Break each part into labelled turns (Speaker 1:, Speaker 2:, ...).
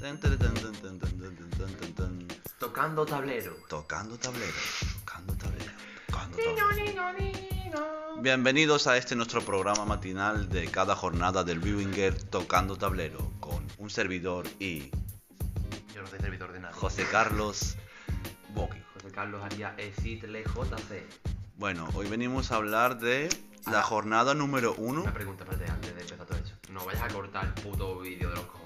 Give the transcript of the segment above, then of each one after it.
Speaker 1: Tan, tan, tan, tan, tan, tan, tan, tan, tan, tan.
Speaker 2: Tocando tablero.
Speaker 1: Tocando tablero, tocando tablero, tocando tablero. Bienvenidos a este nuestro programa matinal de cada jornada del Wiwinger Tocando Tablero con un servidor y
Speaker 2: Yo no soy servidor de nada.
Speaker 1: José Carlos Boqui.
Speaker 2: José Carlos haría Exitle JC.
Speaker 1: Bueno, hoy venimos a hablar de la jornada número uno.
Speaker 2: Una pregunta, espérate, antes de empezar todo eso. No vayas a cortar el puto vídeo de los cojones.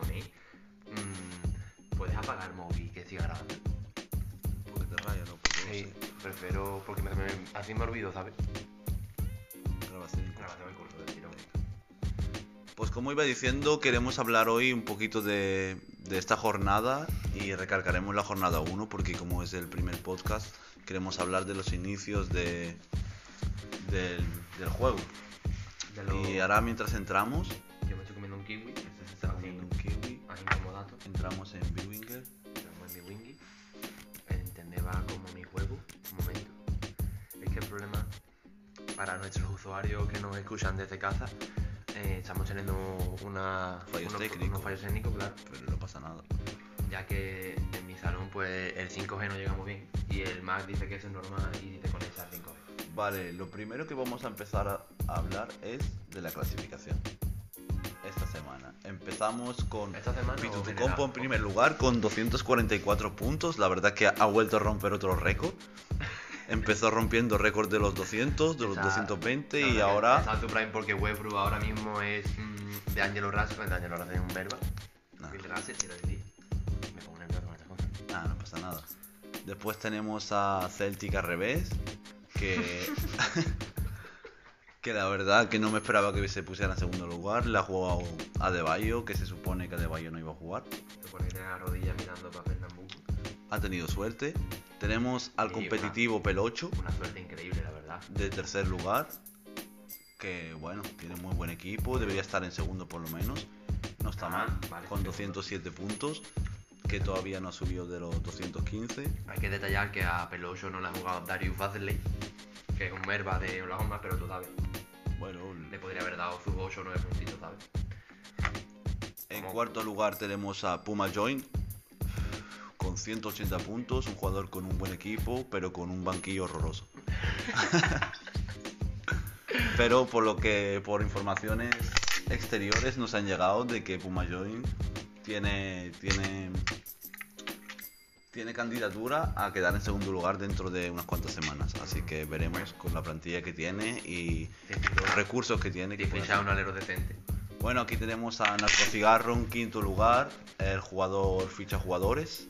Speaker 2: Mm, ¿Puedes apagar móvil que siga grabando?
Speaker 1: Porque te raya, ¿no? Porque no sé.
Speaker 2: prefiero porque me, me- así me olvido, ¿sabes?
Speaker 1: Grabación en curso.
Speaker 2: Grabación el curso del tirón.
Speaker 1: Pues como iba diciendo, queremos hablar hoy un poquito de, de esta jornada y recargaremos la jornada 1 porque como es el primer podcast, queremos hablar de los inicios de, del, del juego.
Speaker 2: De lo-
Speaker 1: Y ahora mientras entramos,
Speaker 2: Yo me estoy comiendo un kiwi.
Speaker 1: este se está comiendo un kiwi,
Speaker 2: Así como dato.
Speaker 1: entramos en Viwinger,
Speaker 2: Tengo en mi wingy. El internet va como mi juego. Un momento. Es que el problema para nuestros usuarios que nos escuchan desde casa, eh, estamos teniendo una,
Speaker 1: Fallos
Speaker 2: unos,
Speaker 1: técnicos.
Speaker 2: unos fallos técnicos, claro.
Speaker 1: pero no pasa nada.
Speaker 2: Ya que en mi salón pues el 5G no llega muy bien. Y el Mac dice que eso es normal y te conecta al 5G.
Speaker 1: Vale, lo primero que vamos a empezar a a hablar es de la clasificación. Esta semana. Empezamos con
Speaker 2: Esta semana. o
Speaker 1: Pitutu
Speaker 2: general,
Speaker 1: Compo
Speaker 2: o-
Speaker 1: en primer lugar con 244 puntos. La verdad que ha vuelto a romper otro récord. Empezó rompiendo récord de los 200, de los
Speaker 2: Esa-
Speaker 1: 220
Speaker 2: la
Speaker 1: y
Speaker 2: verdad que
Speaker 1: ahora...
Speaker 2: Está tu prime porque Webru ahora mismo es mm, de Angelo Russell. De Angelo Russell es un verba.
Speaker 1: Nah,
Speaker 2: Bill Russell, quiero decir. Me pongo nervioso con estas cosas.
Speaker 1: nah, no pasa nada. Después tenemos a Celtic al revés, que... que la verdad que no me esperaba que se pusiera en segundo lugar. La ha jugado Adebayo, que se supone que Adebayo no iba a jugar.
Speaker 2: Se pone que la rodilla mirando para Pernambuco.
Speaker 1: Ha tenido suerte. Tenemos al
Speaker 2: Sí,
Speaker 1: competitivo Pelocho.
Speaker 2: Una suerte increíble, la verdad.
Speaker 1: de tercer lugar, que bueno, tiene muy buen equipo, debería estar en segundo por lo menos, no está
Speaker 2: Ah,
Speaker 1: mal,
Speaker 2: vale,
Speaker 1: con
Speaker 2: segundo.
Speaker 1: 207 puntos, que todavía no ha subido de los 215.
Speaker 2: Hay que detallar que a Pelocho no le ha jugado Darius Vasley, que es un merva de Oklahoma, pero tú sabes.
Speaker 1: Bueno,
Speaker 2: Le podría haber dado sus 8 o 9 puntitos, ¿sabes?
Speaker 1: en cuarto lugar tenemos a Puma Join con 180 puntos, un jugador con un buen equipo, pero con un banquillo horroroso. pero por lo que por informaciones exteriores nos han llegado de que Puma Join tiene tiene tiene candidatura a quedar en segundo lugar dentro de unas cuantas semanas, así que veremos con la plantilla que tiene y los recursos que tiene.
Speaker 2: Y
Speaker 1: que puede
Speaker 2: fichar
Speaker 1: hacer.
Speaker 2: un alero decente.
Speaker 1: Bueno, aquí tenemos a Narco Cigarro en quinto lugar. El jugador ficha jugadores.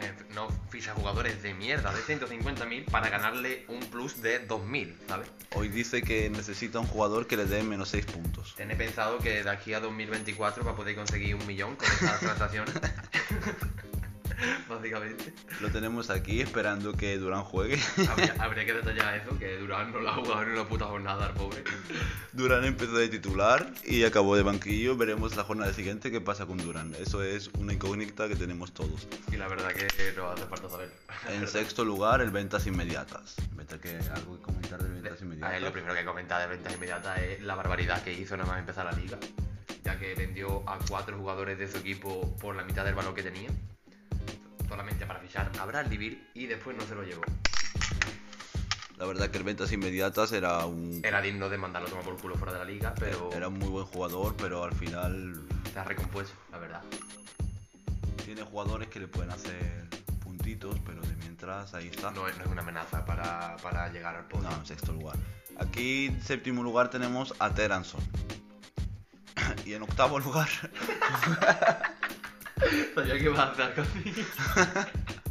Speaker 2: Eh, no ficha jugadores de mierda de 150.000 para ganarle un plus de 2.000, ¿sabes?
Speaker 1: Hoy dice que necesita un jugador que le dé menos 6 puntos.
Speaker 2: Tenés pensado que de aquí a 2024 va a poder conseguir un millón con esas transacciones. Básicamente.
Speaker 1: Lo tenemos aquí esperando que Durán juegue.
Speaker 2: Habría, habría que detallar eso, que Durán no la ha jugado en una puta jornada al pobre.
Speaker 1: Durán empezó de titular y acabó de banquillo. Veremos la jornada siguiente qué pasa con Durán. Eso es una incógnita que tenemos todos.
Speaker 2: Y la verdad que no hace falta saber.
Speaker 1: En sexto lugar, el Ventas Inmediatas. Vete que algo que comentar del Ventas
Speaker 2: A ver, lo
Speaker 1: Inmediatas.
Speaker 2: primero que comenta de ventas inmediatas es la barbaridad que hizo nada más empezar la liga, ya que vendió a cuatro jugadores de su equipo por la mitad del valor que tenía, solamente para fichar a Bradley Beal y después no se lo llevó.
Speaker 1: La verdad que el Ventas Inmediatas era un,
Speaker 2: Era digno de mandarlo a tomar por culo fuera de la liga, pero
Speaker 1: era un muy buen jugador, pero al final
Speaker 2: se ha recompuesto, la verdad.
Speaker 1: Tiene jugadores que le pueden hacer puntitos, pero de mientras ahí está.
Speaker 2: No es, no es una amenaza para, para llegar al podio.
Speaker 1: Ah. No, en sexto lugar. Aquí en séptimo lugar tenemos a Teranson. y en octavo lugar,
Speaker 2: Sabía que iba a hacer casi.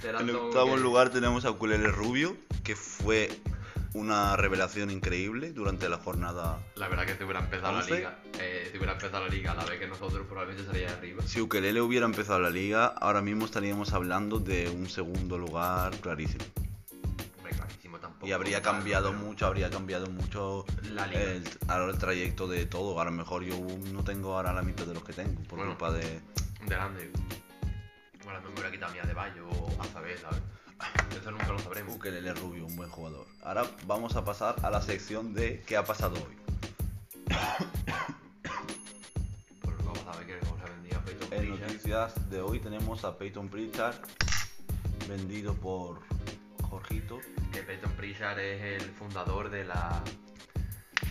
Speaker 2: Será
Speaker 1: en
Speaker 2: todo
Speaker 1: octavo
Speaker 2: que-
Speaker 1: lugar tenemos a Ukulele Rubio, que fue una revelación increíble durante la jornada.
Speaker 2: La verdad que si hubiera empezado la
Speaker 1: Once.
Speaker 2: liga, eh, si hubiera empezado la liga a la vez que nosotros probablemente estaría arriba.
Speaker 1: Si Ukelele hubiera empezado la liga, ahora mismo estaríamos hablando de un segundo lugar clarísimo.
Speaker 2: Hombre, clarísimo tampoco.
Speaker 1: Y habría cambiado
Speaker 2: Pero
Speaker 1: mucho, habría cambiado mucho
Speaker 2: La liga.
Speaker 1: el, ahora el trayecto de todo. A lo mejor yo no tengo ahora la mitad de los que tengo por
Speaker 2: Bueno.
Speaker 1: culpa de.
Speaker 2: De grande. Bueno, me hubiera quitado mía de Bayo o a saber, ¿sabes? Eso nunca lo sabremos.
Speaker 1: Ukelele Rubio, un buen jugador. Ahora vamos a pasar a la sección de qué ha pasado hoy.
Speaker 2: Por lo que vamos a ver que Jorge vendía pecho
Speaker 1: noticias de hoy tenemos a Peyton Pritchard, vendido por Jorgito.
Speaker 2: Que Peyton Pritchard es el fundador de la.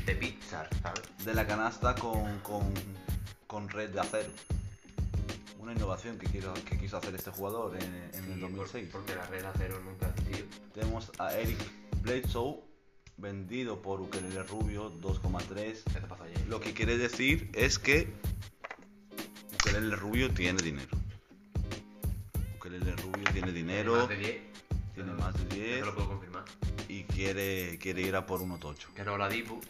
Speaker 2: de Pixar, ¿sabes?
Speaker 1: de la canasta con, con, con red de acero. Una innovación que, quiero, que quiso hacer este jugador en, en
Speaker 2: Sí,
Speaker 1: el
Speaker 2: por-
Speaker 1: 2006.
Speaker 2: porque la red acero nunca ha existido.
Speaker 1: Tenemos a Eric Bledsoe, vendido por Ukelele Rubio, 2,3.
Speaker 2: ¿Qué te pasó ayer?
Speaker 1: Lo que quiere decir es que Ukelele Rubio tiene dinero. Ukelele Rubio tiene dinero,
Speaker 2: Tiene más de 10.
Speaker 1: tiene más de
Speaker 2: Yo te
Speaker 1: 10
Speaker 2: lo puedo confirmar.
Speaker 1: y quiere, quiere ir a por uno tocho.
Speaker 2: Que no la Dipu.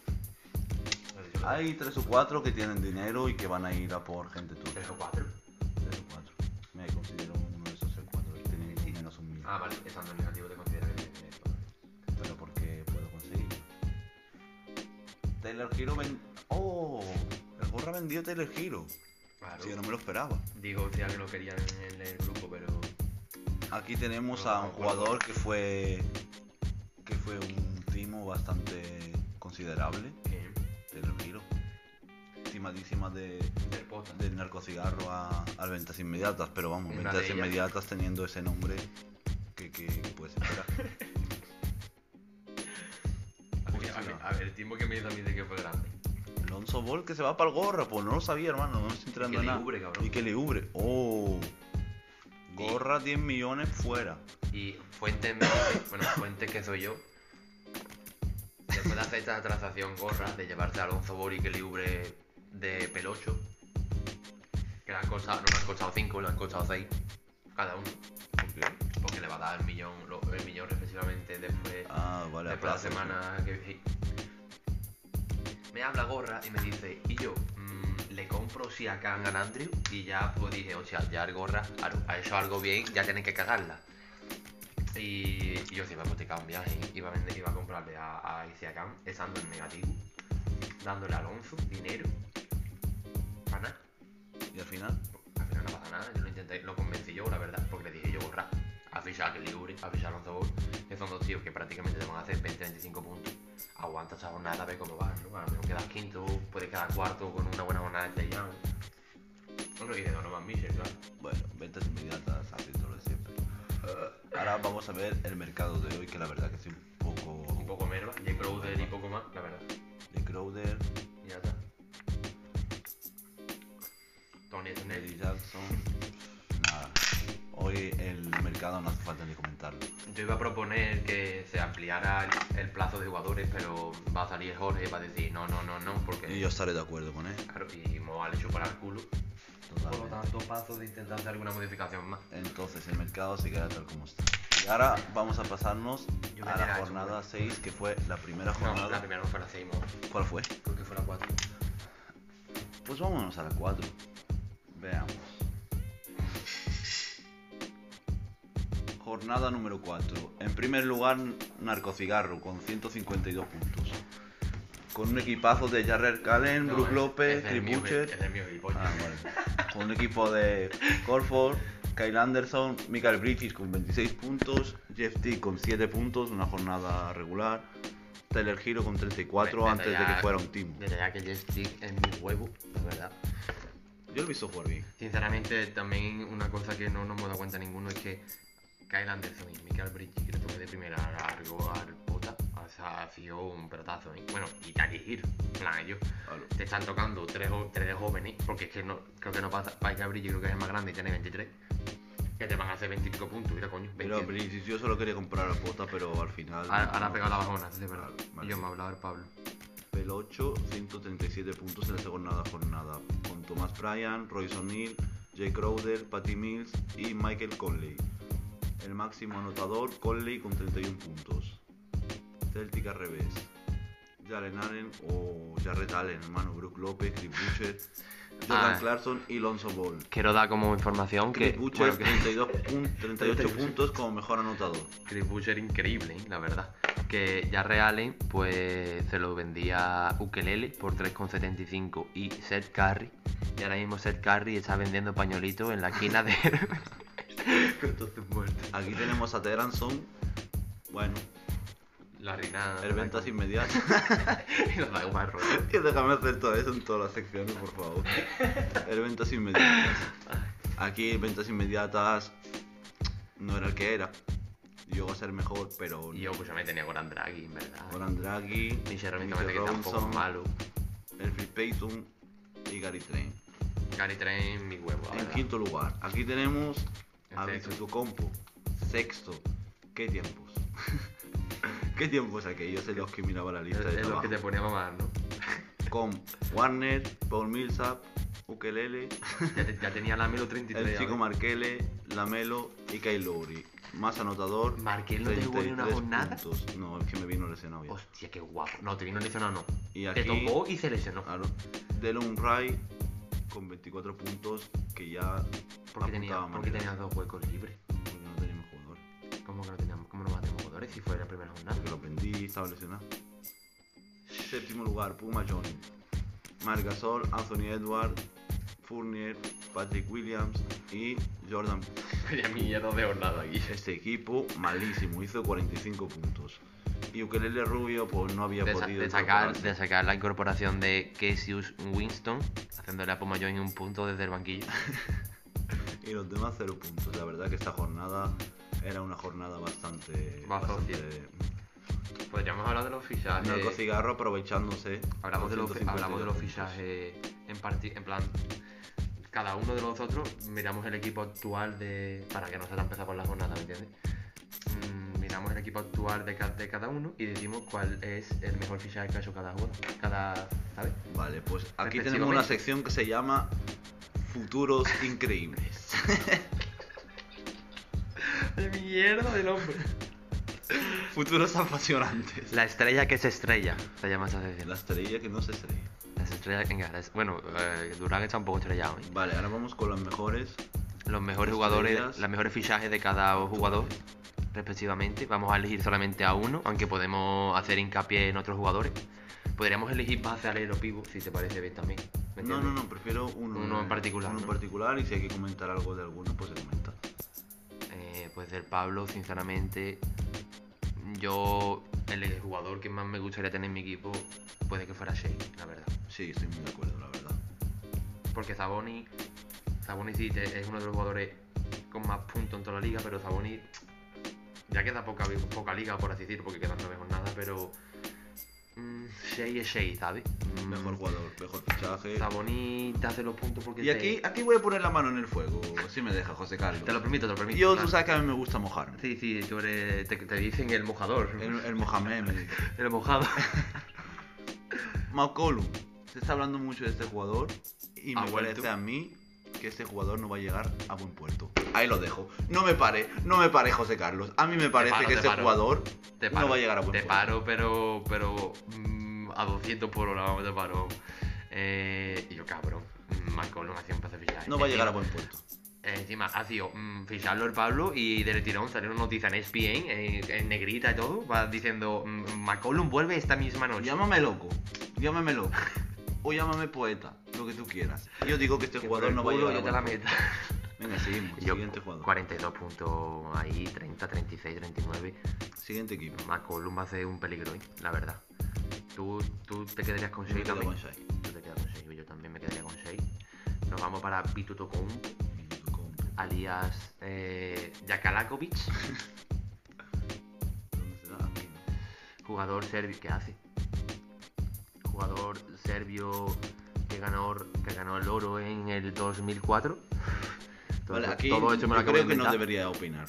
Speaker 1: Hay 3 o 4 que tienen dinero y que van a ir a por gente tocha.
Speaker 2: 3 o 4.
Speaker 1: Tres o cuatro. Me considero uno de esos el cuatro que tiene menos un millón.
Speaker 2: Ah, vale, estando en negativo te consideras que tienes dinero.
Speaker 1: Pero porque puedo conseguirlo. Taylor Hero ven... ¡Oh! El gorra vendió Taylor Hero.
Speaker 2: Claro.
Speaker 1: Sí, yo no me lo esperaba.
Speaker 2: Digo, hostia, que lo querían en el grupo, pero.
Speaker 1: Aquí tenemos
Speaker 2: No,
Speaker 1: a
Speaker 2: no
Speaker 1: un
Speaker 2: me Ah, acuerdo.
Speaker 1: jugador que fue... Que fue un timo bastante considerable.
Speaker 2: Bien.
Speaker 1: Taylor Hero. Timadísima de...
Speaker 2: Del pota.
Speaker 1: Del narcocigarro a, a ventas inmediatas, pero vamos,
Speaker 2: Una de
Speaker 1: ventas
Speaker 2: ellas.
Speaker 1: inmediatas teniendo ese nombre que, pues, que, que puedes esperar.
Speaker 2: A ver, a ver, a ver, el tiempo que me hizo a mí de que fue grande.
Speaker 1: Alonso Ball que se va para el gorra, pues no lo sabía, hermano, no me estoy enterando
Speaker 2: Y que
Speaker 1: de nada.
Speaker 2: Liubre, cabrón.
Speaker 1: Y que le ubre. Oh.
Speaker 2: Y-
Speaker 1: Gorra 10 millones fuera.
Speaker 2: Y Fuentes, me- bueno, Fuentes que soy yo, después de hacer esta transacción gorra, de llevarse a Alonso Bori que libre de pelocho, que le han costado, no le han costado 5, le han costado 6 cada uno,
Speaker 1: ¿Por qué?
Speaker 2: porque le va a dar el millón, lo- el millón reflexivamente después,
Speaker 1: Ah, vale,
Speaker 2: después de la
Speaker 1: aplausos.
Speaker 2: semana que vi. Me habla gorra y me dice, y yo, mm, le compro si a Can Andrew y ya pues dije, o sea, ya el gorra ha- ha hecho algo bien, ya tienen que cagarla. Y, y yo "Pues, se iba a hipotecar un viaje, iba a vender, iba a comprarle a, a Isiacán, estando en negativo, dándole a Alonso dinero. Para nada.
Speaker 1: Y al final,
Speaker 2: Al final no pasa nada, yo lo intenté, lo convencí yo, la verdad, porque le dije yo borrar. A fichar que Liuri, a fichar Alonso Ball, que son dos tíos que prácticamente te van a hacer 20-25 puntos. Aguanta esa jornada, ve cómo vas, ¿no? A lo mejor quedas quinto, puedes quedar cuarto con una buena jornada de ya. Bueno, y de Donovan Mitchell, claro.
Speaker 1: bueno, ventas inmediatas, haciendo lo de siempre. Eh, Ahora vamos a ver el mercado de hoy, que la verdad que es un poco.
Speaker 2: Un poco merda, Jay Crowder y poco más, la verdad.
Speaker 1: De Crowder,
Speaker 2: Y ya está. Tony
Speaker 1: Eddie
Speaker 2: Snell.
Speaker 1: Jackson. Nada. Hoy el mercado no hace falta ni comentarlo.
Speaker 2: Yo iba a proponer que se ampliara el, el plazo de jugadores, pero va a salir Jorge y va a decir no, no, no, no, porque.
Speaker 1: Y yo estaré de acuerdo con él.
Speaker 2: Claro, y Mo ha le chupará el culo. Por lo
Speaker 1: Totalmente.
Speaker 2: tanto, paso de intentar hacer alguna modificación más.
Speaker 1: Entonces el mercado se queda tal como está. Y ahora vamos a pasarnos
Speaker 2: Yo
Speaker 1: a
Speaker 2: quería
Speaker 1: la
Speaker 2: eso,
Speaker 1: jornada
Speaker 2: güey.
Speaker 1: 6, que fue la primera
Speaker 2: No, la
Speaker 1: jornada.
Speaker 2: primera no fue la 6, Mo.
Speaker 1: ¿Cuál fue?
Speaker 2: Creo que fue la 4.
Speaker 1: Pues vámonos a la 4. Veamos. Jornada número 4. En primer lugar, Narcocigarro con 152 puntos. Con un equipazo de Jarrer Calen,
Speaker 2: No,
Speaker 1: Brook
Speaker 2: es-
Speaker 1: López,
Speaker 2: es del mío,
Speaker 1: Tribuchet.
Speaker 2: Es del mío, gilipollas.
Speaker 1: Ah, bueno. Con un equipo de Corford, Kyle Anderson, Michael Bridges con 26 puntos, Jeff T con 7 puntos, una jornada regular, Tyler Hero con 34
Speaker 2: Desde
Speaker 1: antes de que
Speaker 2: ya-
Speaker 1: fuera un timo.
Speaker 2: Desde ya que Jeff Stick es mi huevo, la verdad.
Speaker 1: Yo lo he visto jugar bien.
Speaker 2: Sinceramente, también una cosa que no nos hemos dado cuenta ninguno es que Kyle Anderson y Michael Bridges, que le tomé de primera a Argo, al Pota, o sea, ha sido un pelotazo. ¿eh? Bueno, y Tali Hill, en plan, ellos te están tocando tres, jo- tres jóvenes, porque es que no, creo que no pasa, Michael Bridges creo que es el más grande y tiene 23, que te van a hacer 25 puntos, mira coño,
Speaker 1: Pero
Speaker 2: 20.
Speaker 1: Bridges, yo solo quería comprar a Pota, pero al final.
Speaker 2: Ahora, ahora ha pegado la bajona, de verdad.
Speaker 1: Vale.
Speaker 2: Y yo me ha hablado el Pablo.
Speaker 1: El 8, 137 puntos en la segunda jornada, con Thomas Bryan, Royce O'Neill, Jay Crowder, Patty Mills y Michael Conley. El máximo anotador, Conley con 31 puntos. Celtic al revés. Jalen Allen o Jarrett Allen, hermano, Brooke López, Chris Butcher, Jordan
Speaker 2: Ah.
Speaker 1: Clarkson y Lonzo Ball.
Speaker 2: Quiero dar como información que
Speaker 1: Chris Butcher,
Speaker 2: bueno, que-
Speaker 1: 32 pun- 38 puntos como mejor anotador.
Speaker 2: Chris Butcher increíble, ¿eh? la verdad. Que ya Realen pues se lo vendía Ukelele por 3,75 y Seth Curry. Y ahora mismo Seth Curry está vendiendo pañuelitos en la esquina de... Entonces muerto.
Speaker 1: Aquí tenemos a Teranson. Bueno,
Speaker 2: La reina...
Speaker 1: el ventas inmediatas.
Speaker 2: Y la da igual, rollo.
Speaker 1: Y déjame hacer todo eso en todas las secciones, por favor. El ventas inmediatas. Aquí ventas inmediatas no era el que era. Llegó a ser mejor, pero
Speaker 2: Y yo, pues yo me tenía Goran Draghi, en verdad.
Speaker 1: Goran Draghi,
Speaker 2: Sinceramente, me
Speaker 1: Mitchell
Speaker 2: parece que tampoco
Speaker 1: Robinson,
Speaker 2: es malo.
Speaker 1: Elfrid Payton y Gary Train.
Speaker 2: Gary Train, mi huevo, la
Speaker 1: En
Speaker 2: verdad.
Speaker 1: quinto lugar, aquí tenemos a
Speaker 2: En sexto.
Speaker 1: tu Compo. Sexto. ¿Qué tiempos? ¿Qué tiempos aquellos en los que miraba la
Speaker 2: Es,
Speaker 1: lista de
Speaker 2: es lo
Speaker 1: trabajo?
Speaker 2: que te ponía a mamar, ¿no?
Speaker 1: Con Warner, Paul Millsap, Ukelele,
Speaker 2: Ya, te- ya tenía la Melo 33.
Speaker 1: el chico
Speaker 2: ya ves.
Speaker 1: Markele, Lamelo y Kyle Lowry. Más anotador.
Speaker 2: ¿Markel no te jugó ni una
Speaker 1: 33
Speaker 2: jornada?
Speaker 1: puntos. No, es que me vino lesionado ya.
Speaker 2: Hostia, qué guapo. No, te vino lesionado, no.
Speaker 1: Y
Speaker 2: Te
Speaker 1: aquí- Ah,
Speaker 2: tocó y se lesionó.
Speaker 1: Claro. Delon Wright con 24 puntos que ya
Speaker 2: Porque, tenía,
Speaker 1: apuntaba mal.
Speaker 2: porque tenías dos huecos libres.
Speaker 1: Porque no teníamos jugador.
Speaker 2: ¿Cómo que no teníamos? ¿Cómo no matamos jugadores si fue la primera jornada?
Speaker 1: Porque lo aprendí, estaba lesionado. Séptimo lugar, Puma Johnny. Marc Gasol, Anthony Edwards, Fournier, Patrick Williams y Jordan.
Speaker 2: Vaya mierda de jornada aquí.
Speaker 1: Este equipo malísimo, hizo 45 puntos. Y Ukelele Rubio pues no había
Speaker 2: De, sa-
Speaker 1: podido
Speaker 2: de sacar,
Speaker 1: incorporarse.
Speaker 2: de sacar la incorporación de Cassius Winston, haciéndole a Pomayoin un punto desde el banquillo.
Speaker 1: Y los demás 0 puntos. La verdad que esta jornada era una jornada bastante...
Speaker 2: Más fácil.
Speaker 1: bastante...
Speaker 2: Podríamos hablar de los fichajes.
Speaker 1: Narco cigarro aprovechándose.
Speaker 2: Hablamos de, los,
Speaker 1: 250
Speaker 2: hablamos de los
Speaker 1: puntos.
Speaker 2: fichajes en, parti- en plan. Cada uno de nosotros miramos el equipo actual de. Para que no se tan pesado por la jornada, ¿me entiendes? Mm, miramos el equipo actual de, ca- de cada uno y decimos cuál es el mejor fichaje que ha hecho cada jugador. Cada. ¿Sabes?
Speaker 1: Vale, pues aquí
Speaker 2: Respectivamente.
Speaker 1: tenemos una sección que se llama Futuros Increíbles.
Speaker 2: ¡Mierda del hombre!
Speaker 1: Futuros apasionantes.
Speaker 2: La estrella que se estrella, se llama esa sección.
Speaker 1: La estrella que no se estrella.
Speaker 2: Las estrellas, venga, las- bueno, eh, Durán está un poco estrellado. ¿eh?
Speaker 1: Vale, ahora vamos con las mejores.
Speaker 2: Los mejores
Speaker 1: Las
Speaker 2: jugadores,
Speaker 1: estrellas.
Speaker 2: los mejores fichajes de cada jugador, respectivamente. Vamos a elegir solamente a uno, aunque podemos hacer hincapié en otros jugadores. Podríamos elegir base alero pivo, si te parece bien también. ¿me
Speaker 1: No,
Speaker 2: entiendes?
Speaker 1: no, no, prefiero uno,
Speaker 2: Uno en particular,
Speaker 1: Uno en
Speaker 2: ¿no?
Speaker 1: particular y si hay que comentar algo de alguno, pues se comenta.
Speaker 2: Eh, pues del Pablo, sinceramente, yo, el jugador que más me gustaría tener en mi equipo, puede que fuera Shea, la verdad.
Speaker 1: Sí, estoy muy de acuerdo, la verdad.
Speaker 2: Porque Zaboni, Zaboni sí te- es uno de los jugadores con más puntos en toda la liga, pero Zaboni ya queda poca, poca liga, por así decirlo, porque quedan nueve jornadas, pero mm, Shea es Shea, ¿sabes? Mm,
Speaker 1: Mejor jugador, mejor fichaje.
Speaker 2: Zaboni te hace los puntos porque
Speaker 1: Y
Speaker 2: te,
Speaker 1: aquí, aquí voy a poner la mano en el fuego, si me deja José Carlos.
Speaker 2: te lo permito, te lo permito.
Speaker 1: Yo,
Speaker 2: claro.
Speaker 1: tú sabes que a mí me gusta mojarme.
Speaker 2: Sí, sí, tú eres, te, te dicen el mojador,
Speaker 1: El,
Speaker 2: el,
Speaker 1: el Mohamed me dice.
Speaker 2: mojado.
Speaker 1: McCollum. Se está hablando mucho de este jugador y
Speaker 2: Ha
Speaker 1: me
Speaker 2: vuelto.
Speaker 1: parece a mí que este jugador no va a llegar a buen puerto. Ahí lo dejo. No me pare, no me pare José Carlos. A mí me parece
Speaker 2: paro,
Speaker 1: que
Speaker 2: te
Speaker 1: este
Speaker 2: paro.
Speaker 1: jugador
Speaker 2: Te
Speaker 1: No
Speaker 2: paro,
Speaker 1: va a llegar a buen
Speaker 2: Te
Speaker 1: puerto.
Speaker 2: paro, pero, pero mm, a 200 por hora, vamos, te paro. Eh, y yo, cabrón, Marco lo hacía un pase fichaje.
Speaker 1: no va a llegar a
Speaker 2: Encima-
Speaker 1: buen puerto.
Speaker 2: Eh, Encima ha sido mm, ficharlo el Pablo y del tirón salió una noticia en E ESPN, eh, en, en negrita y todo, va diciendo mm, McCollum vuelve esta misma noche.
Speaker 1: Llámame loco, llámame loco. O llámame poeta, lo que tú quieras. Yo digo que este
Speaker 2: Que por
Speaker 1: jugador
Speaker 2: el
Speaker 1: no va a
Speaker 2: culo
Speaker 1: llegar a
Speaker 2: yo te la
Speaker 1: buen puerto.
Speaker 2: meto.
Speaker 1: Venga, seguimos.
Speaker 2: Yo,
Speaker 1: Siguiente jugador.
Speaker 2: 42 puntos ahí, 30, 36, 39.
Speaker 1: Siguiente equipo.
Speaker 2: McCollum va a ser un peligro, ¿eh? la verdad. Tú, tú te quedarías con
Speaker 1: Yo me
Speaker 2: 6
Speaker 1: quedo
Speaker 2: también.
Speaker 1: con Shai.
Speaker 2: Tú te quedas con 6, yo también me quedaría con 6. Nos vamos para Pitutocompo,
Speaker 1: Minuto compo.
Speaker 2: alias eh, Jakalakovic,
Speaker 1: ¿Dónde se da? Aquí, ¿no?
Speaker 2: jugador serbio. ¿Qué hace? Jugador serbio que ganó, que ganó el oro en el 2004.
Speaker 1: Vale,
Speaker 2: Todo-
Speaker 1: aquí
Speaker 2: todo esto me
Speaker 1: yo
Speaker 2: lo acabo de
Speaker 1: creo que no
Speaker 2: inventar.
Speaker 1: debería opinar.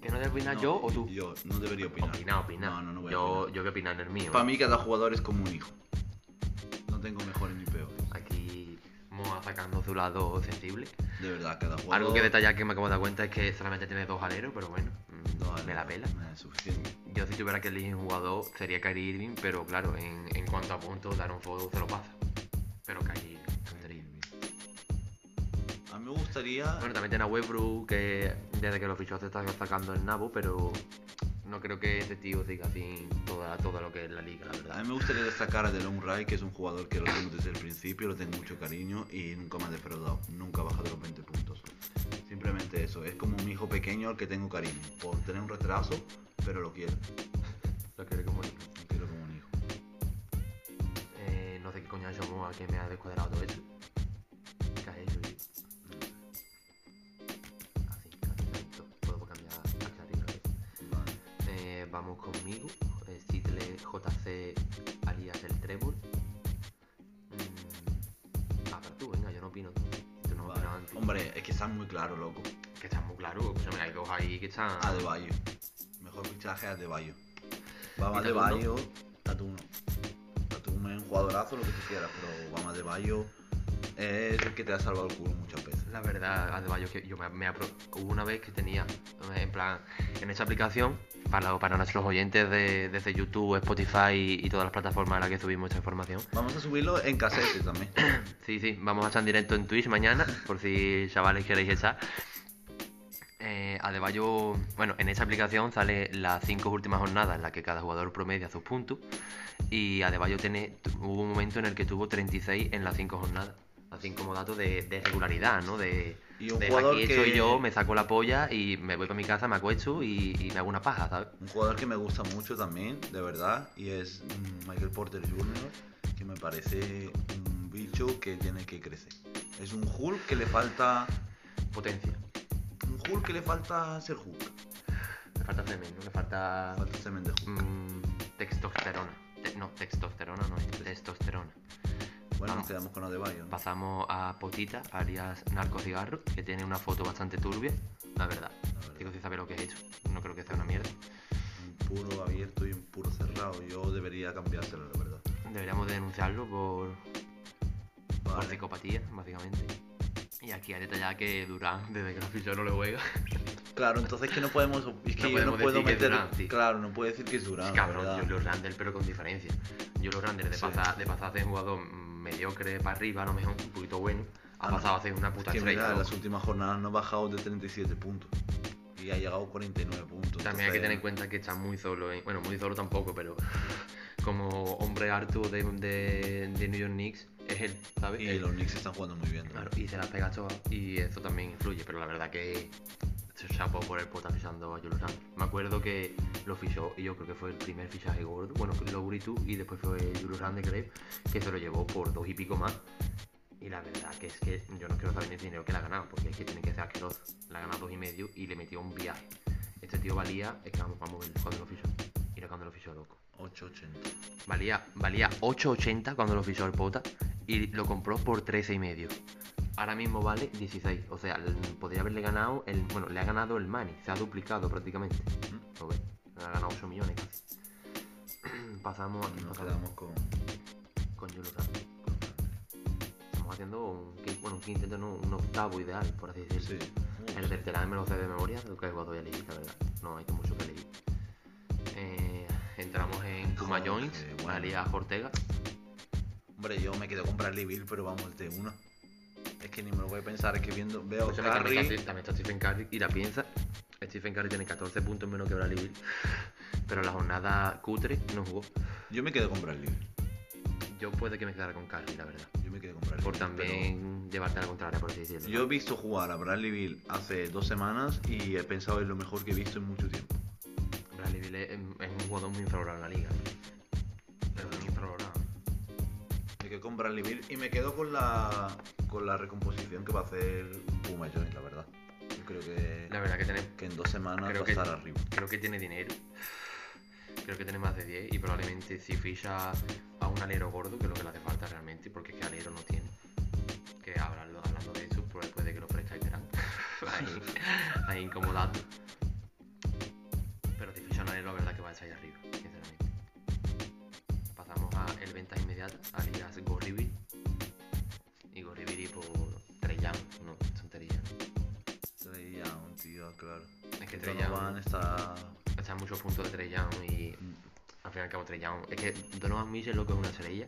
Speaker 2: ¿Que no debo opinar
Speaker 1: No,
Speaker 2: yo o tú?
Speaker 1: Yo, no debería opinar.
Speaker 2: Opina, opina.
Speaker 1: No, no, no voy a
Speaker 2: yo,
Speaker 1: opinar.
Speaker 2: yo voy a opinar en el mío.
Speaker 1: Para mí cada jugador es como un hijo. No tengo mejores ni peores.
Speaker 2: Aquí Moa sacando su lado sensible.
Speaker 1: De verdad, cada jugador.
Speaker 2: Algo que detallar que me acabo de dar cuenta es que solamente tiene dos aleros, pero bueno, mm,
Speaker 1: No, vale,
Speaker 2: me la pela.
Speaker 1: no es suficiente.
Speaker 2: Yo si tuviera que elegir un jugador sería Kyrie Irving, pero claro, en, en cuanto a puntos, dar un foto se lo pasa. pero Kyrie Irving, tontería.
Speaker 1: A mí me gustaría.
Speaker 2: Bueno, también tiene a Westbrook, que desde que lo fichó se está sacando el nabo, pero no creo que este tío siga así toda, toda lo que es la liga, la
Speaker 1: A
Speaker 2: verdad.
Speaker 1: mí me gustaría destacar a Delon Wright, que es un jugador que lo tengo desde el principio, lo tengo mucho cariño y nunca me ha defraudado. Nunca ha bajado los 20 puntos. Simplemente eso, es como un hijo pequeño al que tengo cariño. Por tener un retraso, pero lo quiero.
Speaker 2: Lo quiero como hijo.
Speaker 1: Lo quiero como un hijo.
Speaker 2: Eh, no sé qué coño ha hecho Moa que me ha descuadrado todo esto. ¿Qué has hecho, tío? Eh, Mm. Ah,
Speaker 1: está muy claro, loco.
Speaker 2: Que está muy claro, escúchame, hay dos ahí que están.
Speaker 1: A De Bayo. Mejor fichaje a De Bayo. Vamos a
Speaker 2: ¿Y
Speaker 1: De
Speaker 2: Tatum no?
Speaker 1: Bayo, Tatum no. Tatum es un jugadorazo, lo que tú quieras, pero vamos a De Bayo es el que te ha salvado el culo muchas veces.
Speaker 2: La verdad, Adebayo, que yo me, me apro- hubo una vez que tenía, eh, en plan, en esta aplicación, para, para nuestros oyentes de, desde YouTube, Spotify y, y todas las plataformas en las que subimos esta información.
Speaker 1: Vamos a subirlo en casete también.
Speaker 2: Sí, sí, vamos a estar en directo en Twitch mañana, por si chavales queréis echar. Eh, Adebayo, bueno, en esa aplicación sale las cinco últimas jornadas en las que cada jugador promedia sus puntos. Y Adebayo tiene, tu- hubo un momento en el que tuvo 36 en las cinco jornadas. Así como dato de, de regularidad, ¿no? De,
Speaker 1: Y un
Speaker 2: de
Speaker 1: jugador
Speaker 2: aquí
Speaker 1: que-
Speaker 2: estoy yo, me saco la polla y me voy para mi casa, me acuesto y, y me hago una paja, ¿sabes?
Speaker 1: Un jugador que me gusta mucho también, de verdad, y es mm, Michael Porter Jr., que me parece un bicho que tiene que crecer. Es un Hulk que le falta.
Speaker 2: Potencia.
Speaker 1: Un Hulk que le falta ser Hulk.
Speaker 2: Me falta semen, ¿no? Me falta...
Speaker 1: Falta semen de Hulk.
Speaker 2: Mm, textosterona. Te- no, textosterona no, es testosterona.
Speaker 1: Bueno,
Speaker 2: vamos.
Speaker 1: nos quedamos con Adebayo. ¿no?
Speaker 2: Pasamos a Potita, Arias Narcocigarro, que tiene una foto bastante turbia, la verdad.
Speaker 1: verdad.
Speaker 2: Digo, si sabe lo que he hecho, no creo que sea una mierda.
Speaker 1: Un puro abierto y un puro cerrado. Yo debería cambiárselo, la verdad.
Speaker 2: Deberíamos denunciarlo por, por
Speaker 1: Vale.
Speaker 2: psicopatía, básicamente. Y aquí hay detallado que Durán, desde que lo fichó, no le juega.
Speaker 1: Claro, entonces que no podemos. Es que
Speaker 2: No
Speaker 1: yo no
Speaker 2: podemos
Speaker 1: puedo
Speaker 2: decir que es
Speaker 1: meter.
Speaker 2: Durant, sí.
Speaker 1: Claro, no puedo decir que es Durán.
Speaker 2: Cabrón, Julius Randle, pero con diferencia. Julius Randle de
Speaker 1: Sí.
Speaker 2: pasar de, pasar a ser un jugador mediocre para arriba, a lo mejor un poquito bueno, ha
Speaker 1: Ah, no.
Speaker 2: pasado a ser una puta
Speaker 1: que
Speaker 2: estrella.
Speaker 1: mira, en
Speaker 2: loco.
Speaker 1: las últimas jornadas no ha bajado de 37 puntos. Y ha llegado a 49 puntos.
Speaker 2: También hay que
Speaker 1: entonces-
Speaker 2: tener en cuenta que está muy solo, ¿eh? bueno, muy solo tampoco, pero como hombre harto de, de, de New York Knicks, es él, ¿sabes?
Speaker 1: Y
Speaker 2: Él.
Speaker 1: los Knicks están jugando muy bien. ¿no?
Speaker 2: Claro, y se las pega todas, y eso también influye, pero la verdad que se chapó por el pota fichando a Julius Randle. Me acuerdo que lo fichó, y yo creo que fue el primer fichaje gordo, bueno, lo tú y después fue Julius Randle, creo, que se lo llevó por dos y pico más. Y la verdad que es que yo no quiero saber ni el dinero que le ha ganado, porque es que tiene que ser asqueroso. Le ha ganado dos y medio y le metió un viaje. Este tío valía, es que vamos, vamos a ver cuando lo fichó. Mira cuando lo fichó, loco.
Speaker 1: 8.80.
Speaker 2: Valía, valía 8.80 cuando lo fichó el Pota y lo compró por 13 y medio. Ahora mismo vale 16. O sea, l- podría haberle ganado el. Bueno, le ha ganado el Mani. Se ha duplicado prácticamente.
Speaker 1: ¿Mm?
Speaker 2: Lo ve. Le ha ganado 8 millones casi. pasamos aquí,
Speaker 1: Nos
Speaker 2: pasamos
Speaker 1: quedamos con.
Speaker 2: con Julius Randle. Estamos haciendo un, quin- bueno, un quinteto, no, un octavo ideal, por así
Speaker 1: Sí.
Speaker 2: decirlo. El
Speaker 1: Uy,
Speaker 2: tercero me lo sé de memoria, lo que he jugado voy a elegir, la verdad. No hay que mucho que elegir. Eh, entramos en Kuma
Speaker 1: Joder,
Speaker 2: Joins,
Speaker 1: qué bueno.
Speaker 2: alias Ortega.
Speaker 1: Hombre, yo me quedo con Bradley Bill, pero vamos de una. Es que ni me lo voy a pensar, es que viendo. Veo
Speaker 2: Escúchame,
Speaker 1: Curry,
Speaker 2: también, está, también está Stephen Curry y la piensa. Stephen Curry tiene 14 puntos menos que Bradley Beal. Pero la jornada cutre no jugó.
Speaker 1: Yo me quedo con Bradley Bill.
Speaker 2: Yo puede que me quedara con Curry, la verdad.
Speaker 1: Yo me quedo con Bradley
Speaker 2: Por
Speaker 1: Beal,
Speaker 2: también llevarte a la contraria, por así decirlo.
Speaker 1: pero Yo he visto jugar a Bradley Bill hace dos semanas y he pensado es lo mejor que he visto en mucho tiempo.
Speaker 2: Bradley Beal es, es un jugador muy infravalorado en la liga. Pero muy infravalorado.
Speaker 1: Me quedo con Bradley Bill y me quedo con la con la recomposición que va a hacer Puma Jones, la verdad. Yo creo que,
Speaker 2: La verdad que tiene,
Speaker 1: que en dos semanas
Speaker 2: creo
Speaker 1: va a
Speaker 2: que-
Speaker 1: estar arriba.
Speaker 2: creo que tiene dinero. Creo que tiene más de 10 y probablemente si ficha a un alero gordo, que es lo que le hace falta realmente, porque es que alero no tiene. Que hablando, hablando de eso, pues puede que lo ofrezca Verán. ahí, ahí incomodando. Pero si ficha un alero, la verdad que va a estar ahí arriba, sinceramente. Pasamos a el ventas inmediata, alias Gorribiri. Y Gorribiri por Treyam, no, tontería.
Speaker 1: Trey Young, tío, claro.
Speaker 2: Es que Trey
Speaker 1: Donovan
Speaker 2: Young-
Speaker 1: está.
Speaker 2: Están muchos puntos de Trey Young y al final cabo Trey Young. Es que Donovan Mitchell loco es una estrella,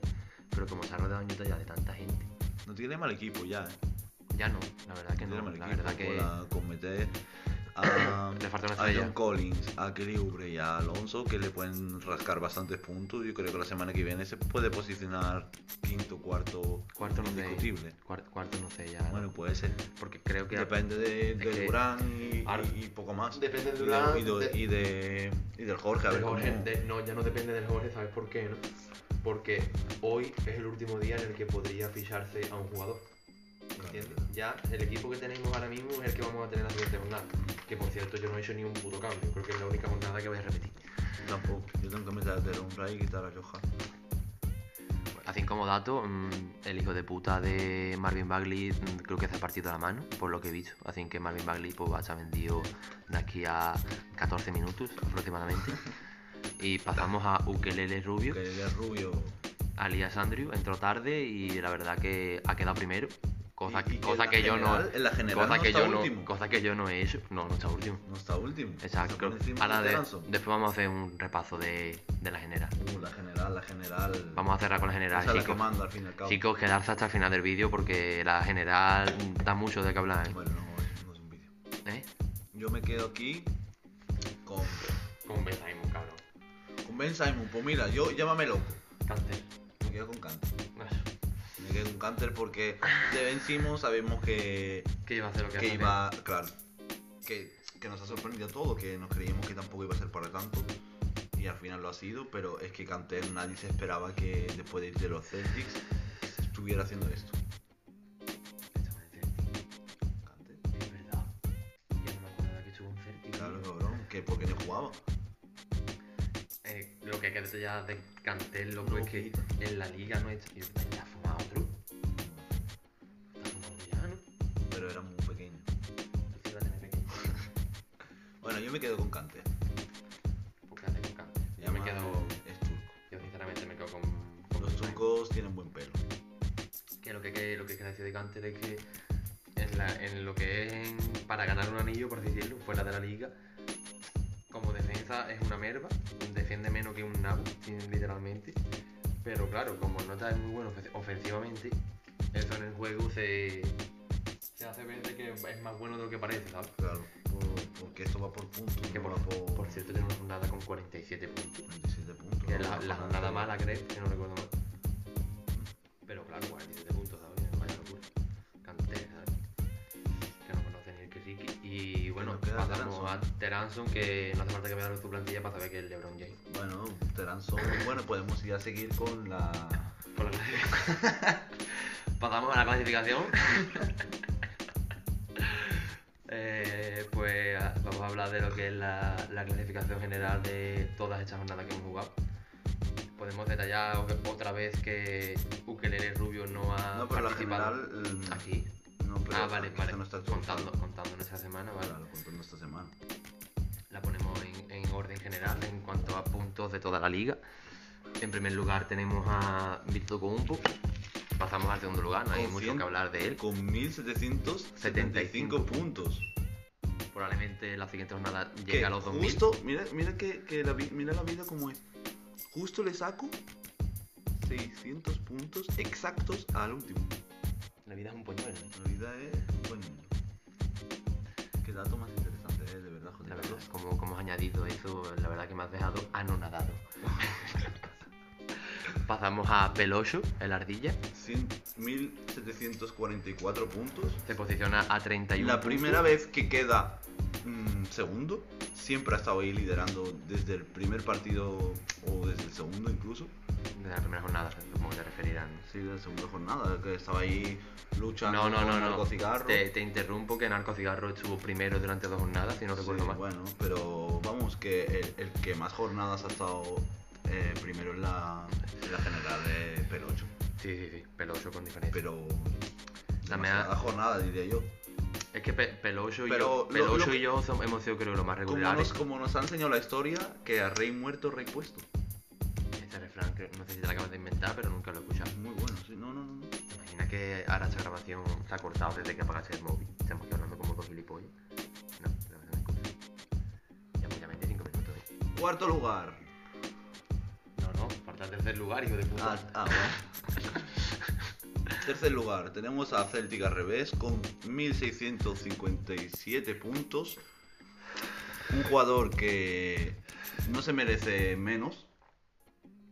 Speaker 2: pero como se ha rodeado en Utah ya de tanta gente,
Speaker 1: No tiene mal equipo ya, ¿eh?
Speaker 2: ya no, la verdad que
Speaker 1: No tiene
Speaker 2: no,
Speaker 1: mal
Speaker 2: la
Speaker 1: equipo.
Speaker 2: verdad que
Speaker 1: con la- con meter a,
Speaker 2: le falta una
Speaker 1: a John
Speaker 2: estrella.
Speaker 1: Collins, a Kelly Oubre y a Alonso, que le pueden rascar bastantes puntos. Yo creo que la semana que viene se puede posicionar quinto, cuarto,
Speaker 2: Cuarto no sé,
Speaker 1: indiscutible.
Speaker 2: cuar- cuarto no sé ya,
Speaker 1: Bueno, puede ser.
Speaker 2: porque creo que
Speaker 1: Depende de, de
Speaker 2: es que-
Speaker 1: Durán y,
Speaker 2: Ahora-
Speaker 1: y- y poco más.
Speaker 2: Depende de
Speaker 1: Y de-
Speaker 2: Durán,
Speaker 1: Y, de,
Speaker 2: de-
Speaker 1: y, de- y del Jorge, a ver
Speaker 2: Del Jorge,
Speaker 1: cómo-
Speaker 2: de- no, ya no depende del Jorge, ¿sabes por qué? no? Porque hoy es el último día en el que podría ficharse a un jugador. ¿Entiendes? Ya el equipo que tenemos ahora mismo es el que vamos a tener la siguiente jornada. Que por cierto, yo no he hecho ni un puto cambio. Creo que es la única jornada que voy a repetir.
Speaker 1: Tampoco. Yo tengo que meter a Teron Ray y quitar a Johan.
Speaker 2: Ha Así como dato, mm, el hijo de puta de Marvin Bagley mm, creo que se ha partido la mano, por lo que he visto. Así que Marvin Bagley pues, va a estar vendido de aquí a 14 minutos aproximadamente. Y pasamos a Ukelele Rubio.
Speaker 1: Que es rubio.
Speaker 2: Alias Andrew entró tarde y la verdad que ha quedado primero. Cosa,
Speaker 1: Y- y que
Speaker 2: cosa
Speaker 1: en la
Speaker 2: que yo no.
Speaker 1: general- en la general
Speaker 2: cosa
Speaker 1: no
Speaker 2: que
Speaker 1: está
Speaker 2: yo no.
Speaker 1: último.
Speaker 2: Cosa que yo no he hecho. No, no está último.
Speaker 1: No está último. Se
Speaker 2: Exacto.
Speaker 1: pone encima
Speaker 2: Ahora
Speaker 1: del
Speaker 2: de-
Speaker 1: Ganso.
Speaker 2: después vamos a hacer un repaso de, de la general.
Speaker 1: Uh, la general, la general.
Speaker 2: Vamos a cerrar con la general,
Speaker 1: Esa es la que
Speaker 2: chicos.
Speaker 1: manda al fin y al cabo.
Speaker 2: Chicos, quedarse hasta el final del vídeo porque la general da mucho de qué hablar. ¿eh?
Speaker 1: Bueno, no, es- no es un vídeo.
Speaker 2: ¿Eh?
Speaker 1: Yo me quedo aquí con,
Speaker 2: Con Ben Simon, cabrón.
Speaker 1: con Ben Simon. Pues mira, yo llámame loco.
Speaker 2: Cáncer.
Speaker 1: Me quedo con Canter. Me quedo con Canter porque de Ben Simon sabemos que,
Speaker 2: ¿Qué iba a hacer lo que,
Speaker 1: que
Speaker 2: hace?
Speaker 1: iba. Claro. Que, que nos ha sorprendido a todos, que nos creíamos que tampoco iba a ser para tanto. Y al final lo ha sido, pero es que Canter nadie se esperaba que después de ir de los Celtics estuviera haciendo esto. Kanté.
Speaker 2: Es verdad. Ya no me acordaba que estuvo en Celtic.
Speaker 1: Claro, cabrón, que porque no jugaba.
Speaker 2: Pues Eh, lo que queda ya de Cantel, loco,
Speaker 1: No,
Speaker 2: es que
Speaker 1: quita.
Speaker 2: en la liga no es. Yo también ha fumado otro. Está fumado ya, ¿no?
Speaker 1: Pero era muy pequeño.
Speaker 2: Entonces iba a tener pequeño.
Speaker 1: Bueno, yo me quedo con Kanté.
Speaker 2: Porque hace con Kanté. Yo me
Speaker 1: Además,
Speaker 2: quedo.
Speaker 1: Es turco.
Speaker 2: Yo sinceramente me quedo con. con
Speaker 1: Los
Speaker 2: Ben Simon.
Speaker 1: turcos tienen buen pelo.
Speaker 2: Que lo que, que lo que quería decir de Canter es que en, la- en lo que es en- para ganar un anillo, por así decirlo, fuera de la liga, como defensa es una merva, defiende menos que un nabo, sí, literalmente. Pero claro, como no está muy bueno ofen- ofensivamente, eso en el juego se, se hace ver de que es más bueno de lo que parece, ¿sabes?
Speaker 1: Claro, por- porque esto va por puntos.
Speaker 2: Que
Speaker 1: no
Speaker 2: por,
Speaker 1: va por,
Speaker 2: por cierto tiene una jornada con 47 puntos.
Speaker 1: 27 puntos.
Speaker 2: Que
Speaker 1: no
Speaker 2: la,
Speaker 1: va
Speaker 2: la
Speaker 1: por
Speaker 2: jornada
Speaker 1: nada.
Speaker 2: mala, creo, que no recuerdo mal. Pero claro, 47 puntos, ¿sabes? Vaya locura. Canté, ¿sabes? Que no conoce ni el Kisiki. Y bueno,
Speaker 1: nos queda
Speaker 2: pasamos a
Speaker 1: Teranson.
Speaker 2: Teranson, que no hace falta que me hagas tu plantilla para saber que es LeBron James.
Speaker 1: Bueno, Teranzón. Bueno, podemos ya seguir con la.
Speaker 2: Por la clasificación. pasamos a la clasificación. Eh, pues a- vamos a hablar de lo que es la, la clasificación general de todas estas jornadas que hemos jugado. Podemos detallar o- otra vez que Ukelele Rubio no ha
Speaker 1: No, pero la
Speaker 2: participado
Speaker 1: general. eh,
Speaker 2: Ah, aquí.
Speaker 1: No, pero
Speaker 2: ah, vale,
Speaker 1: aquí
Speaker 2: vale.
Speaker 1: esto no está
Speaker 2: contando,
Speaker 1: actualizado.
Speaker 2: contando nuestra semana, vale.
Speaker 1: Claro, contando esta semana.
Speaker 2: La ponemos en, en orden general en cuanto a puntos de toda la liga. En primer lugar tenemos a Víctor Coumpo. Pasamos al segundo lugar, no hay
Speaker 1: Con
Speaker 2: mucho
Speaker 1: cien-
Speaker 2: que hablar de él.
Speaker 1: Con 1775 puntos.
Speaker 2: Probablemente la siguiente jornada
Speaker 1: Que
Speaker 2: llegue a los 2000.
Speaker 1: Justo, mira, mira, que, que la, vi- mira la vida como es. Justo le saco 600 puntos exactos al último.
Speaker 2: La vida es un pañuelo. ¿eh?
Speaker 1: La vida es bueno. Qué dato más interesante, eh, de verdad, José
Speaker 2: La verdad,
Speaker 1: Carlos.
Speaker 2: como, como has añadido eso, la verdad que me has dejado anonadado. Pasamos a Peloso, el ardilla.
Speaker 1: 100.744 puntos.
Speaker 2: Se posiciona a 31.
Speaker 1: La primera
Speaker 2: puntos.
Speaker 1: vez que queda mm, segundo, siempre ha estado ahí liderando desde el primer partido o desde el segundo incluso.
Speaker 2: De la primera jornada, supongo que te referirán.
Speaker 1: Sí, desde la segunda jornada, que estaba ahí luchando
Speaker 2: No, no,
Speaker 1: con
Speaker 2: no,
Speaker 1: el
Speaker 2: no.
Speaker 1: cigarro.
Speaker 2: Te, te interrumpo que Narco Cigarro estuvo primero durante dos jornadas, si no recuerdo
Speaker 1: Sí,
Speaker 2: mal.
Speaker 1: Bueno, pero vamos, que el, el que más jornadas ha estado eh, primero en la, en la general de Pelocho.
Speaker 2: Sí, sí, sí, Peloso con diferencia.
Speaker 1: Pero.
Speaker 2: También ha-
Speaker 1: demasiada jornada, diría yo.
Speaker 2: Es que Pe- Peloso y
Speaker 1: Pero lo-
Speaker 2: yo, Peloso
Speaker 1: lo-
Speaker 2: y yo som- hemos sido creo los más
Speaker 1: Como
Speaker 2: regulares.
Speaker 1: nos, como nos ha enseñado la historia, que a rey muerto, rey puesto.
Speaker 2: Este refrán creo- no sé si te lo acabas de inventar, pero nunca lo he escuchado.
Speaker 1: Muy bueno, sí, no, no, no. no.
Speaker 2: ¿Te imaginas que ahora esta grabación se ha cortado desde que apagaste el móvil? Estamos aquí hablando como dos gilipollas. No, la verdad me cosa. Llevamos ya 25 minutos. ¿eh?
Speaker 1: Cuarto lugar.
Speaker 2: No, no, falta el tercer lugar, hijo de puta.
Speaker 1: Ah, ah, bueno. Tercer lugar, tenemos a Celtic al revés con 1657 puntos. Un jugador que no se merece menos,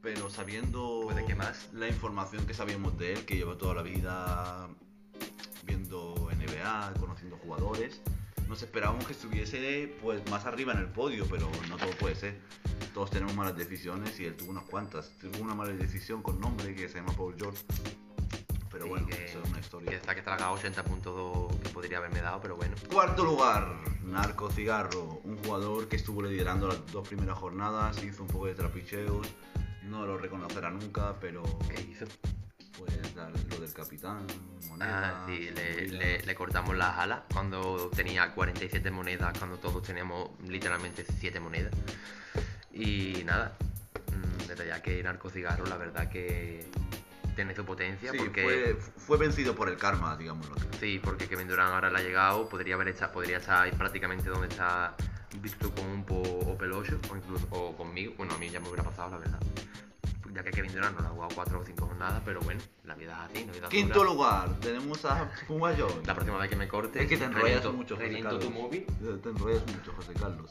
Speaker 1: pero sabiendo
Speaker 2: Puede que Pues, más.
Speaker 1: la información que sabíamos de él, que lleva toda la vida viendo NBA, conociendo jugadores, nos esperábamos que estuviese pues más arriba en el podio, pero no todo puede ser. Todos tenemos malas decisiones y él tuvo unas cuantas. Tuvo una mala decisión con nombre que se llama Paul George. Pero
Speaker 2: Sí,
Speaker 1: bueno,
Speaker 2: que-
Speaker 1: eso es una
Speaker 2: Que
Speaker 1: historia.
Speaker 2: está que traga 80.2 que podría haberme dado, pero bueno.
Speaker 1: Cuarto lugar, Narco Cigarro, un jugador que estuvo liderando las dos primeras jornadas, hizo un poco de trapicheos, No lo reconocerá nunca, pero
Speaker 2: ¿Qué hizo?
Speaker 1: pues la- lo del capitán, moneda.
Speaker 2: Ah, sí, le,
Speaker 1: movidas.
Speaker 2: le- le cortamos las alas cuando tenía 47 monedas, cuando todos teníamos literalmente 7 monedas. Y nada, mm, detallar que Narco Cigarro, la verdad que tiene su potencia
Speaker 1: Sí,
Speaker 2: porque.
Speaker 1: fue, fue vencido por el karma, digámoslo.
Speaker 2: Sí, porque Kevin Durant ahora le ha llegado, podría haber estado, podría estar ahí prácticamente donde está visto con un po o Pelocho, o incluso o conmigo, bueno a mí ya me hubiera pasado la verdad. Ya que Kevin Durant no le ha jugado 4 o 5 jornadas, pero bueno, la vida es así, la vida es
Speaker 1: Quinto
Speaker 2: dura.
Speaker 1: lugar, tenemos a Puma Jones.
Speaker 2: La próxima vez que me corte,
Speaker 1: Es que te enrollas
Speaker 2: reviento-
Speaker 1: mucho, José
Speaker 2: reviento
Speaker 1: Carlos.
Speaker 2: tu móvil.
Speaker 1: Te- Te enrollas mucho, José Carlos.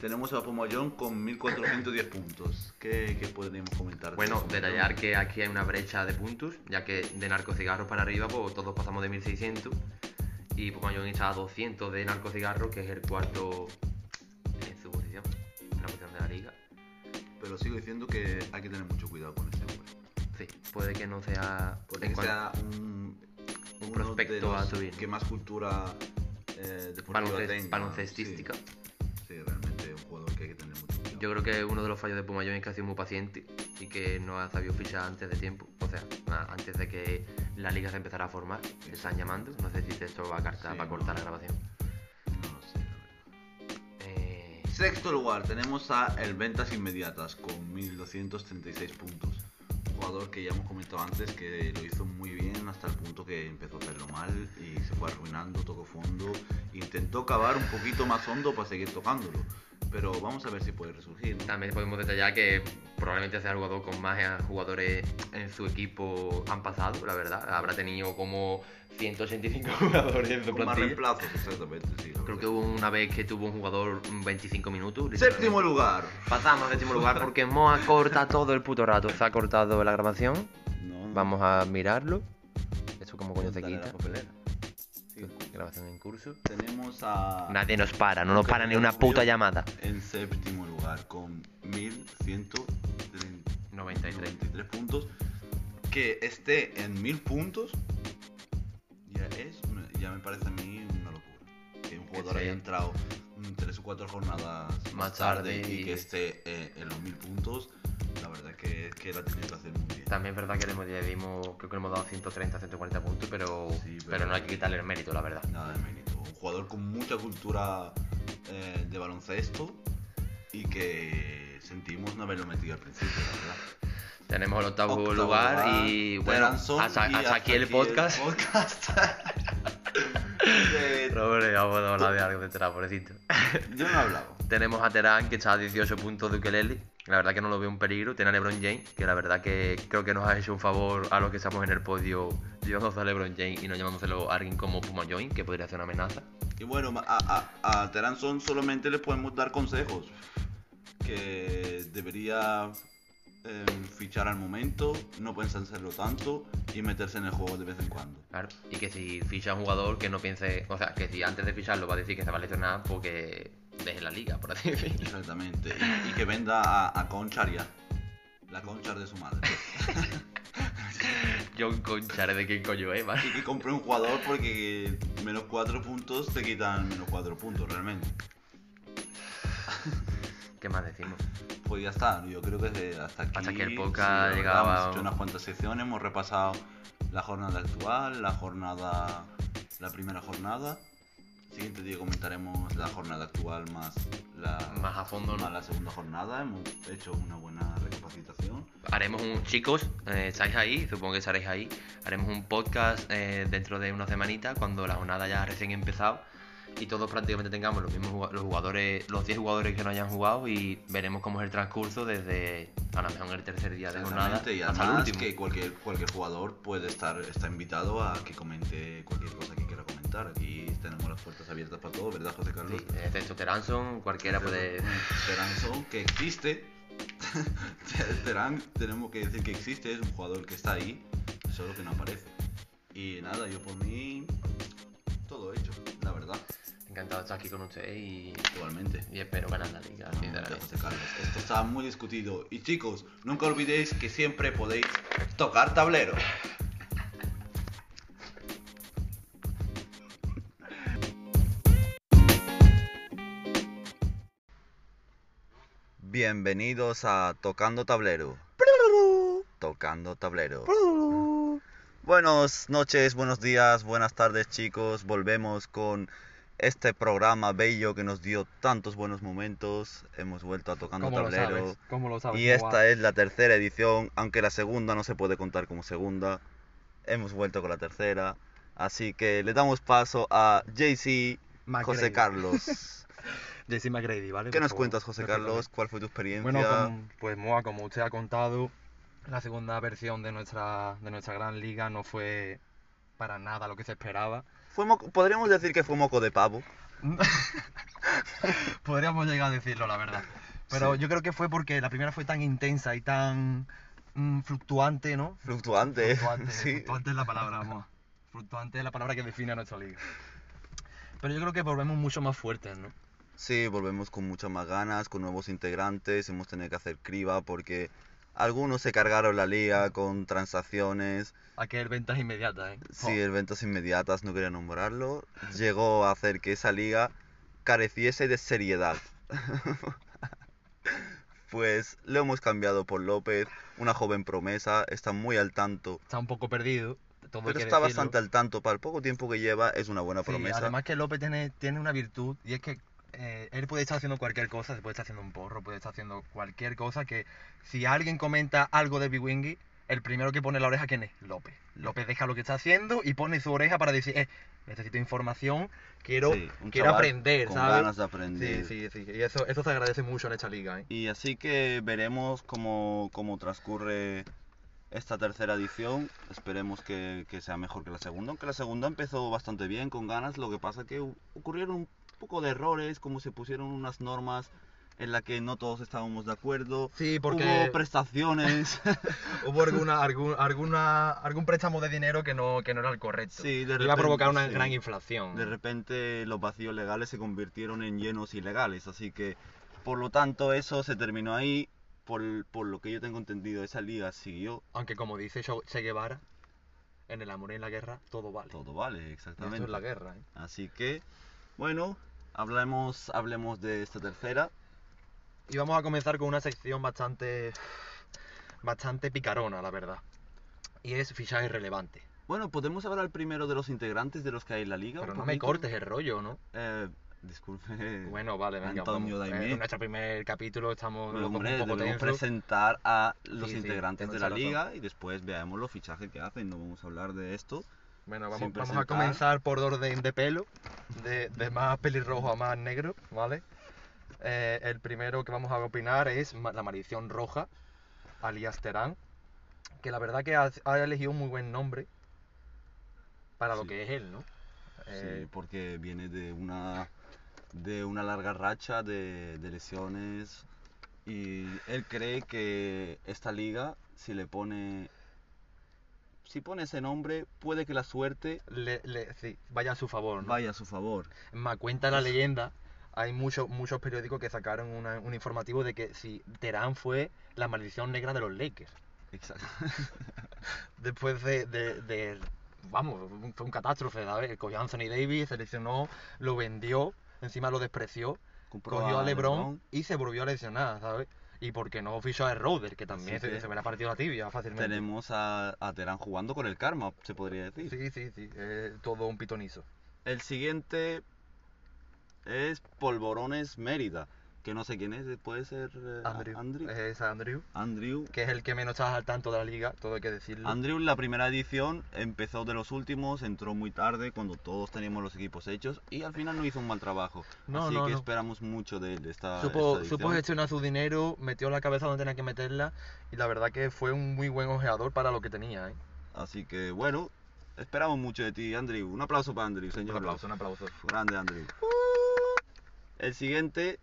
Speaker 1: Tenemos a Pumayón con 1410 puntos. ¿Qué, qué podríamos comentar? de
Speaker 2: Bueno,
Speaker 1: Pumayón?
Speaker 2: detallar que aquí hay una brecha de puntos, ya que de narcocigarros para arriba, pues todos pasamos de 1600 y pues, Pumayón está a 200 de narcocigarros, que es el cuarto en su posición, en la posición de la liga.
Speaker 1: Pero sigo diciendo que hay que tener mucho cuidado con ese güey.
Speaker 2: Sí, puede que no sea.
Speaker 1: Porque
Speaker 2: en cuan-
Speaker 1: sea un, uno de
Speaker 2: prospecto a
Speaker 1: los
Speaker 2: subir.
Speaker 1: Que más cultura eh, deportiva
Speaker 2: balonces-
Speaker 1: tenga.
Speaker 2: baloncestística.
Speaker 1: Sí, sí, realmente es un jugador que hay que tener mucho cuidado.
Speaker 2: Yo creo que uno de los fallos de Pumayón es que ha sido muy paciente y que no ha sabido fichar antes de tiempo. O sea, a- antes de que la liga se empezara a formar, le están llamando. No sé si esto va a carta
Speaker 1: Sí,
Speaker 2: para
Speaker 1: no.
Speaker 2: cortar la grabación.
Speaker 1: No lo sé, la verdad.
Speaker 2: Eh,
Speaker 1: Sexto lugar tenemos a el Ventas Inmediatas con 1236 puntos. Un jugador que ya hemos comentado antes que lo hizo muy bien hasta el punto que empezó a hacerlo mal y se fue arruinando, tocó fondo. Intentó cavar un poquito más hondo para seguir tocándolo. Pero vamos a ver si puede resurgir. ¿no?
Speaker 2: también podemos detallar que probablemente sea el jugador con más eh, jugadores en su equipo han pasado, la verdad. Habrá tenido como 185 jugadores en su
Speaker 1: Con más
Speaker 2: plantilla.
Speaker 1: reemplazos, exactamente. sí, la
Speaker 2: Creo que
Speaker 1: verdad.
Speaker 2: hubo una vez que tuvo un jugador mm, 25 minutos. literalmente.
Speaker 1: Séptimo lugar.
Speaker 2: Pasamos al séptimo lugar porque Moa corta todo el puto rato. Se ha cortado la grabación.
Speaker 1: No,
Speaker 2: Vamos a mirarlo. Eso como coño se
Speaker 1: dale a la
Speaker 2: quita.
Speaker 1: papelera. Sí.
Speaker 2: Grabación en curso.
Speaker 1: Tenemos a...
Speaker 2: Nadie nos para, no nos para ni una puta llamada.
Speaker 1: En séptimo lugar con 1130.
Speaker 2: 93.
Speaker 1: 93 puntos. Que esté en 1000 puntos ya es una- ya me parece a mí una locura. Que un jugador
Speaker 2: sí.
Speaker 1: haya entrado 3 o 4 jornadas más,
Speaker 2: Más
Speaker 1: tarde,
Speaker 2: tarde
Speaker 1: y
Speaker 2: y-
Speaker 1: que esté eh, en los 1000 puntos, la verdad que, que la ha tenido que hacer muy bien.
Speaker 2: También es verdad que le hemos, le dimos- creo que le hemos dado 130, 140 puntos, pero,
Speaker 1: Sí, pero-
Speaker 2: pero... no hay que quitarle el mérito, la verdad.
Speaker 1: Nada de mérito. Un jugador con mucha cultura eh, de baloncesto y que sentimos no haberlo metido al principio, la verdad.
Speaker 2: Tenemos el octavo,
Speaker 1: Octavo
Speaker 2: lugar, y
Speaker 1: lugar,
Speaker 2: bueno,
Speaker 1: Teranzón,
Speaker 2: hasta,
Speaker 1: y
Speaker 2: hasta aquí el podcast.
Speaker 1: podcast. Eh,
Speaker 2: Robert, vamos a hablar de algo de Terán, pobrecito.
Speaker 1: Yo no he hablado.
Speaker 2: Tenemos a Terán, que está a 18 puntos de Ukelele. La verdad que no lo veo un peligro. Tiene a LeBron James, que la verdad que creo que nos ha hecho un favor a los que estamos en el podio llevándose a LeBron James y no llamándoselo a alguien como Puma Join, que podría ser una amenaza.
Speaker 1: Y bueno, a, a, a Terán Son solamente le podemos dar consejos. Que debería eh, fichar al momento, no pensárselo tanto y meterse en el juego de vez en cuando.
Speaker 2: Claro. Y que si ficha a un jugador que no piense, o sea, que si antes de ficharlo va a decir que se va a lesionar porque deje la liga, por así decirlo.
Speaker 1: Exactamente. Y, y que venda a, a Conchar ya. La Conchar de su madre.
Speaker 2: John Conchar de quién coño es, ¿vale?
Speaker 1: Y que compre un jugador porque menos 4 puntos te quitan menos 4 puntos realmente.
Speaker 2: ¿Qué más decimos?
Speaker 1: Pues ya está, yo creo que desde hasta aquí.
Speaker 2: Hasta que el
Speaker 1: sí, la
Speaker 2: podcast
Speaker 1: verdad,
Speaker 2: llegaba
Speaker 1: Hemos
Speaker 2: a un-
Speaker 1: hecho unas cuantas secciones, hemos repasado la jornada actual, la jornada. la primera jornada. Siguiente día comentaremos la jornada actual más la,
Speaker 2: Más a fondo, ¿no?
Speaker 1: más la segunda jornada. Hemos hecho una buena recapacitación.
Speaker 2: Haremos un. Chicos, eh, estáis ahí, supongo que estaréis ahí. Haremos un podcast eh, dentro de una semanita, cuando la jornada ya recién ha empezado. Y todos prácticamente tengamos los mismos jugado- los jugadores, los 10 jugadores que no hayan jugado y veremos cómo es el transcurso desde a lo mejor el tercer día de jornada
Speaker 1: Exactamente, y
Speaker 2: hasta el
Speaker 1: además
Speaker 2: último.
Speaker 1: que cualquier, cualquier jugador puede estar está invitado a que comente cualquier cosa que quiera comentar. Aquí tenemos las puertas abiertas para todo, ¿verdad, José Carlos?
Speaker 2: Sí, excepto Teranson, cualquiera puede.
Speaker 1: Teranzón, que existe. Terán, tenemos que decir que existe, es un jugador que está ahí, solo que no aparece. Y nada, yo por mí, todo hecho, la verdad,
Speaker 2: Encantado de estar aquí con ustedes y,
Speaker 1: igualmente.
Speaker 2: y espero ganar la liga.
Speaker 1: Igualmente,
Speaker 2: sinceramente.
Speaker 1: José Carlos. Esto está muy discutido. Y chicos, nunca olvidéis que siempre podéis tocar tablero. Bienvenidos a Tocando Tablero. Tocando Tablero. Buenas noches, buenos días, buenas tardes chicos. Volvemos con este programa bello que nos dio tantos buenos momentos. Hemos vuelto a Tocando
Speaker 3: ¿Cómo lo
Speaker 1: Tablero.
Speaker 3: sabes? ¿Cómo lo sabes?
Speaker 1: Y esta es la tercera edición, aunque la segunda no se puede contar como segunda. Hemos vuelto con la tercera. Así que le damos paso a JC José Carlos.
Speaker 3: Jesse McGrady, ¿vale?
Speaker 1: ¿Qué
Speaker 3: Por
Speaker 1: nos
Speaker 3: favor,
Speaker 1: cuentas, José
Speaker 3: recuérdame.
Speaker 1: Carlos? ¿Cuál fue tu experiencia?
Speaker 3: Bueno, com- pues Moa, como usted ha contado, la segunda versión de nuestra, de nuestra gran liga no fue para nada lo que se esperaba.
Speaker 1: Fue moco- podríamos decir que fue moco de pavo.
Speaker 3: Podríamos llegar a decirlo, la verdad. Pero
Speaker 1: Sí.
Speaker 3: yo creo que fue porque la primera fue tan intensa y tan mm, fluctuante, ¿no?
Speaker 1: Fluctuante.
Speaker 3: Fluctuante,
Speaker 1: sí.
Speaker 3: fluctuante es la palabra, vamos. Fluctuante es la palabra que define a nuestra liga. Pero yo creo que volvemos mucho más fuertes, ¿no?
Speaker 1: Sí, volvemos con muchas más ganas, con nuevos integrantes. Hemos tenido que hacer criba porque algunos se cargaron la liga con transacciones.
Speaker 3: Aquel ventas inmediatas, ¿eh?
Speaker 1: Sí, eventos inmediatas, no quería nombrarlo. Llegó a hacer que esa liga careciese de seriedad. Pues lo hemos cambiado por López, una joven promesa, está muy al tanto.
Speaker 3: Está un poco perdido. Todo hay
Speaker 1: Pero
Speaker 3: que
Speaker 1: está
Speaker 3: decirlo.
Speaker 1: bastante al tanto, para el poco tiempo que lleva es una buena
Speaker 3: Sí,
Speaker 1: promesa.
Speaker 3: además que López tiene, tiene una virtud y es que eh, él puede estar haciendo cualquier cosa, se puede estar haciendo un porro, puede estar haciendo cualquier cosa que si alguien comenta algo de Biwingi, el primero que pone la oreja, ¿quién es? López. López deja lo que está haciendo y pone su oreja para decir, eh, necesito información, quiero,
Speaker 1: Sí, un
Speaker 3: quiero
Speaker 1: chaval
Speaker 3: aprender,
Speaker 1: con
Speaker 3: ¿sabes?
Speaker 1: ganas de
Speaker 3: Sí,
Speaker 1: aprender.
Speaker 3: sí, sí. Y eso, eso se agradece mucho en esta liga, ¿eh?
Speaker 1: Y así que veremos cómo, cómo transcurre esta tercera edición. Esperemos que, que sea mejor que la segunda, aunque la segunda empezó bastante bien, con ganas. Lo que pasa que u- ocurrieron un poco de errores, como se pusieron unas normas en las que no todos estábamos de acuerdo.
Speaker 3: Sí, porque
Speaker 1: Hubo prestaciones.
Speaker 3: hubo alguna, algún, alguna, algún préstamo de dinero que no, que no era el correcto.
Speaker 1: Sí, de
Speaker 3: Iba a provocar una
Speaker 1: repente,
Speaker 3: gran
Speaker 1: sí.
Speaker 3: inflación.
Speaker 1: De repente los vacíos legales se convirtieron en llenos ilegales, así que por lo tanto eso se terminó ahí. Por, por lo que yo tengo entendido, esa liga siguió.
Speaker 3: Aunque como dice Cho- Che Guevara, en el amor y en la guerra todo vale.
Speaker 1: Todo vale,
Speaker 3: Y
Speaker 1: exactamente.
Speaker 3: Esto es la guerra, ¿eh?
Speaker 1: Así que, bueno, hablemos, hablemos de esta tercera.
Speaker 3: Y vamos a comenzar con una sección bastante bastante picarona, la verdad. Y es fichajes relevantes.
Speaker 1: Bueno, podemos hablar primero de los integrantes de los que hay en la liga.
Speaker 3: Pero
Speaker 1: un
Speaker 3: no me
Speaker 1: poquito?
Speaker 3: cortes el rollo, ¿no?
Speaker 1: Eh, disculpe.
Speaker 3: Bueno, vale, venga.
Speaker 1: Antonio
Speaker 3: vamos.
Speaker 1: Daimé.
Speaker 3: en nuestro primer capítulo estamos
Speaker 1: Bueno,
Speaker 3: los dos
Speaker 1: hombre,
Speaker 3: un poco
Speaker 1: debemos
Speaker 3: tensos.
Speaker 1: presentar a los
Speaker 3: Sí, sí,
Speaker 1: integrantes de
Speaker 3: tienes
Speaker 1: la
Speaker 3: razón.
Speaker 1: liga y después veamos los fichajes que hacen. No vamos a hablar de esto.
Speaker 3: Bueno,
Speaker 1: sin
Speaker 3: vamos, vamos a
Speaker 1: presentar.
Speaker 3: comenzar por orden de pelo, de, de más pelirrojo a más negro, ¿vale? Eh, el primero que vamos a opinar es Ma- la maldición roja, alias Terán, que la verdad que ha, ha elegido un muy buen nombre para lo
Speaker 1: Sí.
Speaker 3: que es él, ¿no? Eh,
Speaker 1: Sí, porque viene de una de una larga racha de, de lesiones y él cree que esta liga si le pone si pone ese nombre puede que la suerte
Speaker 3: le- le- sí, vaya a su favor, ¿no?
Speaker 1: vaya Pues- a su favor.
Speaker 3: Me cuenta la leyenda, hay muchos muchos periódicos que sacaron una- un informativo de que si Terán fue la maldición negra de los Lakers.
Speaker 1: Exacto.
Speaker 3: después de, de- de- vamos, un- fue un catástrofe, ¿sabes? Cogió a Anthony Davis, seleccionó, lo vendió, encima lo despreció,
Speaker 1: Compró
Speaker 3: cogió a LeBron, y se volvió a lesionar, ¿sabes? Y porque no fichó a Roder, que también
Speaker 1: Así
Speaker 3: se,
Speaker 1: que
Speaker 3: se hubiera partido la tibia fácilmente.
Speaker 1: Tenemos a, a Terán jugando con el karma, se podría decir.
Speaker 3: Sí, sí, sí, eh, todo un pitonizo.
Speaker 1: El siguiente es Polvorones Mérida, que no sé quién es, puede ser eh, a-
Speaker 3: Andrew,
Speaker 1: Andrew.
Speaker 3: es Andrew,
Speaker 1: Andrew.
Speaker 3: que es el que menos está al tanto de la liga, todo hay que decirlo.
Speaker 1: Andrew en la primera edición empezó de los últimos, entró muy tarde cuando todos teníamos los equipos hechos y al final no hizo un mal trabajo.
Speaker 3: No,
Speaker 1: Así
Speaker 3: no,
Speaker 1: que
Speaker 3: no.
Speaker 1: esperamos mucho de él esta,
Speaker 3: Supo,
Speaker 1: esta ah,
Speaker 3: supo
Speaker 1: edición.
Speaker 3: gestionar su dinero, metió la cabeza donde tenía que meterla y la verdad que fue un muy buen ojeador para lo que tenía. ¿eh?
Speaker 1: Así que bueno, esperamos mucho de ti Andrew. Un aplauso para Andrew,
Speaker 3: Un
Speaker 1: señor.
Speaker 3: aplauso, un aplauso.
Speaker 1: Grande Andrew. El siguiente,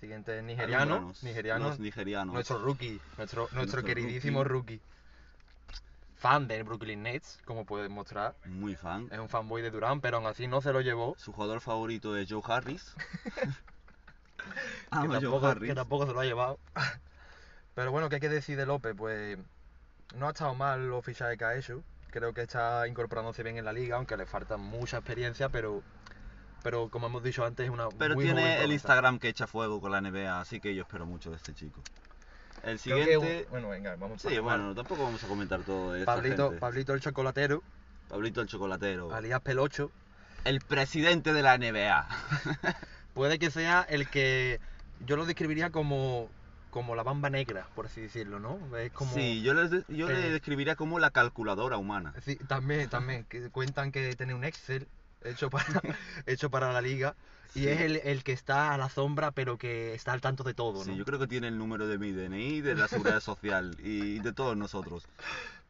Speaker 3: Siguiente nigeriano,
Speaker 1: alumbranos,
Speaker 3: nigeriano,
Speaker 1: los nigerianos.
Speaker 3: nuestro rookie, nuestro, nuestro,
Speaker 1: Nuestro
Speaker 3: queridísimo rookie. Fan del Brooklyn Nets, como puedes mostrar.
Speaker 1: Muy fan.
Speaker 3: Es un fanboy de Durán, pero aún así no se lo llevó.
Speaker 1: Su jugador favorito es Joe Harris.
Speaker 3: que,
Speaker 1: Amo a Joe
Speaker 3: tampoco, que
Speaker 1: Ah, Harris.
Speaker 3: tampoco se lo ha llevado. Pero bueno, ¿qué hay que decir de López? Pues no ha estado mal los fichajes que ha hecho. Creo que está incorporándose bien en la liga, aunque le falta mucha experiencia, pero, pero como hemos dicho antes, es una.
Speaker 1: Pero
Speaker 3: muy joven
Speaker 1: tiene el
Speaker 3: promesa.
Speaker 1: Instagram que echa fuego con la NBA, así que yo espero mucho de este chico. El
Speaker 3: Creo que-
Speaker 1: siguiente.
Speaker 3: Bueno, venga, vamos
Speaker 1: Sí, bueno, tampoco vamos a comentar todo de esta
Speaker 3: Pablito,
Speaker 1: gente.
Speaker 3: Pablito el chocolatero,
Speaker 1: Pablito el chocolatero.
Speaker 3: alias Pelocho,
Speaker 1: El presidente de la NBA.
Speaker 3: puede que sea el que yo lo describiría como, como la bamba negra, por así decirlo, ¿no? Es como...
Speaker 1: Sí, yo, les de- yo le
Speaker 3: eh,
Speaker 1: describiría como la calculadora humana.
Speaker 3: Sí, también, también, que cuentan que tiene un Excel hecho para, hecho para la liga y
Speaker 1: Sí.
Speaker 3: es el, el que está a la sombra pero que está al tanto de todo,
Speaker 1: Sí,
Speaker 3: ¿no?
Speaker 1: yo creo que tiene el número de mi DNI, de la seguridad social y de todos nosotros.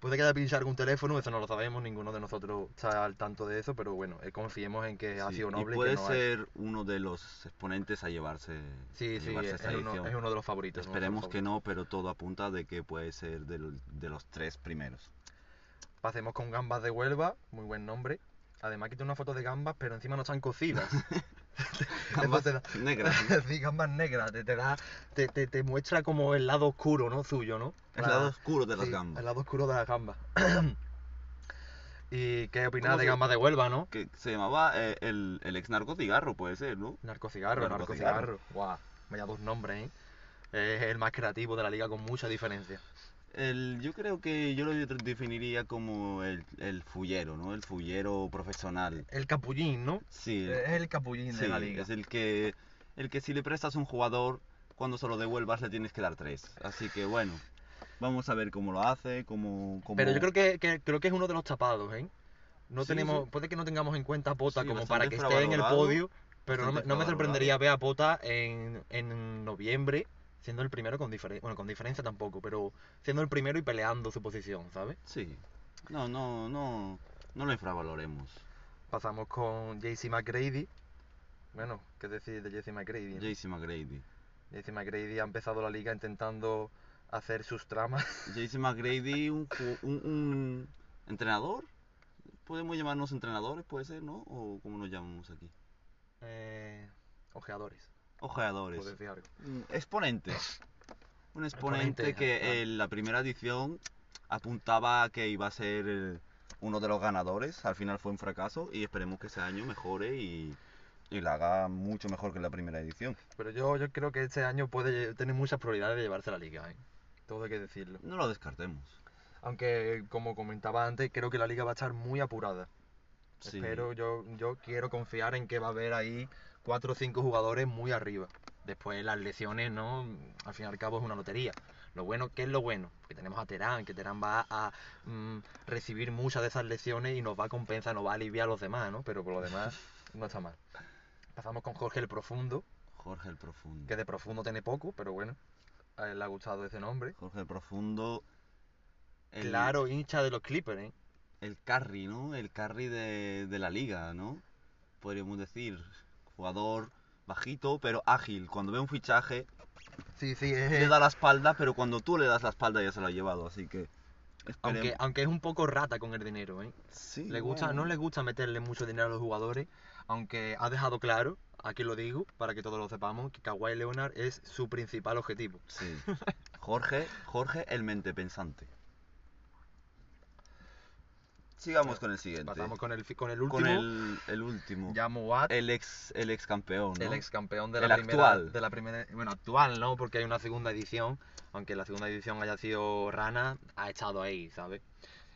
Speaker 3: Puede que haya pinchado algún teléfono, eso no lo sabemos, ninguno de nosotros está al tanto de eso, pero bueno, eh, confiemos en que ha
Speaker 1: Sí,
Speaker 3: sido
Speaker 1: y
Speaker 3: noble. y que
Speaker 1: puede
Speaker 3: no ha-
Speaker 1: ser uno de los exponentes a llevarse,
Speaker 3: Sí,
Speaker 1: a
Speaker 3: sí,
Speaker 1: llevarse
Speaker 3: es,
Speaker 1: esta
Speaker 3: es uno,
Speaker 1: elección.
Speaker 3: es uno de los favoritos. uno de los
Speaker 1: Esperemos que
Speaker 3: favoritos.
Speaker 1: no, pero todo apunta de que puede ser del- de los tres primeros.
Speaker 3: Pasemos con Gambas de Huelva, muy buen nombre. Además, quité una foto de gambas, pero encima no están cocidas.
Speaker 1: Ambas
Speaker 3: te da-
Speaker 1: negras. ¿no?
Speaker 3: sí, gambas negras, te, te da, te, te, te muestra como el lado oscuro, ¿no? Suyo, ¿no?
Speaker 1: El
Speaker 3: La-
Speaker 1: lado oscuro de las
Speaker 3: sí,
Speaker 1: gambas.
Speaker 3: El lado oscuro de las gambas. ¿Y qué opinas
Speaker 1: ¿Cómo
Speaker 3: de
Speaker 1: se-
Speaker 3: Gambas de Huelva, no?
Speaker 1: Que se llamaba eh, el, el ex narcotigarro, puede ser, ¿no?
Speaker 3: Narcocigarro,
Speaker 1: Narcocigarro.
Speaker 3: narcocigarro. Guau, vaya dos nombres, ¿eh? Es el más creativo de la liga con mucha diferencia.
Speaker 1: El, yo creo que yo lo de- definiría como el, el fullero, ¿no? El fullero profesional.
Speaker 3: El capullín, ¿no?
Speaker 1: Sí, el-
Speaker 3: Eh, Es el capullín de
Speaker 1: sí,
Speaker 3: la liga.
Speaker 1: es el que, el que si le prestas un jugador, cuando se lo devuelvas le tienes que dar tres. Así que bueno, vamos a ver cómo lo hace, cómo... cómo...
Speaker 3: Pero yo creo que, que- creo que es uno de los tapados, ¿eh? No
Speaker 1: Sí,
Speaker 3: tenemos,
Speaker 1: sí.
Speaker 3: puede que no tengamos en cuenta a Pota
Speaker 1: Sí,
Speaker 3: como
Speaker 1: bastante
Speaker 3: para que esté en el
Speaker 1: infravalorado,
Speaker 3: podio, pero no
Speaker 1: bastante
Speaker 3: me, no me
Speaker 1: infravalorado.
Speaker 3: sorprendería ver a Pota en, en noviembre, siendo el primero con diferencia, bueno, con diferencia tampoco, pero siendo el primero y peleando su posición, ¿sabes?
Speaker 1: Sí. No, no, no, no lo infravaloremos.
Speaker 3: Pasamos con JC McGrady. Bueno, ¿qué decir de JC McGrady? no?
Speaker 1: JC McGrady.
Speaker 3: JC McGrady ha empezado la liga intentando hacer sus tramas.
Speaker 1: JC McGrady, un, ju- un, un entrenador. Podemos llamarnos entrenadores, puede ser, ¿no? ¿O cómo nos llamamos aquí?
Speaker 3: Eh, ojeadores,
Speaker 1: Ojeadores.
Speaker 3: por decir algo.
Speaker 1: Un exponente. Mm, Un
Speaker 3: Exponente,
Speaker 1: exponente que
Speaker 3: claro.
Speaker 1: en la primera edición apuntaba a que iba a ser eh, uno de los ganadores. Al final fue un fracaso y esperemos que ese año mejore y, y la haga mucho mejor que la primera edición.
Speaker 3: Pero yo, yo creo que este año puede tener muchas probabilidades de llevarse la liga, ¿eh? Todo hay que decirlo.
Speaker 1: No lo descartemos.
Speaker 3: Aunque, como comentaba antes, creo que la liga va a estar muy apurada.
Speaker 1: Sí.
Speaker 3: Espero, yo, yo quiero confiar en que va a haber ahí cuatro o cinco jugadores muy arriba. Después las lesiones, ¿no? Al fin y al cabo es una lotería. Lo bueno, ¿qué es lo bueno? Que tenemos a Terán, que Terán va a mm, recibir muchas de esas lesiones y nos va a compensar, nos va a aliviar a los demás, ¿no? Pero por lo demás, no está mal. Pasamos con Jorge el Profundo,
Speaker 1: Jorge el Profundo.
Speaker 3: que de profundo tiene poco, pero bueno, a él le ha gustado ese nombre.
Speaker 1: Jorge el Profundo. el-
Speaker 3: Claro, hincha de los Clippers, ¿eh?
Speaker 1: El carry, ¿no? El carry de, de la liga, ¿no? Podríamos decir. Jugador bajito, pero ágil. Cuando ve un fichaje,
Speaker 3: Sí, sí, es...
Speaker 1: le da la espalda, pero cuando tú le das la espalda ya se lo ha llevado, así que.
Speaker 3: Aunque,
Speaker 1: esperemos.
Speaker 3: aunque es un poco rata con el dinero, ¿eh?
Speaker 1: Sí,
Speaker 3: Le gusta,
Speaker 1: bueno.
Speaker 3: no le gusta meterle mucho dinero a los jugadores, aunque ha dejado claro, aquí lo digo, para que todos lo sepamos, que Kawhi Leonard es su principal objetivo.
Speaker 1: Sí. Jorge, Jorge el mente pensante. Sigamos con el siguiente.
Speaker 3: Pasamos con el, fi- con el
Speaker 1: Con
Speaker 3: último,
Speaker 1: el, el Eh, último.
Speaker 3: ya Moat,
Speaker 1: El ex, el ex campeón, ¿no?
Speaker 3: el ex campeón de
Speaker 1: El
Speaker 3: la, primera,
Speaker 1: actual.
Speaker 3: de la primera... Bueno, actual, ¿no? Porque hay una segunda edición, aunque la segunda edición haya sido Rana, ha estado ahí, ¿sabes?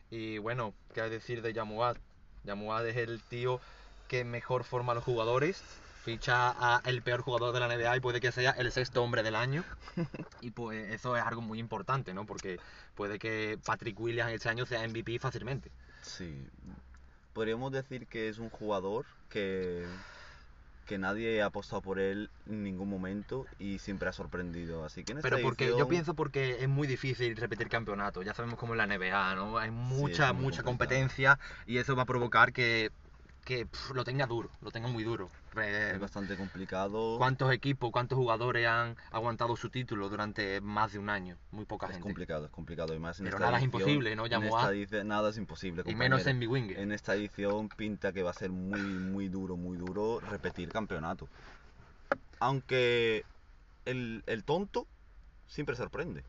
Speaker 3: Y bueno, ¿qué hay que decir de Yamuad? Yamuad es el tío que mejor forma a los jugadores, ficha a el peor jugador de la NBA y puede que sea el sexto hombre del año. Y pues eso es algo muy importante, ¿no? Porque puede que Patrick Williams este año sea MVP fácilmente.
Speaker 1: Sí. Podríamos decir que es un jugador que, que nadie ha apostado por él en ningún momento y siempre ha sorprendido. Así que en esta
Speaker 3: Pero porque yo
Speaker 1: Este edición-
Speaker 3: pienso porque es muy difícil repetir campeonato. Ya sabemos cómo es la NBA, ¿no? Hay mucha,
Speaker 1: es muy
Speaker 3: mucha
Speaker 1: complicado.
Speaker 3: competencia y eso va a provocar que, que pf, lo tenga duro, lo tenga muy duro. Eh,
Speaker 1: es bastante complicado.
Speaker 3: ¿Cuántos equipos, cuántos jugadores han aguantado su título durante más de un año? Muy poca
Speaker 1: Es
Speaker 3: gente.
Speaker 1: complicado, es complicado. Y más en
Speaker 3: Pero
Speaker 1: esta
Speaker 3: nada es
Speaker 1: edición,
Speaker 3: imposible, ¿no?
Speaker 1: en
Speaker 3: Llamó
Speaker 1: esta
Speaker 3: a-
Speaker 1: dice- nada es imposible,
Speaker 3: Y menos en
Speaker 1: compañero.
Speaker 3: Big
Speaker 1: En esta edición pinta que va a ser muy, muy duro, muy duro repetir campeonato. Aunque el, el tonto siempre sorprende.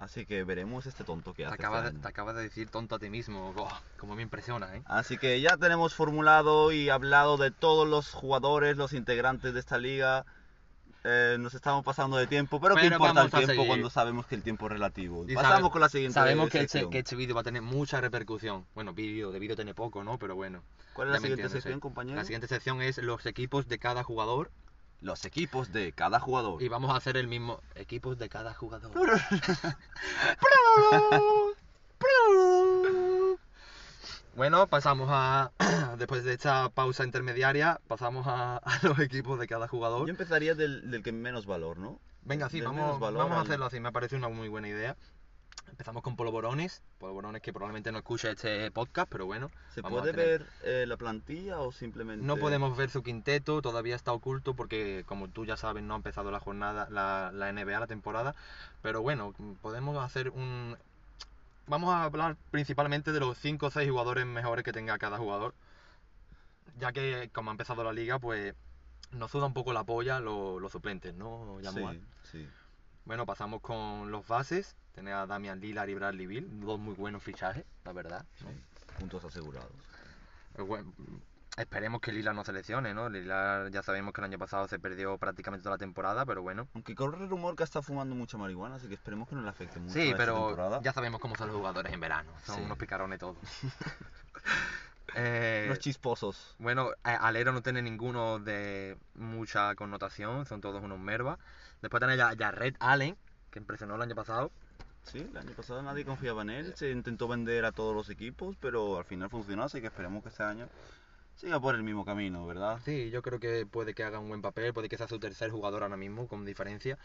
Speaker 1: Así que veremos este tonto que
Speaker 3: Te
Speaker 1: hace.
Speaker 3: acabas,
Speaker 1: este
Speaker 3: de,
Speaker 1: año.
Speaker 3: te acabas de decir tonto a ti mismo. Buah, como me impresiona, ¿eh?
Speaker 1: Así que ya tenemos formulado y hablado de todos los jugadores, los integrantes de esta liga. Eh, nos estamos pasando de tiempo, pero, ¿qué
Speaker 3: Pero
Speaker 1: importa el
Speaker 3: vamos a
Speaker 1: tiempo
Speaker 3: seguir.
Speaker 1: cuando sabemos que el tiempo es relativo?
Speaker 3: Y
Speaker 1: Pasamos
Speaker 3: sabe-
Speaker 1: con la siguiente
Speaker 3: Sabemos que este,
Speaker 1: sección.
Speaker 3: que este vídeo va a tener mucha repercusión. Bueno, vídeo, de vídeo tiene poco, ¿no? Pero bueno.
Speaker 1: ¿Cuál es la
Speaker 3: ya me
Speaker 1: siguiente
Speaker 3: entiendes,
Speaker 1: sección,
Speaker 3: sí.
Speaker 1: compañero?
Speaker 3: La siguiente sección es los equipos de cada jugador.
Speaker 1: Los equipos de cada jugador.
Speaker 3: Y vamos a hacer el mismo. Equipos de cada jugador. Bueno, pasamos a. Después de esta pausa intermediaria, pasamos a, a los equipos de cada
Speaker 1: Yo
Speaker 3: jugador.
Speaker 1: empezaría del, del que menos valor, ¿no?
Speaker 3: Venga, sí,
Speaker 1: del
Speaker 3: vamos,
Speaker 1: menos valor
Speaker 3: vamos a
Speaker 1: al-
Speaker 3: hacerlo así. Me parece una muy buena idea. Empezamos con Polvorones. Polvorones que probablemente no escuche este podcast, pero bueno.
Speaker 1: ¿Se
Speaker 3: vamos a
Speaker 1: puede
Speaker 3: tener-
Speaker 1: ver eh, la plantilla o simplemente.?
Speaker 3: No podemos ver su quinteto, todavía está oculto porque, como tú ya sabes, no ha empezado la jornada, la, la NBA, la temporada. Pero bueno, podemos hacer un... Vamos a hablar principalmente de los 5 o 6 jugadores mejores que tenga cada jugador. Ya que, como ha empezado la liga, pues nos suda un poco la polla lo- los suplentes, ¿no? Yamoa?
Speaker 1: Sí, sí.
Speaker 3: Bueno, pasamos con los bases. Tenés a Damian Lillard y Bradley Bill, dos muy buenos fichajes, la verdad. ¿no?
Speaker 1: sí. Puntos asegurados.
Speaker 3: Pues bueno, esperemos que Lila no se lesione, ¿no? Lila ya sabemos que el año pasado se perdió prácticamente toda la temporada, pero bueno.
Speaker 1: Aunque corre el rumor que está fumando mucha marihuana, así que esperemos que no le afecte mucho a
Speaker 3: Sí,
Speaker 1: esta
Speaker 3: pero
Speaker 1: temporada.
Speaker 3: ya sabemos cómo son los jugadores en verano. Son
Speaker 1: Sí.
Speaker 3: unos picarones todos. Eh,
Speaker 1: Los chisposos.
Speaker 3: bueno, a- alero no tiene ninguno de mucha connotación, son todos unos merva. Después tenés a Jared Allen, que impresionó el año pasado.
Speaker 1: Sí, el año pasado nadie confiaba en él, se intentó vender a todos los equipos, pero al final funcionó, así que esperemos que este año siga por el mismo camino, ¿verdad?
Speaker 3: Sí, yo creo que puede que haga un buen papel, puede que sea su tercer jugador ahora mismo, con diferencia.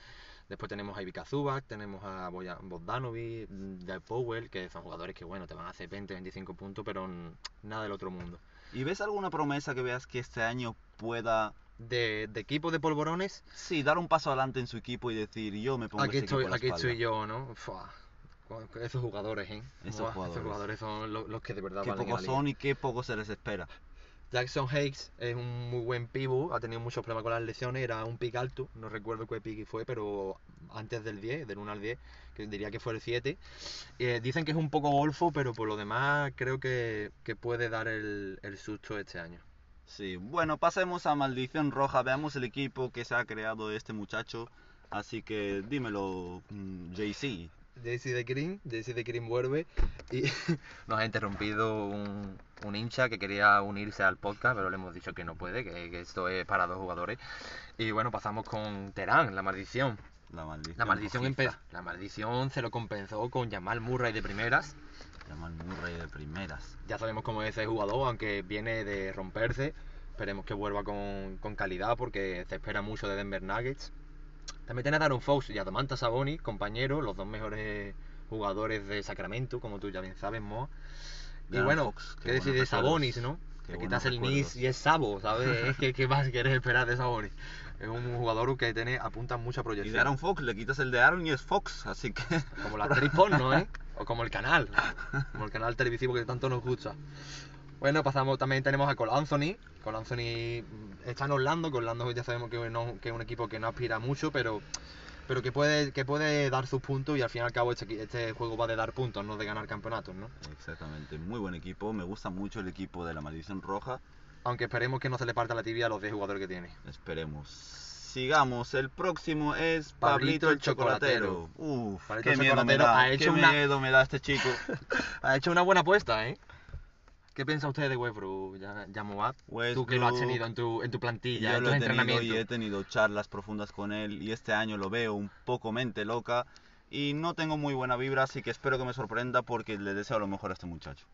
Speaker 3: Después tenemos a Ivica Zubac, tenemos a Boya- Bogdanovic, Jai Powell, que son jugadores que, bueno, te van a hacer 20, 25 puntos, pero mm, nada del otro mundo.
Speaker 1: ¿Y ves alguna promesa que veas que este año pueda,
Speaker 3: De, de equipo de polvorones,
Speaker 1: sí, dar un paso adelante en su equipo y decir, yo me pongo
Speaker 3: aquí
Speaker 1: este equipo
Speaker 3: estoy,
Speaker 1: a la
Speaker 3: aquí estoy
Speaker 1: espalda"?
Speaker 3: yo, ¿no? Fua, con- con esos jugadores, ¿eh?
Speaker 1: Esos
Speaker 3: Buah,
Speaker 1: jugadores.
Speaker 3: son lo- los, que de verdad
Speaker 1: Qué
Speaker 3: valen en la
Speaker 1: pocos
Speaker 3: liga.
Speaker 1: son y qué poco se les espera.
Speaker 3: Jackson Hayes es un muy buen pivo, ha tenido muchos problemas con las lesiones, era un pick alto, no recuerdo qué pick fue, pero antes del 10, del 1 al 10, que diría que fue el 7. Eh, dicen que es un poco golfo, pero por lo demás creo que, que puede dar el, el susto este año.
Speaker 1: Sí, bueno, pasemos a Maldición Roja, veamos el equipo que se ha creado este muchacho, así que dímelo, mm, JC.
Speaker 3: Jesse de Green, Jesse de Green vuelve y nos ha interrumpido un, un hincha que quería unirse al podcast, pero le hemos dicho que no puede, que, que esto es para dos jugadores. Y bueno, pasamos con Terán, la maldición.
Speaker 1: La maldición.
Speaker 3: La maldición,
Speaker 1: rojiza.
Speaker 3: empe- la maldición se lo compensó con Jamal Murray de primeras.
Speaker 1: Jamal Murray de primeras.
Speaker 3: Ya sabemos cómo es ese jugador, aunque viene de romperse. Esperemos que vuelva con, con calidad porque se espera mucho de Denver Nuggets. También tiene a Darren Fox y a Domantas Sabonis, compañeros, los dos mejores jugadores de Sacramento, como tú ya bien sabes, Mo. Y
Speaker 1: Darren
Speaker 3: bueno,
Speaker 1: Fox, qué
Speaker 3: ¿qué decir de
Speaker 1: buenos recuerdos.
Speaker 3: Sabonis, no?
Speaker 1: Qué
Speaker 3: Le
Speaker 1: buenos
Speaker 3: quitas el
Speaker 1: recuerdos.
Speaker 3: NIS y es Sabo, ¿sabes? Es que, ¿Qué más quieres esperar de Sabonis? Es un jugador que tiene apunta mucha
Speaker 1: Y
Speaker 3: proyección.
Speaker 1: de Aaron Fox, le quitas el de Aaron y es Fox, así que.
Speaker 3: Como la actriz porno, ¿eh? O como el canal. Como el canal televisivo que tanto nos gusta. Bueno, pasamos, también tenemos a Col Anthony. Col Anthony mm, está en Orlando, que Orlando ya sabemos que, no- que es un equipo que no aspira mucho, pero, pero que, puede, que puede dar sus puntos y al fin y al cabo este, equi- este juego va de dar puntos, no de ganar campeonatos, ¿no?
Speaker 1: Exactamente, muy buen equipo. Me gusta mucho el equipo de la Maldición Roja.
Speaker 3: Aunque esperemos que no se le parta la tibia a los 10 jugadores que tiene.
Speaker 1: Esperemos. Sigamos, el próximo es Pablito,
Speaker 3: Pablito
Speaker 1: el
Speaker 3: el Chocolatero.
Speaker 1: Chocolatero. Uf,
Speaker 3: Pablito
Speaker 1: qué
Speaker 3: el
Speaker 1: miedo me
Speaker 3: Chocolatero
Speaker 1: da,
Speaker 3: ha hecho
Speaker 1: qué
Speaker 3: una-
Speaker 1: miedo me da este chico.
Speaker 3: Ha hecho una buena apuesta, ¿eh? ¿Qué piensa usted de Westbrook, ya, ya Moab? Tú que lo has
Speaker 1: Westbrook.
Speaker 3: tenido en tu, en tu
Speaker 1: Y
Speaker 3: plantilla,
Speaker 1: Yo
Speaker 3: en
Speaker 1: lo
Speaker 3: tus
Speaker 1: he tenido y
Speaker 3: entrenamientos.
Speaker 1: he tenido charlas profundas con él y este año lo veo un poco mente loca y no tengo muy buena vibra, así que espero que me sorprenda porque le deseo lo mejor a este muchacho.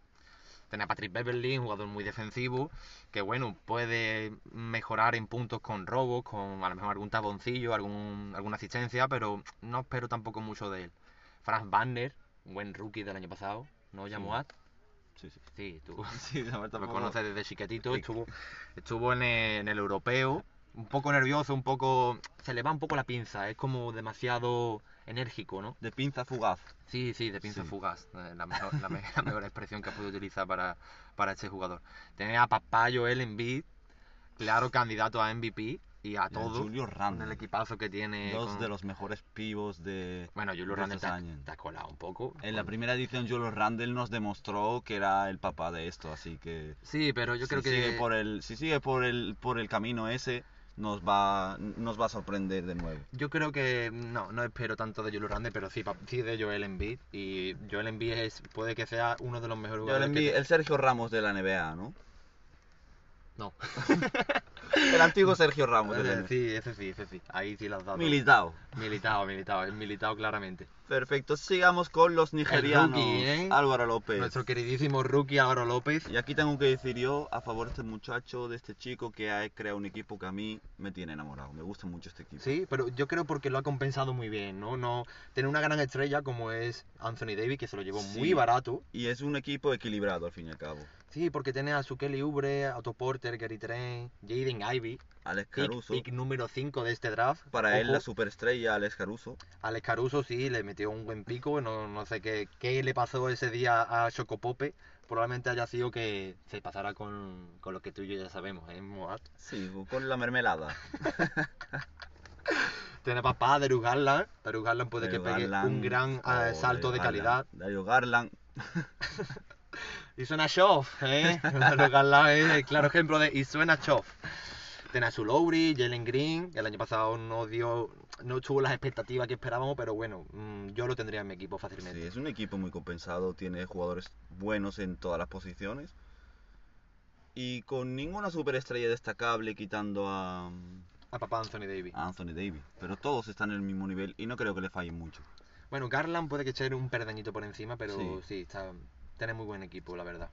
Speaker 3: Tiene a Patrick Beverly, un jugador muy defensivo, que bueno, puede mejorar en puntos con robos, con a lo mejor algún taboncillo, algún, alguna asistencia, pero no espero tampoco mucho de él. Franz Wagner, un buen rookie del año pasado, ¿no, Yamuat?
Speaker 1: Sí, sí.
Speaker 3: Sí, tú
Speaker 1: Sí, la verdad
Speaker 3: lo
Speaker 1: tampoco-
Speaker 3: conoces desde chiquitito,
Speaker 1: Sí.
Speaker 3: estuvo, estuvo en el, en el europeo, un poco nervioso, un poco... se le va un poco la pinza, es como demasiado enérgico, ¿no?
Speaker 1: De pinza fugaz.
Speaker 3: Sí, sí, de pinza
Speaker 1: Sí.
Speaker 3: fugaz. eh, La mejor, la, me- la mejor expresión que has podido utilizar para, para este jugador. Tiene a Papayo, él en claro candidato a MVP.
Speaker 1: Y
Speaker 3: y a
Speaker 1: a
Speaker 3: todos
Speaker 1: Julio
Speaker 3: en
Speaker 1: Randle.
Speaker 3: el equipazo que tiene.
Speaker 1: Dos
Speaker 3: con-
Speaker 1: de los mejores pivos de,
Speaker 3: Bueno, Julio
Speaker 1: de
Speaker 3: Randle
Speaker 1: estos
Speaker 3: está,
Speaker 1: años. Eh,
Speaker 3: está colado un poco.
Speaker 1: En la primera edición, Julio Randle nos demostró que era el papá de esto, así que
Speaker 3: Sí, pero yo creo
Speaker 1: si
Speaker 3: que.
Speaker 1: sigue por el, si sigue por el, por el camino ese, nos va, nos va a sorprender de nuevo.
Speaker 3: Yo creo que no, no espero tanto de Julio Randle, pero sí, pa- sí de Joel Embiid. Y Joel Embiid es, puede que sea uno de los mejores
Speaker 1: Yo le
Speaker 3: jugadores. que
Speaker 1: envié
Speaker 3: te-
Speaker 1: el Sergio Ramos de la NBA, ¿no?
Speaker 3: No,
Speaker 1: El antiguo Sergio Ramos de la NBA.
Speaker 3: sí, ese sí, ese sí. Ahí sí las has dado.
Speaker 1: Militao.
Speaker 3: militado, militado, es militado claramente.
Speaker 1: Perfecto, sigamos con los nigerianos.
Speaker 3: rookie, ¿eh?
Speaker 1: Álvaro López.
Speaker 3: Nuestro queridísimo rookie Álvaro López.
Speaker 1: Y aquí tengo que decir yo a favor de este muchacho, de este chico que ha creado un equipo que a mí me tiene enamorado. Me gusta mucho este equipo.
Speaker 3: Sí, pero yo creo porque lo ha compensado muy bien, ¿no? no Tiene una gran estrella como es Anthony Davis, que se lo llevó
Speaker 1: Sí.
Speaker 3: muy barato.
Speaker 1: Y es un equipo equilibrado al fin y al cabo.
Speaker 3: Sí, porque tiene a su Kelly Ubre, a Otto Porter, Gary Trent, Jaden Ivey,
Speaker 1: Alex
Speaker 3: pick,
Speaker 1: Caruso.
Speaker 3: pick número 5 de este draft.
Speaker 1: Para él
Speaker 3: Ojo.
Speaker 1: la superestrella, Alex Caruso.
Speaker 3: Alex Caruso sí le metió un buen pico, no, no sé qué, qué le pasó ese día a Chocopope. Probablemente haya sido que se pasara con, con lo que tú y yo ya sabemos, ¿eh, Moat?
Speaker 1: Sí, con la mermelada.
Speaker 3: Tiene papá Darius Garland. Darius Garland puede
Speaker 1: Dario
Speaker 3: que pegue un
Speaker 1: Garland,
Speaker 3: gran eh,
Speaker 1: joder,
Speaker 3: salto de
Speaker 1: Garland.
Speaker 3: calidad.
Speaker 1: Dario Garland.
Speaker 3: Y suena Shoff, ¿eh? Darius Garland es el claro ejemplo de y suena Shoff. Tiene a su Lowry, Jalen Green. El año pasado no dio, no tuvo las expectativas que esperábamos, pero bueno, mm, yo lo tendría en mi equipo
Speaker 1: Sí,
Speaker 3: fácilmente.
Speaker 1: es un equipo muy compensado, tiene jugadores buenos en todas las posiciones. Y con ninguna superestrella destacable quitando a mm,
Speaker 3: A papá Anthony Davis.
Speaker 1: a Anthony Davis. Pero todos están en el mismo nivel y no creo que le fallen mucho.
Speaker 3: Bueno, Garland puede que eche un perdañito por encima, pero sí,
Speaker 1: Sí.
Speaker 3: está, tiene muy buen equipo, la verdad.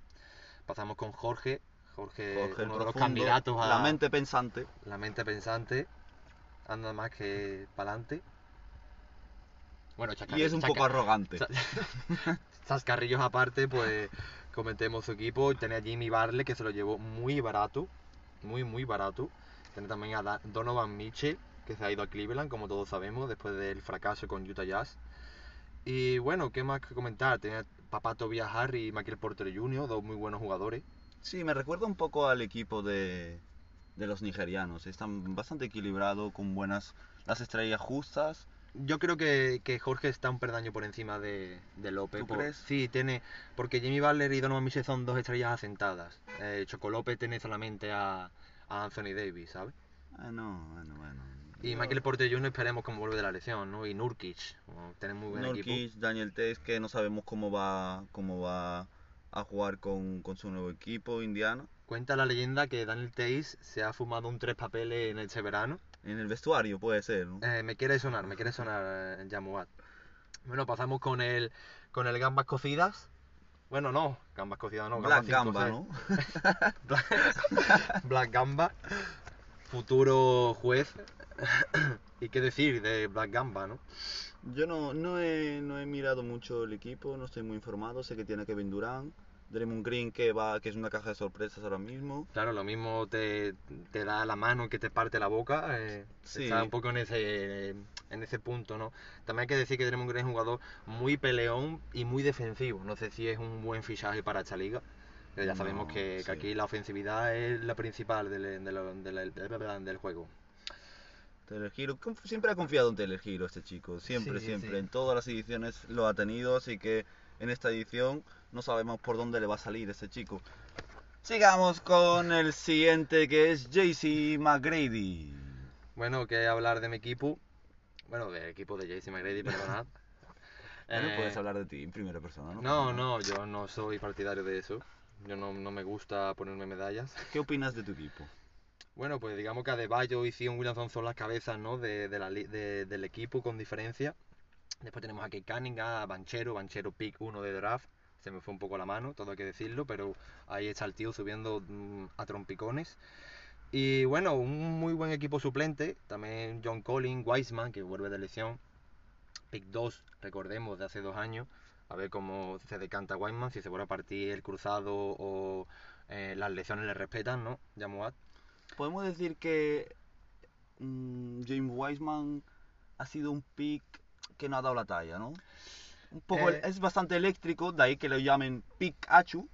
Speaker 3: Pasamos con Jorge. Jorge,
Speaker 1: Jorge el
Speaker 3: Eh, uno de los
Speaker 1: profundo,
Speaker 3: candidatos a
Speaker 1: La mente pensante.
Speaker 3: la mente pensante. Anda más que para adelante. Bueno,
Speaker 1: Y es un poco arrogante.
Speaker 3: Chascarrillos aparte, pues comentemos su equipo. Tenía a Jimmy Barley, que se lo llevó muy barato. Muy, muy barato. Tiene también a Da- Donovan Mitchell, que se ha ido a Cleveland, como todos sabemos, después del fracaso con Utah Jazz. Y bueno, ¿qué más que comentar? Tenía papá Tobias Harry y Michael Porter Jr., dos muy buenos jugadores.
Speaker 1: Sí, me recuerda un poco al equipo de, de los nigerianos. Están bastante equilibrado, con buenas las estrellas justas.
Speaker 3: Yo creo que, que Jorge está un perdaño por encima de, de López.
Speaker 1: ¿Tú
Speaker 3: por-
Speaker 1: crees?
Speaker 3: Sí, tiene. Porque Jimmy Butler y Donovan Mitchell son dos estrellas asentadas. Eh, Choco López tiene solamente a, a Anthony Davis, ¿sabes?
Speaker 1: Ah, no, bueno, bueno.
Speaker 3: Y
Speaker 1: Yo-
Speaker 3: Michael Porter Jr. esperemos como vuelve de la lesión, ¿no? Y Nurkic, ¿no? tienen muy buen equipo.
Speaker 1: Nurkic, Daniel Tess, que no sabemos cómo va, cómo va a jugar con, con su nuevo equipo, Indiana.
Speaker 3: Cuenta la leyenda que Daniel Teis se ha fumado un tres papeles en este verano.
Speaker 1: En el vestuario puede ser, ¿no?
Speaker 3: Eh, me quiere sonar, me quiere sonar eh, Yamuat. Bueno, pasamos con el con el gambas cocidas. Bueno, no, gambas cocidas no,
Speaker 1: Black
Speaker 3: cinco,
Speaker 1: Gamba,
Speaker 3: seis.
Speaker 1: ¿no?
Speaker 3: Black, Black Gamba, futuro juez. y qué decir de Black Gamba, ¿no?
Speaker 1: Yo no, no, he, no he mirado mucho el equipo, no estoy muy informado. Sé que tiene Kevin Durant, Draymond Green, que, va, que es una caja de sorpresas ahora mismo.
Speaker 3: Claro, lo mismo te, te da la mano que te parte la boca. eh,
Speaker 1: Sí.
Speaker 3: Está un poco en ese, en ese punto, ¿no? También hay que decir que Draymond Green es un jugador muy peleón y muy defensivo. No sé si es un buen fichaje para esta liga. pero ya sabemos
Speaker 1: No,
Speaker 3: que, que
Speaker 1: sí.
Speaker 3: aquí la ofensividad es la principal del, del- del- del- del juego.
Speaker 1: Telegiro, conf- siempre ha confiado en Telegiro este chico, siempre,
Speaker 3: Sí,
Speaker 1: siempre,
Speaker 3: sí.
Speaker 1: en todas las ediciones lo ha tenido, así que en esta edición no sabemos por dónde le va a salir este chico. Sigamos con el siguiente que es JC McGrady.
Speaker 3: Bueno, que hablar de mi equipo. Bueno, del equipo de Jason McGrady, perdonad.
Speaker 1: Bueno,
Speaker 3: Eh,
Speaker 1: puedes hablar de ti en primera persona, ¿no?
Speaker 3: No, no, yo no soy partidario de eso. Yo no, no me gusta ponerme medallas.
Speaker 1: ¿Qué opinas de tu equipo?
Speaker 3: Bueno, pues digamos que Adebayo y Zion Williamson son las cabezas, ¿no? de, de la li- de- del equipo con diferencia. Después tenemos a Kate Cunningham, a Banchero, Banchero pick 1 de draft. Se me fue un poco la mano, todo hay que decirlo, pero ahí está el tío subiendo mm, a trompicones. Y bueno, un muy buen equipo suplente. También John Collins, Wiseman, que vuelve de lesión. Pick 2, recordemos, de hace dos años. A ver cómo se decanta Wiseman, si se vuelve a partir el cruzado o eh, las lesiones le respetan, ¿no? Yamuat.
Speaker 1: Podemos decir que mm, James Wiseman ha sido un pick que no ha dado la talla, ¿no? Un poco,
Speaker 3: Eh.
Speaker 1: es bastante eléctrico, de ahí que lo llamen Pikachu.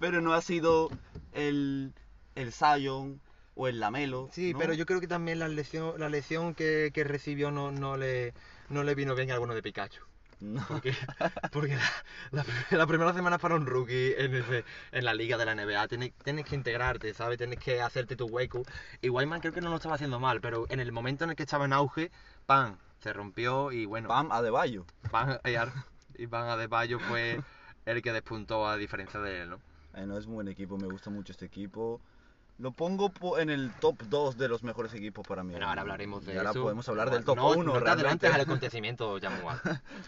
Speaker 1: Pero no ha sido el, el Zion o el Lamelo.
Speaker 3: Sí,
Speaker 1: ¿no?
Speaker 3: pero yo creo que también la lesión, la lesión que, que recibió no, no, le, no le vino bien a alguno de Pikachu.
Speaker 1: No.
Speaker 3: Porque, porque la, la prim- la primera semana para un rookie en, ese- en la liga de la NBA tienes, tienes que integrarte, ¿sabes? Tienes que hacerte tu hueco. Y Wyman creo que no lo estaba haciendo mal, pero en el momento en el que estaba en auge, ¡pam! Se rompió y bueno,
Speaker 1: Bam Adebayo.
Speaker 3: Van, y ar- y Van Adebayo fue el que despuntó a diferencia de él, ¿no?
Speaker 1: Eh, no es un buen equipo, me gusta mucho este equipo. Lo pongo po- en el top 2 de los mejores equipos para mí.
Speaker 3: Pero ahora hablaremos de
Speaker 1: Y ahora
Speaker 3: eso.
Speaker 1: podemos hablar del top
Speaker 3: no,
Speaker 1: 1,
Speaker 3: No te adelantes al
Speaker 1: realmente.
Speaker 3: acontecimiento, Yamuad.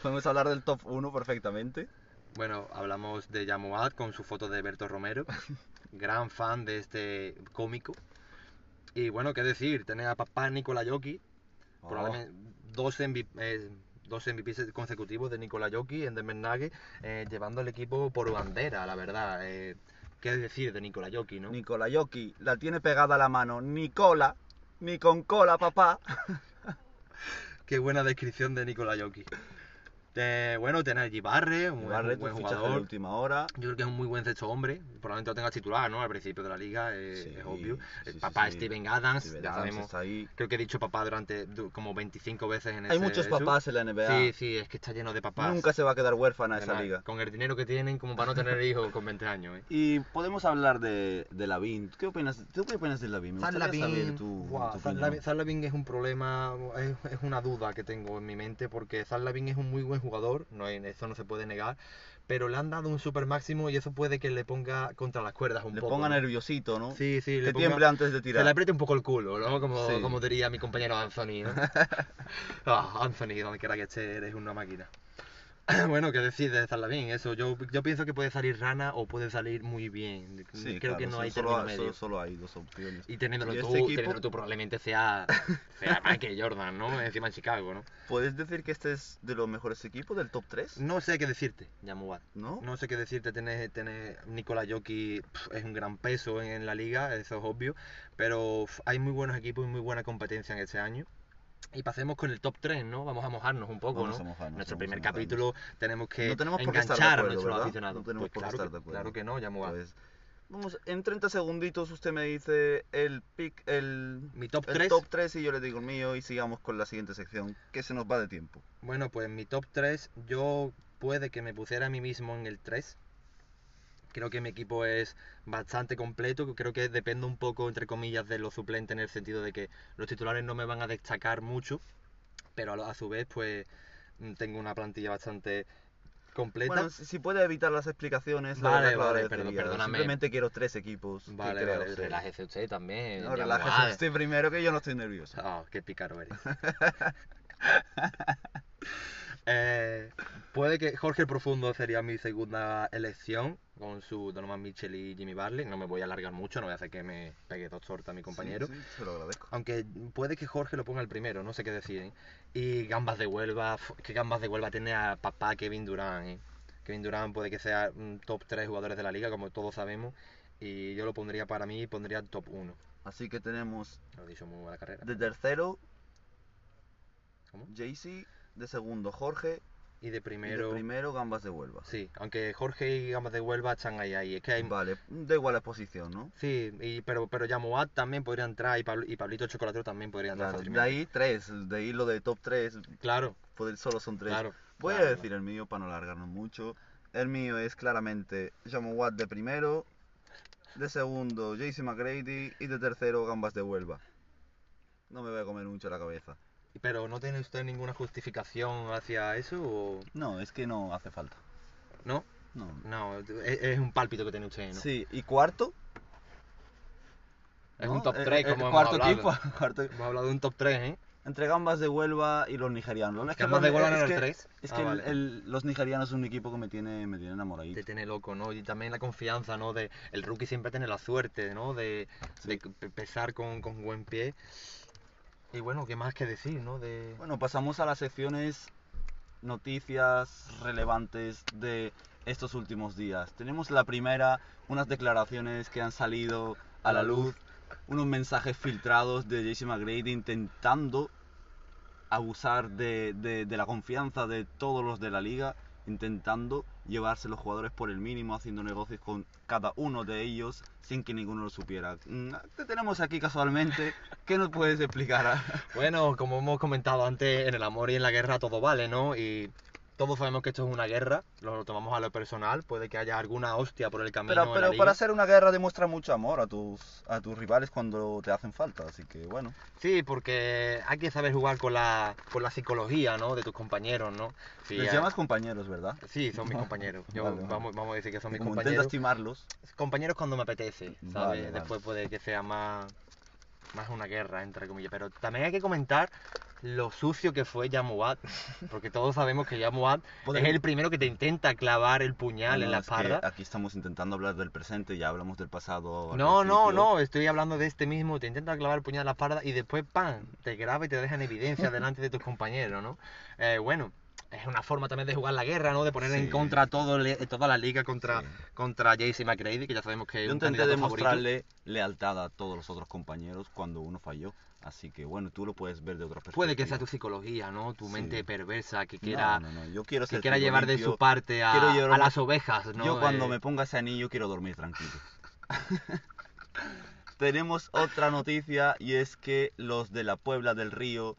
Speaker 1: Podemos hablar del top 1 perfectamente.
Speaker 3: Bueno, hablamos de Yamuad con su foto de Berto Romero, gran fan de este cómico. Y bueno, qué decir, tener a papá Nikola Jokic,
Speaker 1: Oh.
Speaker 3: Oh. probablemente dos, MV eh, dos MVPs consecutivos de Nikola Jokic en Denver Nuggets, eh, llevando al equipo por bandera, la verdad. Eh, qué decir de Nikola Jokic, ¿no?
Speaker 1: Nicola Jokic la tiene pegada a la mano. Nicola, ni con cola, papá.
Speaker 3: Qué buena descripción de Nikola Jokic. Eh, bueno, tener a Gibarre, un
Speaker 1: Barret,
Speaker 3: buen
Speaker 1: un fichaje de
Speaker 3: jugador.
Speaker 1: última hora.
Speaker 3: Yo creo que es un muy buen sexto hombre. Probablemente lo tenga titular, ¿no? Al principio de la liga, eh,
Speaker 1: Sí,
Speaker 3: es obvio.
Speaker 1: sí,
Speaker 3: El
Speaker 1: sí,
Speaker 3: papá
Speaker 1: sí.
Speaker 3: Steven Adams,
Speaker 1: Steven
Speaker 3: ya
Speaker 1: Adams
Speaker 3: sabemos.
Speaker 1: está ahí.
Speaker 3: Creo que he dicho papá durante du- como 25 veces en
Speaker 1: Hay
Speaker 3: ese
Speaker 1: muchos
Speaker 3: hecho.
Speaker 1: papás en la NBA.
Speaker 3: Sí, sí, es que está lleno de papás.
Speaker 1: Nunca se va a quedar huérfana esa
Speaker 3: Además,
Speaker 1: liga.
Speaker 3: Con el dinero que tienen, como para no tener hijos con 20 años, ¿eh?
Speaker 1: Y podemos hablar de, de Lavín. ¿Qué opinas, ¿Tú qué opinas de Lavín? Me gustaría saber tu, tu opinión.
Speaker 3: Zalabin es un problema, es, es una duda que tengo en mi mente porque Zalabin es un muy buen jugador, no, en eso no se puede negar, pero le han dado un super máximo y eso puede que le ponga contra las cuerdas un
Speaker 1: Le
Speaker 3: poco.
Speaker 1: ponga
Speaker 3: ¿no?
Speaker 1: nerviosito, ¿no?
Speaker 3: Sí, sí,
Speaker 1: que
Speaker 3: le ponga-
Speaker 1: tiemble antes de
Speaker 3: Se le
Speaker 1: tirar.
Speaker 3: apriete un poco el culo, ¿no? Como,
Speaker 1: Sí.
Speaker 3: como diría mi compañero Anthony, ¿no? Ah, Anthony, donde quiera que esté, eres una máquina. bueno, ¿qué decir de Zalabin? Eso, yo, yo pienso que puede salir rana o puede salir muy bien.
Speaker 1: Sí,
Speaker 3: Creo que
Speaker 1: claro,
Speaker 3: no
Speaker 1: so-
Speaker 3: hay
Speaker 1: solo,
Speaker 3: término
Speaker 1: solo-
Speaker 3: medio.
Speaker 1: solo hay dos opciones.
Speaker 3: Y teniéndolo
Speaker 1: Y
Speaker 3: tú,
Speaker 1: este equipo-
Speaker 3: teniéndolo tú probablemente sea, sea Michael Jordan, ¿no? Encima en Chicago, ¿no?
Speaker 1: ¿Puedes decir que este es de los mejores equipos del top 3?
Speaker 3: No sé qué decirte, Yamuad.
Speaker 1: ¿No?
Speaker 3: No sé qué decirte, tenés, tenés Nikola Jokic pf, es un gran peso en, en la liga, eso es obvio, pero pf, hay muy buenos equipos y muy buena competencia en este año. Y pasemos con el top 3, ¿no? Vamos a mojarnos un poco,
Speaker 1: Vamos
Speaker 3: ¿no?
Speaker 1: a mojarnos, vamos
Speaker 3: Nuestro
Speaker 1: a
Speaker 3: primer
Speaker 1: mojarnos.
Speaker 3: capítulo tenemos que
Speaker 1: No tenemos por qué estar de
Speaker 3: enganchar a
Speaker 1: acuerdo,
Speaker 3: nuestros
Speaker 1: ¿verdad?
Speaker 3: aficionados.
Speaker 1: No tenemos por
Speaker 3: Pues
Speaker 1: qué
Speaker 3: claro,
Speaker 1: estar
Speaker 3: que-
Speaker 1: de acuerdo.
Speaker 3: claro que no, Yamuad.
Speaker 1: Pues, vamos, en 30 segunditos usted me dice el pick, el,
Speaker 3: Mi top
Speaker 1: el
Speaker 3: 3.
Speaker 1: top 3 y yo le digo el mío y sigamos con la siguiente sección, que se nos va de tiempo.
Speaker 3: Bueno, pues mi top 3, yo puede que me pusiera a mí mismo en el 3. Creo que mi equipo es bastante completo, creo que dependo un poco, entre comillas, de los suplentes en el sentido de que los titulares no me van a destacar mucho, pero a lo- a su vez, pues mm, tengo una plantilla bastante completa.
Speaker 1: Bueno, si si puede evitar las explicaciones, la
Speaker 3: Vale,
Speaker 1: verdad que lo
Speaker 3: vale,
Speaker 1: agradecería.
Speaker 3: perdón, perdóname.
Speaker 1: Simplemente quiero tres equipos. que
Speaker 3: vale,
Speaker 1: crea
Speaker 3: vale,
Speaker 1: usted.
Speaker 3: relájese usted también.
Speaker 1: No,
Speaker 3: ya
Speaker 1: relájese
Speaker 3: guay.
Speaker 1: usted primero que yo no estoy nervioso.
Speaker 3: Ah, qué pícaro eres. Eh, puede que Jorge Profundo sería mi segunda elección con su Donovan Mitchell y Jimmy Barley. No me voy a alargar mucho, no voy a hacer que me pegue dos tortas a mi compañero.
Speaker 1: Sí, sí, se lo agradezco.
Speaker 3: Aunque puede que Jorge lo ponga el primero, no sé qué decir. ¿eh? Y Gambas de Huelva, fu- que Gambas de Huelva tiene a papá Kevin Durant. ¿eh? Kevin Durant puede que sea un top 3 jugadores de la liga, como todos sabemos. Y yo lo pondría para mí, pondría top 1.
Speaker 1: Así que tenemos
Speaker 3: Lo he dicho muy buena carrera.
Speaker 1: de tercero
Speaker 3: ¿Cómo?
Speaker 1: Jay-Z, de segundo Jorge
Speaker 3: Y de
Speaker 1: y de
Speaker 3: primero.
Speaker 1: primero Gambas de Huelva.
Speaker 3: Sí, aunque Jorge y Gambas de Huelva están ahí, ahí. Es que hay...
Speaker 1: Vale, da igual la posición, ¿no?
Speaker 3: Sí, y, pero, pero ya Moat también podría entrar y, Pablo- y Pablito Chocolatero también podría entrar
Speaker 1: Claro, de
Speaker 3: fácilmente.
Speaker 1: ahí tres, de ahí lo de top tres,
Speaker 3: Claro,
Speaker 1: poder- solo son tres.
Speaker 3: claro.
Speaker 1: Voy
Speaker 3: claro,
Speaker 1: a decir el mío para no alargarnos mucho. El mío es claramente Jamal Watt de primero, de segundo Jason McGrady y de tercero Gambas de Huelva. No me voy a comer mucho la cabeza.
Speaker 3: claro. Pero ¿no tiene usted ninguna justificación hacia eso o
Speaker 1: No, es que no hace falta.
Speaker 3: no?
Speaker 1: No.
Speaker 3: No, es, es un pálpito que tiene usted, ¿no?
Speaker 1: Sí, ¿y cuarto?
Speaker 3: Es
Speaker 1: ¿No?
Speaker 3: un top
Speaker 1: Eh,
Speaker 3: 3
Speaker 1: eh,
Speaker 3: como hemos
Speaker 1: cuarto
Speaker 3: hablado.
Speaker 1: equipo, cuarto-
Speaker 3: Hemos hablado de un top 3, ¿eh?
Speaker 1: Entre Gambas de Huelva y los nigerianos. Es
Speaker 3: Que Gambas de
Speaker 1: los-
Speaker 3: Huelva
Speaker 1: es
Speaker 3: no era el
Speaker 1: que-
Speaker 3: tres.
Speaker 1: Es
Speaker 3: Ah,
Speaker 1: que el-
Speaker 3: vale.
Speaker 1: el- los nigerianos es un equipo que me tiene, me tiene enamoradito.
Speaker 3: Te tiene loco, ¿no? Y también la confianza, ¿no? De el rookie siempre tiene la suerte, ¿no? De, de empezar con, con buen pie. Y bueno, ¿qué más que decir, no? De...
Speaker 1: Bueno, pasamos a las secciones noticias relevantes de estos últimos días. Tenemos la primera, unas declaraciones que han salido a la luz, unos mensajes filtrados de Jason McGrady intentando abusar de, de- de la confianza de todos los de la liga, intentando llevarse los jugadores por el mínimo, haciendo negocios con cada uno de ellos sin que ninguno lo supiera. Mm, Te tenemos aquí casualmente, ¿qué nos puedes explicar?
Speaker 3: Bueno, como hemos comentado antes, en el amor y en la guerra todo vale, ¿no? Y todos sabemos que esto es una guerra, lo tomamos a lo personal, puede que haya alguna hostia por el camino.
Speaker 1: Pero,
Speaker 3: en la
Speaker 1: pero
Speaker 3: liga.
Speaker 1: para hacer una guerra demuestra mucho amor a tus, a tus rivales cuando te hacen falta, así que bueno.
Speaker 3: Sí, porque hay que saber jugar con la, con la psicología, ¿no? De tus compañeros, ¿no? Sí,
Speaker 1: Les
Speaker 3: ah,
Speaker 1: llamas compañeros, ¿verdad?
Speaker 3: sí, son mis compañeros. Yo,
Speaker 1: Vale, vale.
Speaker 3: Vamos, vamos a decir que son mis
Speaker 1: Como
Speaker 3: compañeros.
Speaker 1: intentas timarlos.
Speaker 3: Compañeros cuando me apetece, ¿sabes?
Speaker 1: Vale, vale.
Speaker 3: Después puede que sea más, más una guerra, entre comillas. Pero también hay que comentar lo sucio que fue Yamuat, porque todos sabemos que Yamuat es
Speaker 1: Podemos-
Speaker 3: el primero que te intenta clavar el puñal
Speaker 1: No,
Speaker 3: en la
Speaker 1: es que
Speaker 3: espalda.
Speaker 1: Aquí estamos intentando hablar del presente, ya hablamos del pasado. al
Speaker 3: No, no,
Speaker 1: principio.
Speaker 3: no, estoy hablando de este mismo, te intenta clavar el puñal en la espalda y después, ¡pam!, te graba y te deja en evidencia delante de tus compañeros, ¿no? Eh, bueno, es una forma también de jugar la guerra, ¿no? De poner en
Speaker 1: Sí.
Speaker 3: contra todo le- toda la liga contra,
Speaker 1: Sí.
Speaker 3: contra Jason McGrady, que ya sabemos que es
Speaker 1: Yo
Speaker 3: un
Speaker 1: intenté
Speaker 3: candidato favorito.
Speaker 1: demostrarle lealtad a todos los otros compañeros cuando uno falló. Así que bueno, tú lo puedes ver de otra perspectiva.
Speaker 3: Puede que sea tu psicología, ¿no? Tu
Speaker 1: Sí.
Speaker 3: mente perversa que
Speaker 1: No,
Speaker 3: quiera,
Speaker 1: no, no, yo quiero
Speaker 3: que
Speaker 1: ser
Speaker 3: quiera
Speaker 1: tipo
Speaker 3: llevar de
Speaker 1: limpio.
Speaker 3: su parte a,
Speaker 1: Quiero llevar
Speaker 3: a
Speaker 1: un-
Speaker 3: las ovejas, ¿no?
Speaker 1: Yo cuando
Speaker 3: Eh,
Speaker 1: me ponga ese anillo quiero dormir tranquilo. Tenemos otra noticia y es que los de la Puebla del Río,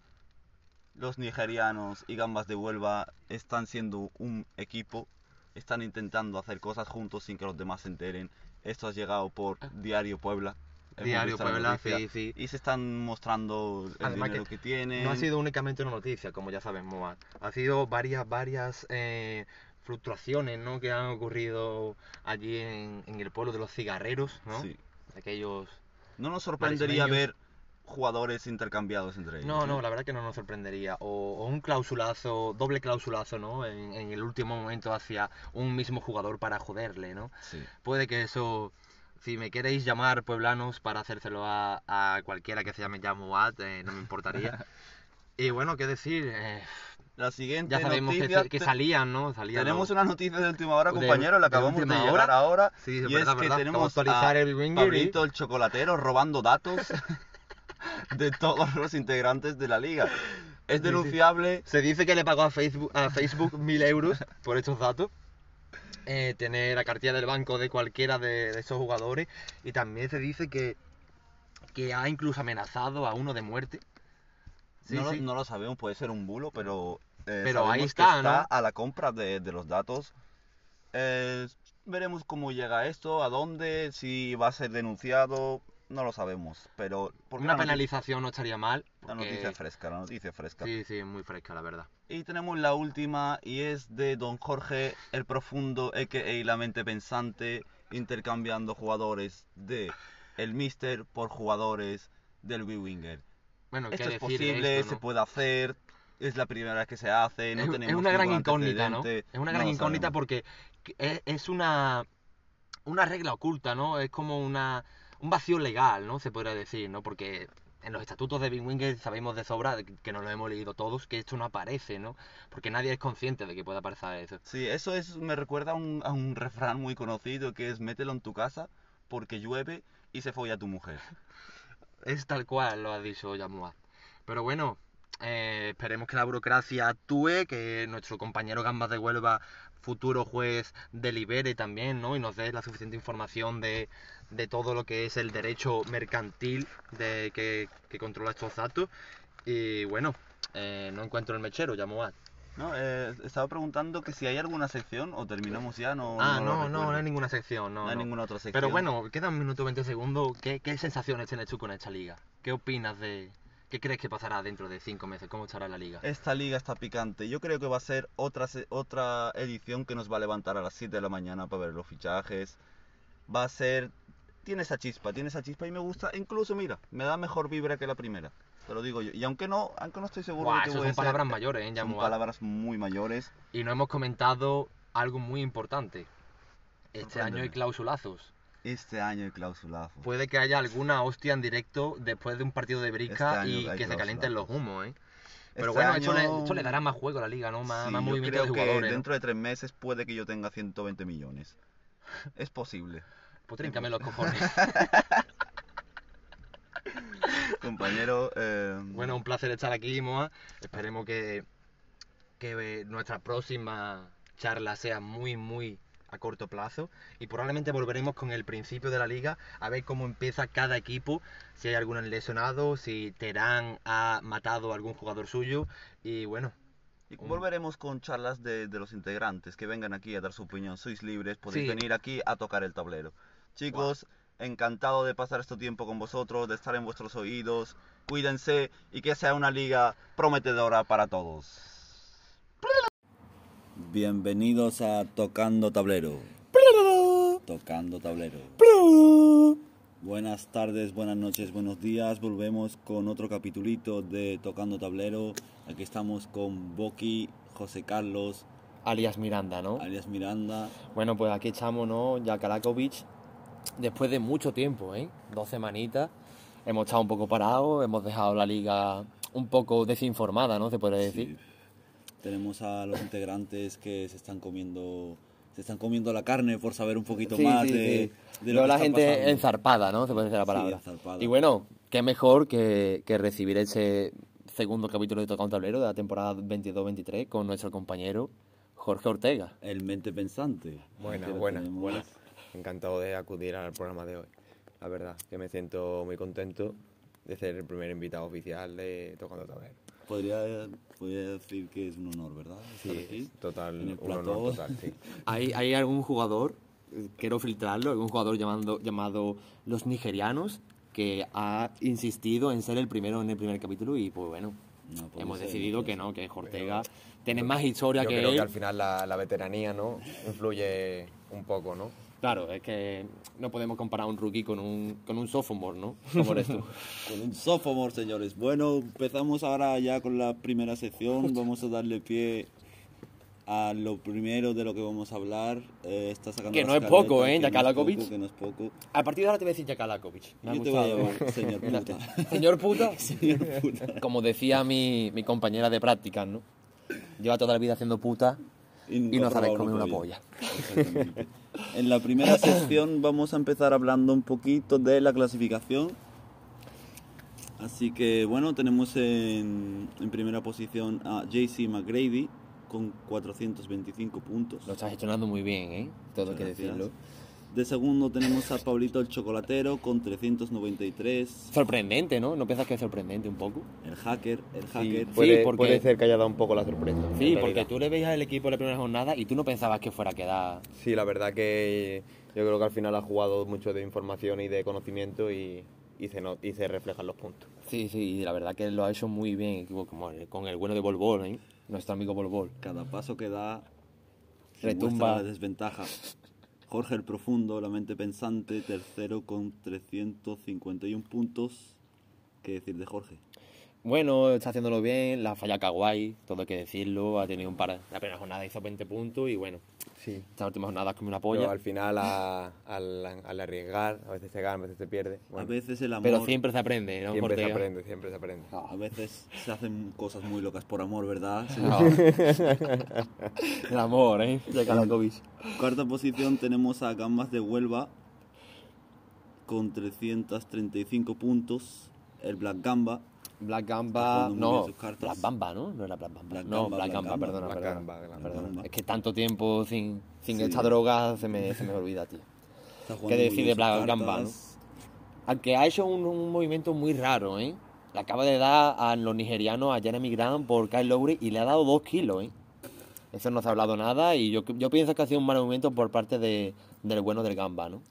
Speaker 1: los nigerianos y Gambas de Huelva están siendo un equipo, están intentando hacer cosas juntos sin que los demás se enteren. Esto ha llegado por Diario Puebla. Hemos
Speaker 3: Ah. Diario
Speaker 1: visto la
Speaker 3: Puebla,
Speaker 1: noticia.
Speaker 3: sí, sí.
Speaker 1: Y se están mostrando el
Speaker 3: Además que
Speaker 1: dinero que, tienen.
Speaker 3: No ha sido únicamente una noticia, como ya sabes, Moa. Ha sido varias, varias eh, fluctuaciones, ¿no? Que han ocurrido allí en, en el pueblo de los cigarreros, ¿no?
Speaker 1: Sí.
Speaker 3: Aquellos...
Speaker 1: No nos sorprendería
Speaker 3: Marismeños.
Speaker 1: ver jugadores intercambiados entre ellos.
Speaker 3: No,
Speaker 1: ¿eh?
Speaker 3: no, la verdad que no nos sorprendería. O, o un clausulazo, doble clausulazo, ¿no? En, en el último momento hacia un mismo jugador para joderle, ¿no?
Speaker 1: Sí.
Speaker 3: Puede que eso... Si me queréis llamar pueblanos para hacérselo a, a cualquiera que se llame Yamuat, eh, no me importaría. y bueno, qué decir... eh,
Speaker 1: La siguiente
Speaker 3: Ya sabemos que,
Speaker 1: noticia
Speaker 3: que
Speaker 1: te-
Speaker 3: salían, ¿no? Salían
Speaker 1: Tenemos
Speaker 3: los-
Speaker 1: una noticia de última hora,
Speaker 3: De-
Speaker 1: compañero,
Speaker 3: de
Speaker 1: la acabamos de,
Speaker 3: última
Speaker 1: llegar
Speaker 3: hora.
Speaker 1: ahora.
Speaker 3: Sí,
Speaker 1: y
Speaker 3: verdad,
Speaker 1: es que
Speaker 3: verdad.
Speaker 1: tenemos
Speaker 3: Vamos a actualizar
Speaker 1: a
Speaker 3: el Wingiri.
Speaker 1: Pablito el chocolatero robando datos de todos los integrantes de la liga. Es
Speaker 3: Sí, sí.
Speaker 1: denunciable.
Speaker 3: Se dice que le pagó a Facebook, a Facebook mil euros por estos datos. Eh, tener la cartilla del banco de cualquiera de, de esos jugadores. Y también se dice que, que ha incluso amenazado a uno de muerte. Sí,
Speaker 1: no, lo-
Speaker 3: sí.
Speaker 1: no lo sabemos, puede ser un bulo, pero. eh,
Speaker 3: Pero
Speaker 1: sabemos
Speaker 3: ahí
Speaker 1: que
Speaker 3: está, ¿no?
Speaker 1: a la compra de, de los datos. Eh, veremos cómo llega esto, a dónde, si va a ser denunciado, no lo sabemos. Pero. porque
Speaker 3: Una
Speaker 1: la noticia-
Speaker 3: penalización no estaría mal.
Speaker 1: La
Speaker 3: porque-
Speaker 1: noticia fresca, la noticia fresca.
Speaker 3: Sí, sí, es muy fresca, la verdad.
Speaker 1: Y tenemos la última y es de Don Jorge el Profundo, a.k.a. la mente pensante, intercambiando jugadores de el Mister por jugadores del B-Winger.
Speaker 3: Bueno,
Speaker 1: Esto
Speaker 3: qué
Speaker 1: es
Speaker 3: decir de
Speaker 1: posible,
Speaker 3: esto,
Speaker 1: se
Speaker 3: ¿no?
Speaker 1: puede hacer, es la primera vez que se hace, no
Speaker 3: es,
Speaker 1: tenemos
Speaker 3: es una gran
Speaker 1: ningún
Speaker 3: incógnita, ¿no? Es
Speaker 1: antecedente,
Speaker 3: una
Speaker 1: no
Speaker 3: gran
Speaker 1: lo
Speaker 3: incógnita
Speaker 1: sabemos.
Speaker 3: porque que- es, es una, una regla oculta, ¿no? Es como una, un vacío legal, ¿no? Se podría decir, ¿no? Porque en los estatutos de Big Winger sabemos de sobra, de que- que nos lo hemos leído todos, que esto no aparece, ¿no? Porque nadie es consciente de que pueda aparecer eso.
Speaker 1: Sí, eso es, me recuerda a un, a un refrán muy conocido que es mételo en tu casa porque llueve y se folla tu mujer.
Speaker 3: Es tal cual lo ha dicho Yamua. Pero bueno, eh, esperemos que la burocracia actúe, que nuestro compañero Gambas de Huelva, futuro juez, delibere también, ¿no? Y nos dé la suficiente información de, de todo lo que es el derecho mercantil de que, que controla estos datos. Y bueno, eh, no encuentro el mechero, Yamua.
Speaker 1: No, eh, estaba preguntando que si hay alguna sección o terminamos ya, no.
Speaker 3: ah,
Speaker 1: lo
Speaker 3: no, no,
Speaker 1: recuerdo.
Speaker 3: no hay ninguna sección, no.
Speaker 1: No hay
Speaker 3: no.
Speaker 1: ninguna otra sección.
Speaker 3: Pero bueno, queda un minuto 20 segundos. ¿Qué, qué sensaciones tienes tú con esta liga? ¿Qué opinas de.? ¿Qué crees que pasará dentro de cinco meses? ¿Cómo estará la liga?
Speaker 1: Esta liga está picante. Yo creo que va a ser otra, se- otra edición que nos va a levantar a las 7 de la mañana para ver los fichajes. Va a ser... Tiene esa chispa, tiene esa chispa y me gusta. Incluso, mira, me da mejor vibra que la primera. Te lo digo yo. Y aunque no, aunque no estoy seguro
Speaker 3: Buah,
Speaker 1: de que
Speaker 3: eso
Speaker 1: voy a
Speaker 3: son
Speaker 1: ser-
Speaker 3: palabras mayores, ¿eh?
Speaker 1: son
Speaker 3: Yamuat.
Speaker 1: palabras muy mayores.
Speaker 3: Y no hemos comentado algo muy importante. Este año hay
Speaker 1: Sorpréndeme.
Speaker 3: clausulazos.
Speaker 1: Este año el clausulazo.
Speaker 3: Puede que haya alguna hostia en directo después de un partido de brica
Speaker 1: Este año
Speaker 3: y
Speaker 1: hay
Speaker 3: que se calienten los
Speaker 1: clausulazos.
Speaker 3: humos, ¿eh? Pero
Speaker 1: Este
Speaker 3: bueno, esto,
Speaker 1: año-
Speaker 3: le, esto le dará más juego a la liga, ¿no? Más,
Speaker 1: Sí,
Speaker 3: más
Speaker 1: yo
Speaker 3: movimiento
Speaker 1: creo
Speaker 3: de
Speaker 1: que
Speaker 3: jugadores. ¿no?
Speaker 1: dentro de tres meses puede que yo tenga 120 millones. Es posible.
Speaker 3: Pues tríncame los cojones.
Speaker 1: Compañero, eh,
Speaker 3: Bueno, Ah. un placer estar aquí, Moa. Esperemos que, que nuestra próxima
Speaker 1: eh, charla sea muy, muy a corto plazo y probablemente volveremos con el principio de la liga a ver cómo empieza cada equipo, si hay algún lesionado, si Terán ha matado a algún jugador suyo y bueno,
Speaker 4: Y volveremos con charlas de, de los integrantes que vengan aquí a dar su opinión. Sois libres, podéis
Speaker 1: Sí.
Speaker 4: venir aquí a tocar el tablero. Chicos, encantado de pasar este tiempo con vosotros, de estar en vuestros oídos. Cuídense y que sea una liga prometedora para todos. Bienvenidos a Tocando Tablero. Tocando Tablero. Buenas tardes, buenas noches, buenos días. Volvemos con otro capitulito de Tocando Tablero. Aquí estamos con Boqui, José Carlos,
Speaker 3: alias Miranda, ¿no?
Speaker 4: alias Miranda.
Speaker 3: Bueno, pues aquí estamos, ¿no? Ya Kalakovic, después de mucho tiempo, ¿eh? Dos semanitas, hemos estado un poco parados, hemos dejado la liga un poco desinformada, ¿no? Se puede decir.
Speaker 4: Tenemos a los integrantes que se están comiendo se están comiendo la carne por saber un poquito
Speaker 3: Sí,
Speaker 4: más
Speaker 3: sí,
Speaker 4: de,
Speaker 3: sí.
Speaker 4: de lo
Speaker 3: Veo
Speaker 4: que
Speaker 3: la
Speaker 4: está
Speaker 3: gente
Speaker 4: pasando.
Speaker 3: enzarpada, ¿no? Se puede decir la
Speaker 4: Sí,
Speaker 3: palabra.
Speaker 4: enzarpada.
Speaker 3: y bueno, qué mejor que, que recibir ese segundo capítulo de Tocado un Tablero de la temporada 22-23 con nuestro compañero Jorge Ortega.
Speaker 4: El mente pensante.
Speaker 5: Buenas,
Speaker 4: Aquí lo
Speaker 5: buenas,
Speaker 4: tenemos.
Speaker 5: buenas. Encantado de acudir al programa de hoy. La verdad, que me siento muy contento de ser el primer invitado oficial de Tocando Tablero.
Speaker 4: Podría, podría decir que es un honor, ¿verdad? Estar
Speaker 5: Sí,
Speaker 4: aquí.
Speaker 5: es total,
Speaker 4: en el
Speaker 5: un honor
Speaker 4: plató.
Speaker 5: total, sí.
Speaker 3: ¿Hay, hay algún jugador, eh, quiero filtrarlo, algún jugador llamando, llamado los nigerianos que ha insistido en ser el primero en el primer capítulo y pues bueno,
Speaker 4: No, puede
Speaker 3: hemos
Speaker 4: ser,
Speaker 3: decidido
Speaker 4: no puede
Speaker 3: que no,
Speaker 4: ser.
Speaker 3: que Ortega tiene más historia
Speaker 5: Yo
Speaker 3: que
Speaker 5: creo
Speaker 3: él.
Speaker 5: que al final la, la veteranía, ¿no? Influye un poco, ¿no?
Speaker 3: Claro, es que no podemos comparar un rookie con un, con un sophomore, ¿no? Como eres tú.
Speaker 4: Con un sophomore, señores. Bueno, empezamos ahora ya con la primera sección. Vamos a darle pie a lo primero de lo que vamos a hablar. Eh, está sacando
Speaker 3: Que
Speaker 4: las
Speaker 3: no es poco,
Speaker 4: carnetas,
Speaker 3: ¿eh?
Speaker 4: que no es
Speaker 3: Yakalakovic.
Speaker 4: poco, Que no es poco.
Speaker 3: A partir de ahora te voy a decir Yakalakovic. Me ha
Speaker 4: Yo te voy a
Speaker 3: gustado.
Speaker 4: llamar señor
Speaker 3: Ya
Speaker 4: puta.
Speaker 3: está. Señor puta. Como decía mi, mi compañera de prácticas, ¿no? Lleva toda la vida haciendo puta y no sabes
Speaker 4: sabéis
Speaker 3: comer
Speaker 4: comer
Speaker 3: una polla.
Speaker 4: Exactamente. En la primera sección vamos a empezar hablando un poquito de la clasificación. Así que bueno, tenemos en, en primera posición a JC McGrady con 425 puntos.
Speaker 3: Lo estás gestionando muy bien, ¿eh? Todo hay que
Speaker 4: Muchas gracias.
Speaker 3: decirlo.
Speaker 4: De segundo tenemos a Pablito el Chocolatero con 393.
Speaker 3: Sorprendente, ¿no? ¿No piensas que es sorprendente un poco?
Speaker 4: El hacker, el hacker.
Speaker 3: Ah, Sí,
Speaker 5: puede,
Speaker 3: porque-
Speaker 5: puede ser que haya dado un poco la sorpresa. en
Speaker 3: Sí,
Speaker 5: realidad.
Speaker 3: porque tú le veías al equipo la primera jornada y tú no pensabas que fuera a quedar.
Speaker 5: Sí, la verdad que yo creo que al final ha jugado mucho de información y de conocimiento y, y se, no- y se reflejan los puntos.
Speaker 3: Sí, sí, y la verdad que lo ha hecho muy bien el equipo, como el- con el bueno de Volvol, ¿eh? Nuestro amigo Volvol.
Speaker 4: Cada paso que da
Speaker 3: Retumba.
Speaker 4: retumba la desventaja. Jorge el Profundo, la mente pensante, tercero con 351 puntos. ¿Qué decir de Jorge?
Speaker 3: Bueno, está haciéndolo bien, la falla Kawhi, todo hay que decirlo, ha tenido un par, la primera jornada hizo 20 puntos y bueno,
Speaker 5: Sí,
Speaker 3: esta última jornada es como una
Speaker 5: Pero
Speaker 3: polla,
Speaker 5: al final, a- al, al arriesgar, a veces se gana, a veces se pierde.
Speaker 4: A
Speaker 5: Bueno,
Speaker 4: veces el amor,
Speaker 3: pero siempre se aprende, ¿no?
Speaker 5: siempre se
Speaker 3: Ortega?
Speaker 5: aprende, siempre se aprende.
Speaker 4: a veces se hacen cosas muy locas por amor, ¿verdad?
Speaker 3: El amor, ¿eh? De Kalakovic.
Speaker 4: Cuarta posición tenemos a Gambas de Huelva con 335 puntos. El Black Gamba,
Speaker 3: Black
Speaker 4: Está
Speaker 3: Gamba,
Speaker 4: jugando muy bien
Speaker 3: no,
Speaker 4: sus cartas.
Speaker 3: Black Bamba, ¿no? No era Black Bamba.
Speaker 4: Black
Speaker 3: no,
Speaker 4: Gamba,
Speaker 3: Black
Speaker 4: Black
Speaker 3: Gamba,
Speaker 4: Gamba,
Speaker 3: perdona,
Speaker 5: Black
Speaker 3: perdona,
Speaker 5: Gamba, Black
Speaker 3: perdona.
Speaker 4: Gamba.
Speaker 3: Es que tanto tiempo sin, sin
Speaker 4: Sí.
Speaker 3: esta droga se me, se me olvida, tío.
Speaker 4: está jugando
Speaker 3: ¿Qué
Speaker 4: muy
Speaker 3: decir
Speaker 4: bien
Speaker 3: de
Speaker 4: sus
Speaker 3: Black Gamba,
Speaker 4: cartas.
Speaker 3: Aunque ha hecho un, un movimiento muy raro, ¿eh? Le acaba de dar a los nigerianos a Jeremy Grant por Kyle Lowry y le ha dado dos kilos, ¿eh? Eso no se ha hablado nada y yo, yo pienso que ha sido un mal movimiento por parte de, del bueno del Gamba, ¿no?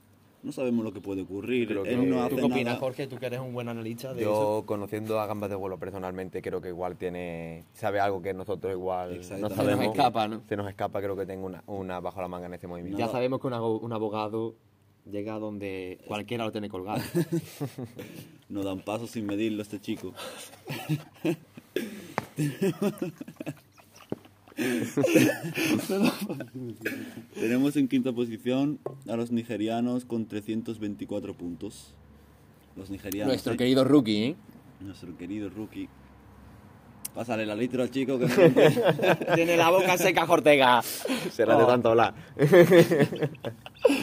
Speaker 4: No sabemos lo que puede ocurrir.
Speaker 5: Creo que-
Speaker 4: Él no
Speaker 5: ¿Tú
Speaker 4: hace
Speaker 3: qué opinas,
Speaker 4: nada.
Speaker 3: Jorge? Tú que eres un buen analista de eso.
Speaker 5: Yo, conociendo a Gambas de Vuelo personalmente, creo que igual tiene sabe algo que nosotros igual
Speaker 4: Exactamente.
Speaker 5: no
Speaker 4: Se nos
Speaker 5: sabemos.
Speaker 3: escapa, ¿no?
Speaker 5: Se nos escapa, creo que tengo una, una bajo la manga en este movimiento.
Speaker 3: Ya sabemos que un abo- un abogado llega donde cualquiera lo tiene colgado.
Speaker 4: No dan paso sin medirlo este chico. Tenemos en quinta posición a los nigerianos con 324 puntos. Los nigerianos.
Speaker 3: Nuestro
Speaker 4: ¿eh?
Speaker 3: querido rookie, ¿eh?
Speaker 4: Nuestro querido rookie. Pásale la litro al chico que no-
Speaker 3: Tiene la boca seca, Ortega.
Speaker 5: Será
Speaker 3: Oh.
Speaker 5: de tanto hablar.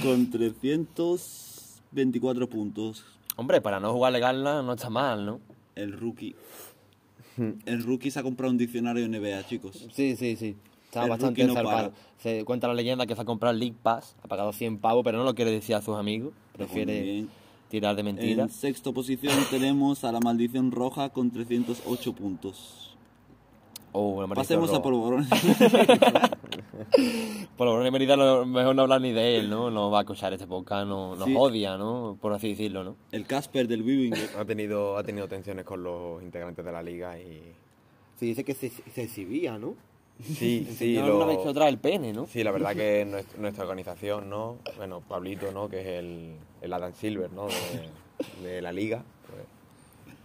Speaker 4: con 324 puntos.
Speaker 3: Hombre, para no jugar legal no está mal, ¿no?
Speaker 4: El rookie. El rookie se ha comprado un diccionario NBA, chicos.
Speaker 3: Sí, sí, sí. Está
Speaker 4: El
Speaker 3: bastante
Speaker 4: rookie no
Speaker 3: zarpado.
Speaker 4: para.
Speaker 3: Se cuenta la leyenda que se ha comprado el League Pass, ha pagado 100 pavos, pero no lo quiere decir a sus amigos. Prefiere
Speaker 4: bien.
Speaker 3: tirar de
Speaker 4: En
Speaker 3: mentiras.
Speaker 4: sexto posición tenemos a la maldición roja con 308 puntos.
Speaker 3: Oh, el Marisco
Speaker 4: Pasemos a
Speaker 3: Rojo.
Speaker 4: polvorones.
Speaker 3: Por lo menos Merida lo mejor no hablar ni de él, ¿no? No va a escuchar este podcast, no, nos
Speaker 4: Sí.
Speaker 3: odia, ¿no? Por así decirlo, ¿no?
Speaker 4: El Casper del Wibinger.
Speaker 5: Ha tenido, ha tenido tensiones con los integrantes de la liga y...
Speaker 3: Se dice que se, se exhibía, ¿no?
Speaker 5: Sí, sí,
Speaker 3: Sí, alguna
Speaker 5: lo-
Speaker 3: vez que otra el pene, ¿no?
Speaker 5: Sí, la verdad que nues- nuestra organización, ¿no? Bueno, Pablito, ¿no? Que es el, el Adam Silver, ¿no? De, de la liga. pues,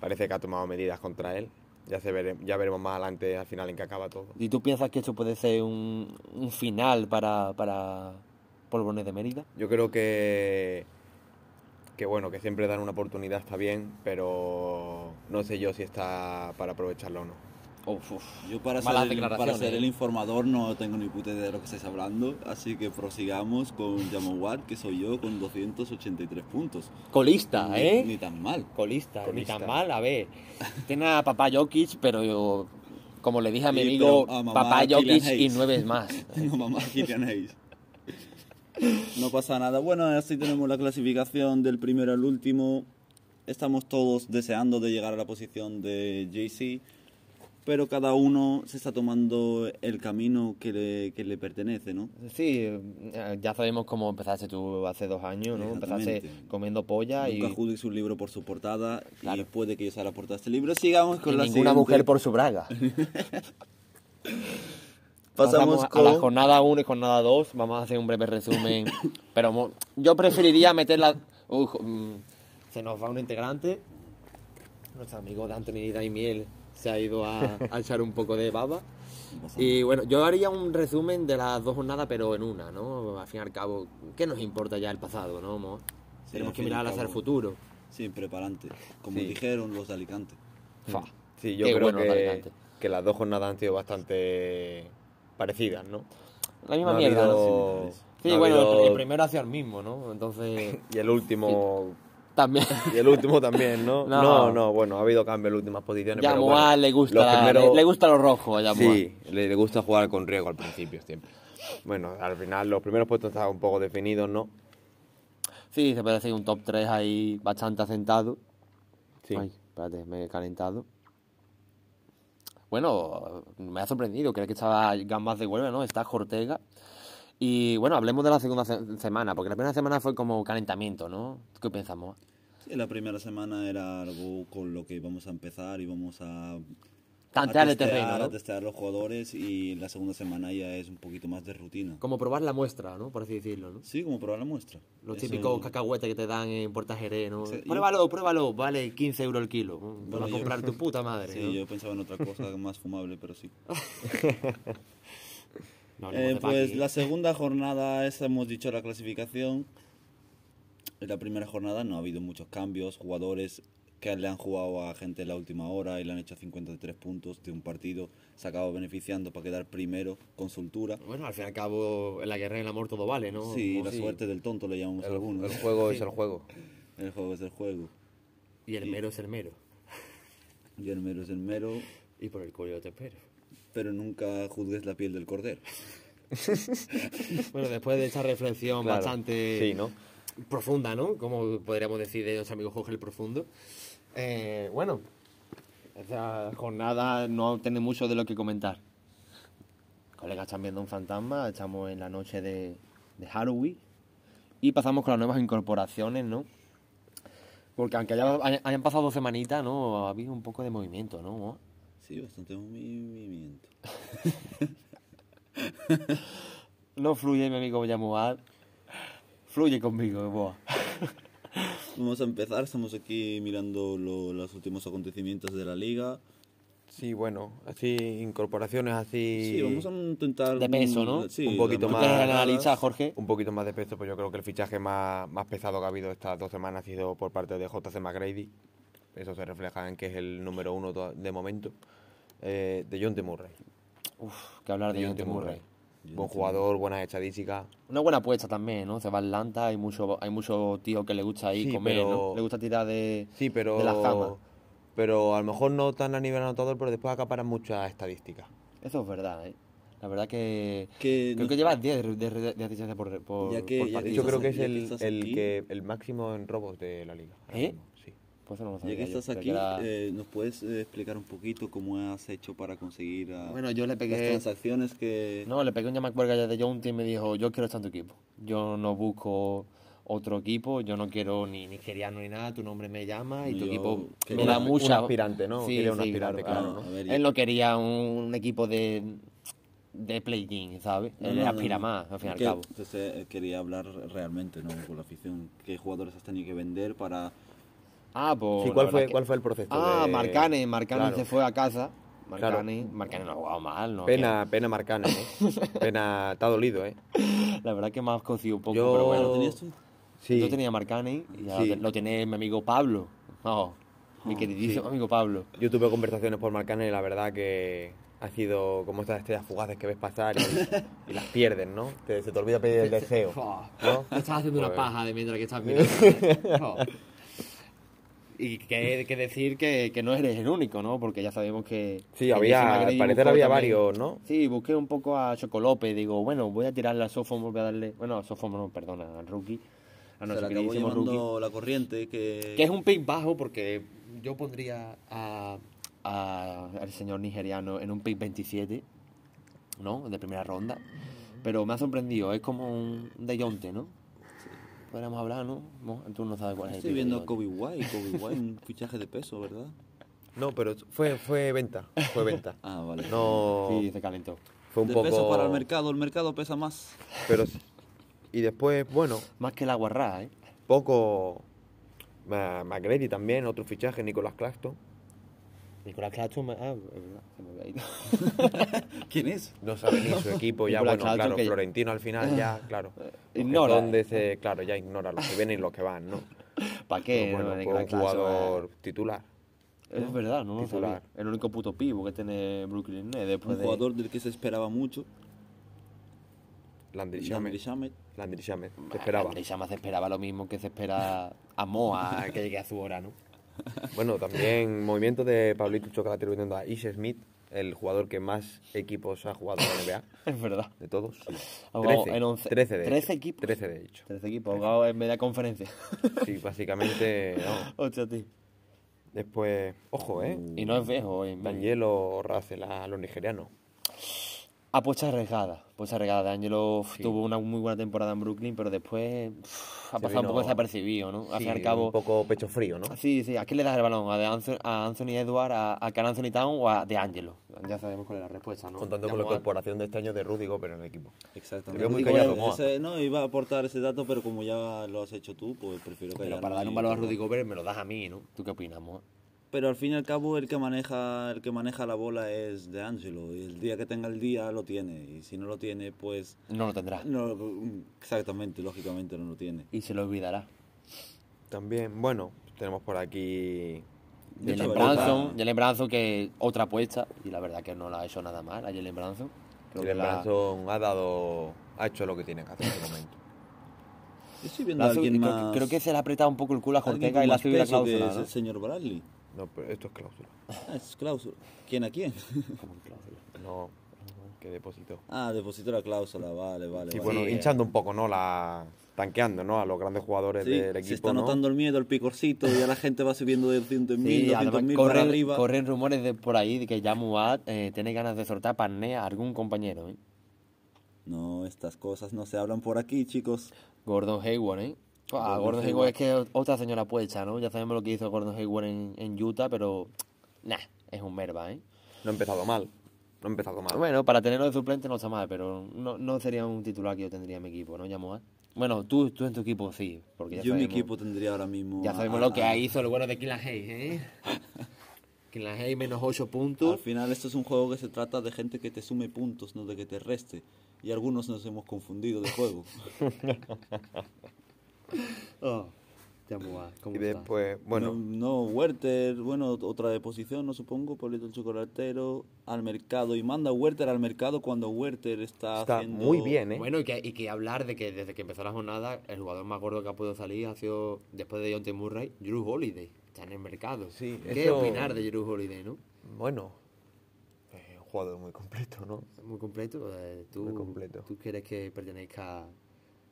Speaker 5: parece que ha tomado medidas contra él. Ya, se vere- ya veremos más adelante al final en qué acaba todo.
Speaker 3: ¿Y tú piensas que esto puede ser un, un final para, para Polvorones de Mérida?
Speaker 5: Yo creo que, que bueno, que siempre dar una oportunidad está bien, pero no sé yo si está para aprovecharlo o no.
Speaker 3: Uf, uf.
Speaker 4: Yo para ser,
Speaker 3: Malas
Speaker 4: el, para
Speaker 3: declaraciones,
Speaker 4: ser el
Speaker 3: ¿eh?
Speaker 4: informador no tengo ni puta idea de lo que estáis hablando, así que prosigamos con Yamowar, que soy yo, con 283 puntos.
Speaker 3: Colista,
Speaker 4: Ni-
Speaker 3: ¿eh?
Speaker 4: Ni tan mal.
Speaker 3: Colista, ni
Speaker 5: Colista.
Speaker 3: tan mal, a ver. Tiene a Papá Jokic, pero yo, como le dije a mi
Speaker 4: Sí,
Speaker 3: amigo,
Speaker 4: pero a mamá
Speaker 3: Papá
Speaker 4: Kylian
Speaker 3: Jokic y
Speaker 4: Hayes.
Speaker 3: nueve más.
Speaker 4: No, mamá, aquí tenéis. No pasa nada. Bueno, así tenemos la clasificación del primero al último. Estamos todos deseando de llegar a la posición de JC, pero cada uno se está tomando el camino que le, que le pertenece, ¿no?
Speaker 3: Sí, eh, ya sabemos cómo empezaste tú hace dos años, ¿no? Empezaste
Speaker 4: Exactamente.
Speaker 3: comiendo polla y,
Speaker 4: Nunca juzgues un libro por su portada y
Speaker 3: Claro.
Speaker 4: puede que yo sea la portada de este libro. Sigamos
Speaker 3: y
Speaker 4: con la
Speaker 3: ninguna
Speaker 4: siguiente.
Speaker 3: mujer por su braga.
Speaker 4: Pasamos
Speaker 3: a- a la
Speaker 4: con-
Speaker 3: jornada 1 y jornada 2. Vamos a hacer un breve resumen. Pero mo- yo preferiría meterla. Uy, jo- mm, se nos va un integrante. Nuestro amigo de Anthony Daimiel se ha ido a, a echar un poco de baba.
Speaker 4: No pasa nada.
Speaker 3: Y bueno, yo haría un resumen de las dos jornadas, pero en una, ¿no? Al fin y al cabo, ¿qué nos importa ya el pasado, no? Mo?
Speaker 4: Sí,
Speaker 3: Tenemos
Speaker 4: al
Speaker 3: que
Speaker 4: fin y
Speaker 3: mirar
Speaker 4: al
Speaker 3: hacia el
Speaker 4: cabo.
Speaker 3: futuro.
Speaker 4: Siempre para adelante, como
Speaker 5: Sí.
Speaker 4: dijeron los de Alicante.
Speaker 3: Fa.
Speaker 5: Sí, yo
Speaker 3: Qué
Speaker 5: creo
Speaker 3: bueno,
Speaker 5: que,
Speaker 3: Alicante.
Speaker 5: que las dos jornadas han sido bastante parecidas, ¿no?
Speaker 3: La misma
Speaker 5: No ha
Speaker 3: mierda, ¿no?
Speaker 5: habido-
Speaker 3: Sí,
Speaker 5: no ha
Speaker 3: bueno, el-
Speaker 5: habido-
Speaker 3: el primero hacia el mismo, ¿no? Entonces,
Speaker 5: Y el último.
Speaker 3: también.
Speaker 5: Y el último también, ¿no?
Speaker 3: No.
Speaker 5: No, no, bueno, ha habido cambio en las últimas posiciones.
Speaker 3: Ya
Speaker 5: pero
Speaker 3: Moa
Speaker 5: bueno,
Speaker 3: le gusta,
Speaker 5: los
Speaker 3: la-
Speaker 5: primeros-
Speaker 3: le, le gusta lo rojo a Yamoa.
Speaker 5: Sí, le le gusta jugar con riesgo al principio siempre. Bueno, al final los primeros puestos estaban un poco definidos, ¿no?
Speaker 3: Sí, se puede decir un top 3 ahí bastante asentado.
Speaker 5: Sí.
Speaker 3: Ay, espérate, me he calentado. Bueno, me ha sorprendido. Creo que estaba Gambas de Huelva, ¿no? Está Jortega. Y bueno, hablemos de la segunda se- semana, porque la primera semana fue como calentamiento, ¿no? ¿Qué pensamos?
Speaker 4: Sí, la primera semana era algo con lo que íbamos a empezar y vamos a
Speaker 3: Tantear
Speaker 4: a
Speaker 3: el terreno,
Speaker 4: a
Speaker 3: ¿no?
Speaker 4: testear los jugadores y la segunda semana ya es un poquito más de rutina.
Speaker 3: Como probar la muestra, ¿no? Por así decirlo, ¿no?
Speaker 4: Sí, como probar la muestra.
Speaker 3: Los
Speaker 4: Eso-
Speaker 3: típicos cacahuetes que te dan en Portajerez, ¿no?
Speaker 4: Sí, yo-
Speaker 3: Pruébalo, pruébalo, vale 15 euros el kilo. Te
Speaker 4: Bueno,
Speaker 3: vas a
Speaker 4: yo-
Speaker 3: comprar tu puta madre, ¿no?
Speaker 4: Sí, yo pensaba en otra cosa más fumable, pero sí.
Speaker 3: No hablemos
Speaker 4: Eh,
Speaker 3: de
Speaker 4: pues
Speaker 3: Paqui.
Speaker 4: la segunda jornada, esa hemos dicho la clasificación. En la primera jornada no ha habido muchos cambios, jugadores que le han jugado a gente en la última hora y le han hecho 53 puntos de un partido, se acaba beneficiando para quedar primero con soltura.
Speaker 3: Bueno, al fin y al cabo, en la guerra y el amor todo vale, ¿no?
Speaker 4: sí,
Speaker 3: Como
Speaker 4: la suerte del tonto le llamamos
Speaker 5: El,
Speaker 4: algunos.
Speaker 5: el juego es el juego.
Speaker 4: El juego es el juego.
Speaker 3: Y el mero es el mero.
Speaker 4: Y el mero es el mero,
Speaker 3: Y por el cuello te espero.
Speaker 4: pero nunca juzgues la piel del cordero.
Speaker 3: bueno, después de esta reflexión
Speaker 5: Claro.
Speaker 3: bastante
Speaker 5: Sí, ¿no?
Speaker 3: profunda, ¿no? Como podríamos decir de nuestro amigo Jorge el Profundo. Eh, bueno, esta jornada no tiene mucho de lo que comentar. Colegas están viendo un fantasma, estamos en la noche de, de Halloween y pasamos con las nuevas incorporaciones, ¿no? Porque aunque haya- hayan, pasado dos semanitas, ¿no? Ha habido un poco de movimiento, ¿no?
Speaker 4: Sí, bastante movimiento.
Speaker 3: No fluye mi amigo Yamuar. Fluye conmigo, boa.
Speaker 4: Vamos a empezar, estamos aquí mirando lo- los últimos acontecimientos de la liga.
Speaker 5: Sí, bueno, así, incorporaciones así.
Speaker 4: Sí, vamos a intentar...
Speaker 3: De peso, ¿no?
Speaker 4: Sí,
Speaker 5: Un poquito
Speaker 4: las
Speaker 3: ¿Tú
Speaker 5: más.
Speaker 3: quieres
Speaker 4: jornadas.
Speaker 3: analizar, Jorge?
Speaker 5: Un poquito más de peso, pues yo creo que el fichaje más, más pesado que ha habido estas dos semanas ha sido por parte de JC McGrady. Eso se refleja en que es el número uno to- de momento. Eh, de John T. Murray.
Speaker 3: Uf, que hablar de John Murray.
Speaker 5: Buen jugador, buenas estadísticas.
Speaker 3: Una buena apuesta también, ¿no? Se va a Atlanta, hay mucho, hay mucho tío que le gusta ahí
Speaker 5: Sí,
Speaker 3: comer, ¿no?
Speaker 5: pero-
Speaker 3: Le gusta tirar de,
Speaker 5: Sí, pero.
Speaker 3: de la fama.
Speaker 5: Pero a lo mejor no tan a nivel anotador, pero después acaparan muchas estadísticas.
Speaker 3: Eso es verdad, ¿eh?
Speaker 6: La verdad que.
Speaker 4: Que
Speaker 6: Creo
Speaker 4: no-
Speaker 6: que llevas 10 de, de, de asistencia por, por,
Speaker 4: Ya que-
Speaker 6: por
Speaker 4: ya que
Speaker 5: De
Speaker 6: partido.
Speaker 5: hecho, creo
Speaker 4: estás-
Speaker 5: que es
Speaker 4: ya que
Speaker 5: el,
Speaker 4: estás
Speaker 5: el
Speaker 4: aquí-
Speaker 5: que, el máximo en robos de la liga. ahora
Speaker 6: ¿Eh?
Speaker 5: mismo, Sí.
Speaker 6: Pues eso no lo
Speaker 4: Ya
Speaker 6: sabía
Speaker 4: que
Speaker 6: yo,
Speaker 4: estás
Speaker 6: creo
Speaker 4: aquí,
Speaker 6: era-
Speaker 4: eh, ¿nos puedes eh, explicar un poquito cómo has hecho para conseguir ah,
Speaker 6: Bueno, yo le
Speaker 4: las
Speaker 6: pegué.
Speaker 4: transacciones que...
Speaker 6: No, le pegué un llamado ya de Jones y me dijo, yo quiero estar en tu equipo. Yo no busco otro equipo, yo no quiero ni nigeriano ni nada, tu nombre me llama y tu
Speaker 4: Yo
Speaker 6: equipo
Speaker 4: quería
Speaker 6: me da
Speaker 4: un-
Speaker 5: un
Speaker 6: mucha...
Speaker 5: aspirante, ¿no?
Speaker 6: Sí,
Speaker 5: Quería un
Speaker 6: sí,
Speaker 5: aspirante,
Speaker 6: claro,
Speaker 5: claro,
Speaker 6: claro.
Speaker 4: ¿no? A ver,
Speaker 6: Él
Speaker 4: yo-
Speaker 6: no quería un, un equipo de, de play-in, ¿sabes?
Speaker 4: No,
Speaker 6: Él
Speaker 4: no, no,
Speaker 6: Eh, aspira
Speaker 4: no.
Speaker 6: más, al fin y al
Speaker 4: Que-
Speaker 6: cabo.
Speaker 4: Entonces eh, quería hablar realmente, ¿no? Con la afición. ¿Qué jugadores has tenido que vender para...?
Speaker 6: Ah, pues...
Speaker 5: Sí,
Speaker 6: la
Speaker 5: ¿cuál,
Speaker 6: verdad
Speaker 5: fue,
Speaker 6: que-
Speaker 5: ¿Cuál fue el proceso?
Speaker 6: Ah,
Speaker 5: de-
Speaker 6: Marcane, Marcane
Speaker 5: Claro.
Speaker 6: se fue a casa.
Speaker 5: Claro.
Speaker 6: Marcane, Marcane no ha jugado mal, ¿no?
Speaker 5: Pena, pena Marcane, ¿eh? pena, está dolido, ¿eh?
Speaker 6: La verdad que me ha cocido un poco,
Speaker 5: Yo-
Speaker 6: pero bueno.
Speaker 5: Oh.
Speaker 4: ¿Tenías tú?
Speaker 5: Sí.
Speaker 6: Yo tenía Marcane y ahora
Speaker 5: Sí. Oh,
Speaker 6: te- lo tiene mi amigo Pablo. No, mi queridísimo amigo Pablo.
Speaker 5: Yo tuve conversaciones por Marcane y la verdad que ha sido como estas estrellas fugaces que ves pasar y, y las pierdes, ¿no? Te- se te olvida pedir el deseo. ¿no?
Speaker 6: Oh,
Speaker 5: Pues,
Speaker 6: Me estás haciendo una
Speaker 5: Joder.
Speaker 6: paja de mientras que estás mirando. Oh. Y que, que decir que, que no eres el único, ¿no? Porque ya sabemos que.
Speaker 5: Sí,
Speaker 6: que
Speaker 5: había-
Speaker 6: Jason
Speaker 5: al
Speaker 6: Agreed
Speaker 5: parecer
Speaker 6: buscó
Speaker 5: había
Speaker 6: también-
Speaker 5: varios, ¿no?
Speaker 6: Sí, busqué un poco a Chocolope. Digo, bueno, voy a tirarle a Sophomore, voy a darle. Bueno, a Sophomore, no, perdona, al rookie. Ah, A
Speaker 4: se
Speaker 6: nuestro
Speaker 4: la acabó
Speaker 6: queridísimo
Speaker 4: llevando
Speaker 6: rookie.
Speaker 4: la corriente que...
Speaker 6: Que es un pick bajo porque yo pondría a, a- al señor nigeriano en un pick 27, ¿no? De primera ronda. Pero me ha sorprendido, es como un Deyonte, ¿no? Podríamos hablar, ¿no? Mo- Tú no sabes cuál es el
Speaker 4: Estoy
Speaker 6: pick de
Speaker 4: viendo a
Speaker 6: Dejounte.
Speaker 4: Kobe White. Kobe White, un fichaje de peso, ¿verdad?
Speaker 5: No, pero fue, fue venta, fue venta.
Speaker 4: Ah, vale.
Speaker 5: No,
Speaker 6: Sí, se calentó.
Speaker 5: fue un
Speaker 4: de
Speaker 5: poco...
Speaker 4: peso para el mercado. El mercado pesa más.
Speaker 5: Pero, sí. y después, bueno,
Speaker 6: Más que la guarrá, ¿eh?
Speaker 5: poco... Ma- Magredi también, otro fichaje, Nicolás Claxton.
Speaker 6: Nicolás Claxton, me- ah, es verdad, se me había ido.
Speaker 4: ¿Quién es?
Speaker 5: No sabe ni su equipo, ya
Speaker 6: Nicolás
Speaker 5: bueno,
Speaker 6: Claxton
Speaker 5: claro,
Speaker 6: que-
Speaker 5: Florentino al final ya, claro.
Speaker 6: Ignora.
Speaker 5: Donde se, claro, ya ignora los que vienen y los que van, ¿no?
Speaker 6: ¿Para qué?
Speaker 5: Pero
Speaker 6: No,
Speaker 5: bueno,
Speaker 6: Nicolás
Speaker 5: fue un
Speaker 6: Claxton,
Speaker 5: jugador titular.
Speaker 6: eh. Es verdad, no lo sabía.
Speaker 5: Titular. Pues
Speaker 6: El único puto pivo que tiene Brooklyn Nets después
Speaker 4: Un
Speaker 6: de...
Speaker 4: jugador del que se esperaba mucho.
Speaker 5: Landry
Speaker 4: Landry
Speaker 5: Shamet.
Speaker 4: Shamet.
Speaker 5: Landry Shamet, se
Speaker 6: Esperaba.
Speaker 5: esperaba.
Speaker 6: Chama se esperaba lo mismo que se espera a Moa que llegue a su hora, ¿no?
Speaker 5: Bueno, también movimiento de Pablito Chocolate vendiendo a Ish Smith, el jugador que más equipos ha jugado en la NBA,
Speaker 6: Es verdad.
Speaker 5: de todos.
Speaker 6: Ha jugado
Speaker 5: 13,
Speaker 6: en once-
Speaker 5: 13 de
Speaker 6: 13
Speaker 5: hecho.
Speaker 6: equipos.
Speaker 5: 13 de hecho.
Speaker 6: Tres equipos, jugado en media conferencia.
Speaker 5: Sí, básicamente, no.
Speaker 6: Hostia, tío.
Speaker 5: Después, ojo, ¿eh?
Speaker 6: Y no es viejo, en
Speaker 5: Danielo Russell a los nigerianos.
Speaker 6: A pocha arriesgada. Pocha arriesgada. Angelo uf, tuvo una muy buena temporada en Brooklyn, pero después uf, ha
Speaker 5: Se
Speaker 6: pasado un poco
Speaker 5: vino-
Speaker 6: desapercibido, ¿no? Al fin y al
Speaker 5: Sí,
Speaker 6: cabo.
Speaker 5: un poco pecho frío, ¿no?
Speaker 6: Sí, sí. ¿A quién le das el balón? ¿A, de Anthony, a Anthony Edward, a, a Carl Anthony Town o a De Angelo? Ya sabemos cuál es la respuesta, ¿no?
Speaker 5: Contando con la incorporación de este año de Rudy Gobert en el equipo.
Speaker 4: Exactamente.
Speaker 5: Te veo muy
Speaker 4: Digo,
Speaker 5: callado,
Speaker 4: eh,
Speaker 5: Moa.
Speaker 4: ese- no, iba a aportar ese dato, pero como ya lo has hecho tú, pues prefiero que
Speaker 6: Pero para dar un valor a Rudy Gobert me lo das a mí, ¿no? ¿Tú qué opinas, Moa?
Speaker 4: Pero al fin y al cabo el que maneja el que maneja la bola es de Angelo y el día que tenga el día lo tiene y si no lo tiene pues
Speaker 6: No lo tendrá.
Speaker 4: no mm, exactamente lógicamente no lo tiene.
Speaker 6: Y se lo olvidará.
Speaker 5: También, bueno, tenemos por aquí.
Speaker 4: De
Speaker 6: Jalen
Speaker 4: hecho,
Speaker 6: Branson,
Speaker 4: ahorita-
Speaker 6: Jalen Branson que otra apuesta y la verdad que no la ha hecho nada mal a Jalen Branson. Creo que
Speaker 5: Jalen
Speaker 6: la-
Speaker 5: Branson ha dado. ha hecho lo que tiene que hacer de momento.
Speaker 4: Yo estoy viendo
Speaker 6: la
Speaker 4: a
Speaker 6: ha subi-
Speaker 4: alguien
Speaker 6: creo,
Speaker 4: más
Speaker 6: que- creo que se le ha apretado un poco el culo a
Speaker 4: alguien
Speaker 6: Jorquega
Speaker 4: con
Speaker 6: y le ha
Speaker 4: más
Speaker 6: subido la
Speaker 4: peso que
Speaker 6: cláusula,
Speaker 4: es
Speaker 6: ¿no?
Speaker 4: el señor Bradley.
Speaker 5: No, pero esto es cláusula.
Speaker 4: Ah, es cláusula. ¿Quién a quién?
Speaker 5: No, que depositó.
Speaker 4: ah, depositó la cláusula, vale, vale.
Speaker 5: Sí,
Speaker 4: vale.
Speaker 5: bueno, hinchando un poco, ¿no? La. tanqueando, ¿no? A los grandes jugadores
Speaker 4: eh. Sí,
Speaker 5: del equipo.
Speaker 4: se está
Speaker 5: ¿no?
Speaker 4: notando el miedo, el picorcito, y ya la gente va subiendo de 100.000,
Speaker 6: Sí, además
Speaker 4: 200.000 para
Speaker 6: corren,
Speaker 4: arriba.
Speaker 6: corren rumores de por ahí de que ya Muad eh, tiene ganas de soltar pané a algún compañero, ¿eh?
Speaker 4: No, estas cosas no se hablan por aquí, chicos.
Speaker 6: Gordon Hayward, ¿eh? Pua,
Speaker 4: Gordon
Speaker 6: Gordon Hayward
Speaker 4: Hayward.
Speaker 6: es que es otra señora apuesta, ¿no? Ya sabemos lo que hizo Gordon Hayward en, en Utah, pero nah, es un merva, ¿eh?
Speaker 5: No ha empezado mal. No ha empezado mal.
Speaker 6: Bueno, para tenerlo de suplente no está mal, pero no, no sería un titular que yo tendría en mi equipo, ¿no, Yamoa? Bueno, tú, tú en tu equipo sí, porque ya
Speaker 4: Yo en mi
Speaker 6: sabemos,
Speaker 4: equipo tendría ahora mismo.
Speaker 6: ya
Speaker 4: a-
Speaker 6: sabemos
Speaker 4: a-
Speaker 6: lo que
Speaker 4: a-
Speaker 6: hizo el bueno de Killan Hayes, ¿eh? Killan Hayes menos 8
Speaker 4: Al
Speaker 6: puntos.
Speaker 4: final, esto es un juego que se trata de gente que te sume puntos, no de que te reste. Y algunos nos hemos confundido de juego.
Speaker 6: Oh, Yamoa, ¿cómo
Speaker 5: y
Speaker 6: estás?
Speaker 5: después, bueno,
Speaker 4: No, no, Werther, bueno, otra deposición, no supongo, Pablito el Chocolatero, al mercado. Y manda a Werther al mercado cuando Werther está,
Speaker 5: está
Speaker 4: haciendo-
Speaker 5: muy bien, ¿eh?
Speaker 6: Bueno, y que, y que hablar de que desde que empezó la jornada, el jugador más gordo que ha podido salir ha sido, después de John Murray, Drew Holiday. Está en el mercado.
Speaker 5: Sí,
Speaker 6: ¿Qué
Speaker 5: eso-
Speaker 6: opinar de Drew Holiday, no?
Speaker 5: Bueno, eh, un jugador muy completo, ¿no?
Speaker 6: Muy completo. eh, tú,
Speaker 5: Muy completo.
Speaker 6: tú quieres que pertenezca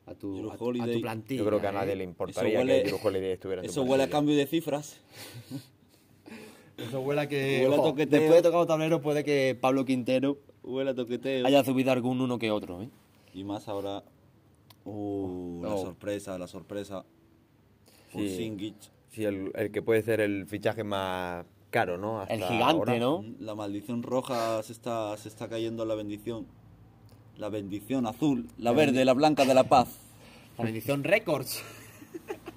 Speaker 6: a tu,
Speaker 4: Drew
Speaker 6: a, tu- a
Speaker 4: Holiday.
Speaker 6: tu plantilla.
Speaker 5: Yo creo que a
Speaker 6: ¿eh?
Speaker 5: nadie le importaría
Speaker 4: Eso huele-
Speaker 5: que Drew Holiday estuviera en su
Speaker 4: Eso huele a
Speaker 5: plantilla.
Speaker 4: cambio de cifras.
Speaker 6: Eso huele a que.
Speaker 4: Huele a
Speaker 6: ojo,
Speaker 4: toqueteo.
Speaker 6: Después de tocar tablero, puede que Pablo Quintero
Speaker 4: Huele a toqueteo.
Speaker 6: haya subido algún uno que otro. ¿eh?
Speaker 4: Y más ahora. Uh, la
Speaker 6: Oh.
Speaker 4: sorpresa, la sorpresa.
Speaker 5: Sí.
Speaker 4: Porzingis,
Speaker 5: Sí, el, el que puede ser el fichaje más caro, ¿no? Hasta
Speaker 6: El gigante,
Speaker 5: ahora.
Speaker 6: ¿no?
Speaker 4: La maldición roja se está, se está cayendo la bendición. La bendición azul, la verde, la blanca de la paz.
Speaker 6: La bendición Records.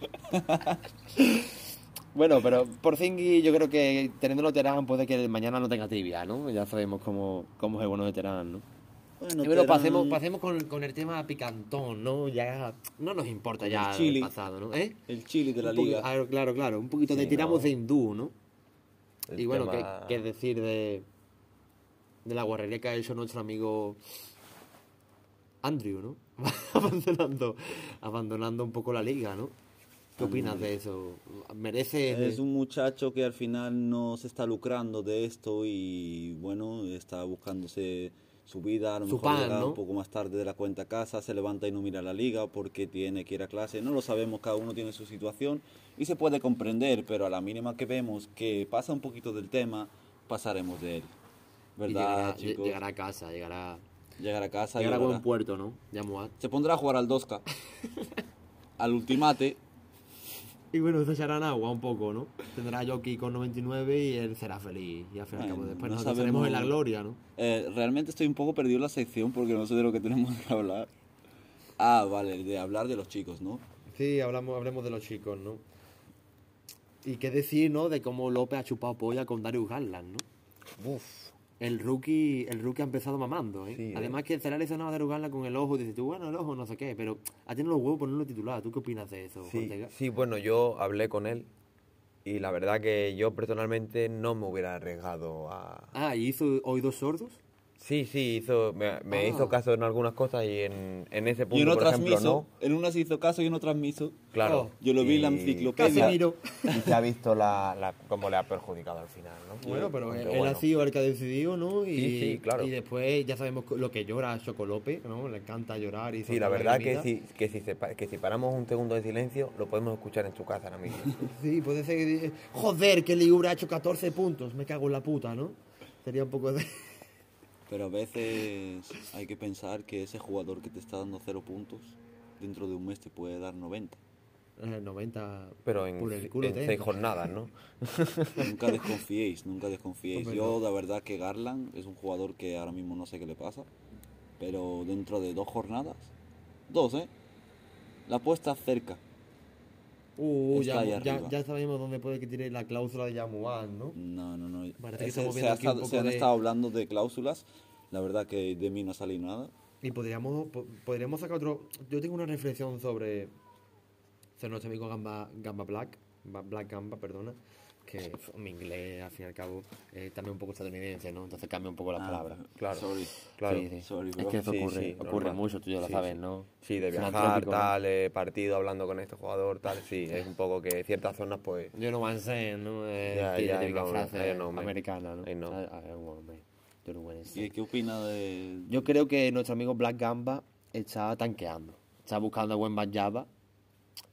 Speaker 6: bueno, pero por Zingui yo creo que teniéndolo Terán puede que mañana no tenga trivia, ¿no? Ya sabemos cómo, cómo es el bueno de Terán, ¿no?
Speaker 4: Bueno,
Speaker 6: Y bueno,
Speaker 4: Terán,
Speaker 6: pasemos, pasemos con, con el tema picantón, ¿no? Pues Ya no nos importa
Speaker 4: Con
Speaker 6: ya
Speaker 4: el
Speaker 6: el
Speaker 4: chili.
Speaker 6: pasado, ¿no? ¿Eh?
Speaker 4: El Chile de la
Speaker 6: Un poqui-
Speaker 4: liga.
Speaker 6: ah, claro, claro. Un poquito de
Speaker 5: Sí,
Speaker 6: tiramos
Speaker 5: ¿no?
Speaker 6: de hindú, ¿no?
Speaker 5: El
Speaker 6: y bueno, ¿qué-
Speaker 5: tema-
Speaker 6: ¿qué, decir de, de la guarrería que ha hecho nuestro amigo Andrew, ¿no? abandonando, abandonando un poco la liga, ¿no? ¿Qué opinas de eso? ¿Merece...?
Speaker 4: Es un muchacho que al final no se está lucrando de esto y bueno, está buscándose su vida, a lo
Speaker 6: Su
Speaker 4: mejor
Speaker 6: pan,
Speaker 4: llega
Speaker 6: ¿no?
Speaker 4: un poco más tarde de la cuenta a casa, se levanta y no mira la liga porque tiene que ir a clase, no lo sabemos, cada uno tiene su situación y se puede comprender, pero a la mínima que vemos que pasa un poquito del tema, pasaremos de él.
Speaker 6: y
Speaker 4: ¿Verdad,
Speaker 6: llegará, lle-
Speaker 4: chicos?
Speaker 6: llegará a casa, llegará,
Speaker 4: Llegar a casa
Speaker 6: llegará a
Speaker 4: llorará.
Speaker 6: buen puerto, ¿no? Ya Moat.
Speaker 4: Se pondrá a jugar al Dosca, al Ultimate,
Speaker 6: Y bueno, se echarán agua un poco, ¿no? Tendrá a Jockey con 99 y él será feliz. Y al fin y al cabo,
Speaker 4: Bueno,
Speaker 6: después
Speaker 4: Eh, no
Speaker 6: nos
Speaker 4: sabemos-
Speaker 6: estaremos en la gloria, ¿no?
Speaker 4: Eh, realmente estoy un poco perdido en la sección porque no sé de lo que tenemos que hablar. Ah, vale, de hablar de los chicos, ¿no?
Speaker 6: Sí, hablamos, hablemos de los chicos, ¿no? Y qué decir, ¿no? De cómo López ha chupado polla con Darius Garland, ¿no? El rookie, el rookie ha empezado mamando, ¿eh?
Speaker 5: Sí, ¿eh?
Speaker 6: Además que se le ha lesionado a Darius Garland con el ojo. Dices tú, bueno, el ojo, no sé qué. Pero ha tenido los huevos ponerlo titular. ¿Tú qué opinas de eso,
Speaker 5: Sí,
Speaker 6: Ortega?
Speaker 5: sí, bueno, yo hablé con él y la verdad que yo personalmente no me hubiera arriesgado a...
Speaker 6: Ah, ¿y hizo oídos sordos?
Speaker 5: Sí, sí, hizo, me, me
Speaker 6: Ah.
Speaker 5: hizo caso en algunas cosas y en, en ese
Speaker 4: y
Speaker 5: punto,
Speaker 4: uno
Speaker 5: por
Speaker 4: transmiso.
Speaker 5: ejemplo, no.
Speaker 4: En una se hizo caso y uno transmiso.
Speaker 5: Claro. Eh,
Speaker 6: Oh,
Speaker 4: yo lo vi en la
Speaker 5: Y-
Speaker 4: enciclopedia.
Speaker 6: Casemiro.
Speaker 5: Y se ha visto la, la- cómo le ha perjudicado al final, ¿no?
Speaker 6: Bueno, pero
Speaker 5: Aunque
Speaker 6: él,
Speaker 5: bueno.
Speaker 6: ha sido el que ha decidido, ¿no? Y,
Speaker 5: Sí, sí, claro.
Speaker 6: y después ya sabemos lo que llora Choco López, ¿no? Le encanta llorar y
Speaker 5: Sí, la verdad que si, que, si se pa- que si paramos un segundo de silencio, lo podemos escuchar en su casa ahora mismo.
Speaker 6: Sí, puede ser que dice, joder, que Ligura ha hecho 14 puntos, me cago en la puta, ¿no? Sería un poco de...
Speaker 4: Pero a veces hay que pensar que ese jugador que te está dando cero puntos, dentro de un mes te puede dar 90.
Speaker 6: Eh, 90
Speaker 5: Pero en,
Speaker 6: por el culo
Speaker 5: en
Speaker 6: te
Speaker 5: seis
Speaker 6: entra.
Speaker 5: jornadas, ¿no?
Speaker 4: Nunca desconfiéis, nunca desconfiéis.
Speaker 6: Hombre,
Speaker 4: Yo, la verdad, que Garland es un jugador que ahora mismo no sé qué le pasa, pero dentro de dos jornadas, dos, ¿eh? La apuesta cerca.
Speaker 6: Uh,
Speaker 4: Está
Speaker 6: ya,
Speaker 4: ahí
Speaker 6: ya-
Speaker 4: arriba.
Speaker 6: ya sabemos dónde puede que tiene la cláusula de Yamuan, ¿no?
Speaker 4: No, no, no.
Speaker 6: Parece que
Speaker 4: Ese-
Speaker 6: estamos
Speaker 4: se,
Speaker 6: viendo
Speaker 4: ha
Speaker 6: aquí un
Speaker 4: estado-
Speaker 6: poco
Speaker 4: se han
Speaker 6: de-
Speaker 4: estado hablando de cláusulas. La verdad que de mí no ha salido nada.
Speaker 6: Y podríamos, po- podríamos sacar otro... Yo tengo una reflexión sobre, sobre nuestro amigo Gamba, Gamba Black, Ba- Black Gamba, perdona, que pf, mi inglés, al fin y al cabo, eh, también un poco estadounidense, ¿no? Entonces cambia un poco las
Speaker 4: Ah,
Speaker 6: palabras.
Speaker 5: Claro.
Speaker 4: Sorry.
Speaker 5: Claro.
Speaker 6: Sí, sí.
Speaker 4: Sorry,
Speaker 6: es
Speaker 4: bro.
Speaker 6: que eso
Speaker 5: Sí,
Speaker 6: ocurre,
Speaker 5: sí,
Speaker 6: ocurre
Speaker 5: normal.
Speaker 6: mucho, tú ya lo
Speaker 5: Sí,
Speaker 6: sabes,
Speaker 5: sí.
Speaker 6: ¿no?
Speaker 5: Sí, de viajar,
Speaker 6: Filantrópico, ¿no?
Speaker 5: tal, eh, partido hablando con este jugador, tal. Sí, es un poco que ciertas zonas, pues.
Speaker 6: You know what I'm saying, ¿no? Eh,
Speaker 5: Yeah,
Speaker 6: tiene
Speaker 5: yeah, I
Speaker 6: típica
Speaker 5: know,
Speaker 6: frase
Speaker 5: I know, man.
Speaker 6: americana, ¿no?
Speaker 5: I know.
Speaker 6: I know what, man. You know what I'm
Speaker 4: ¿Y
Speaker 6: saying.
Speaker 4: qué opina de.?
Speaker 6: Yo creo que nuestro amigo Black Gamba está tanqueando. Está buscando a buen Java,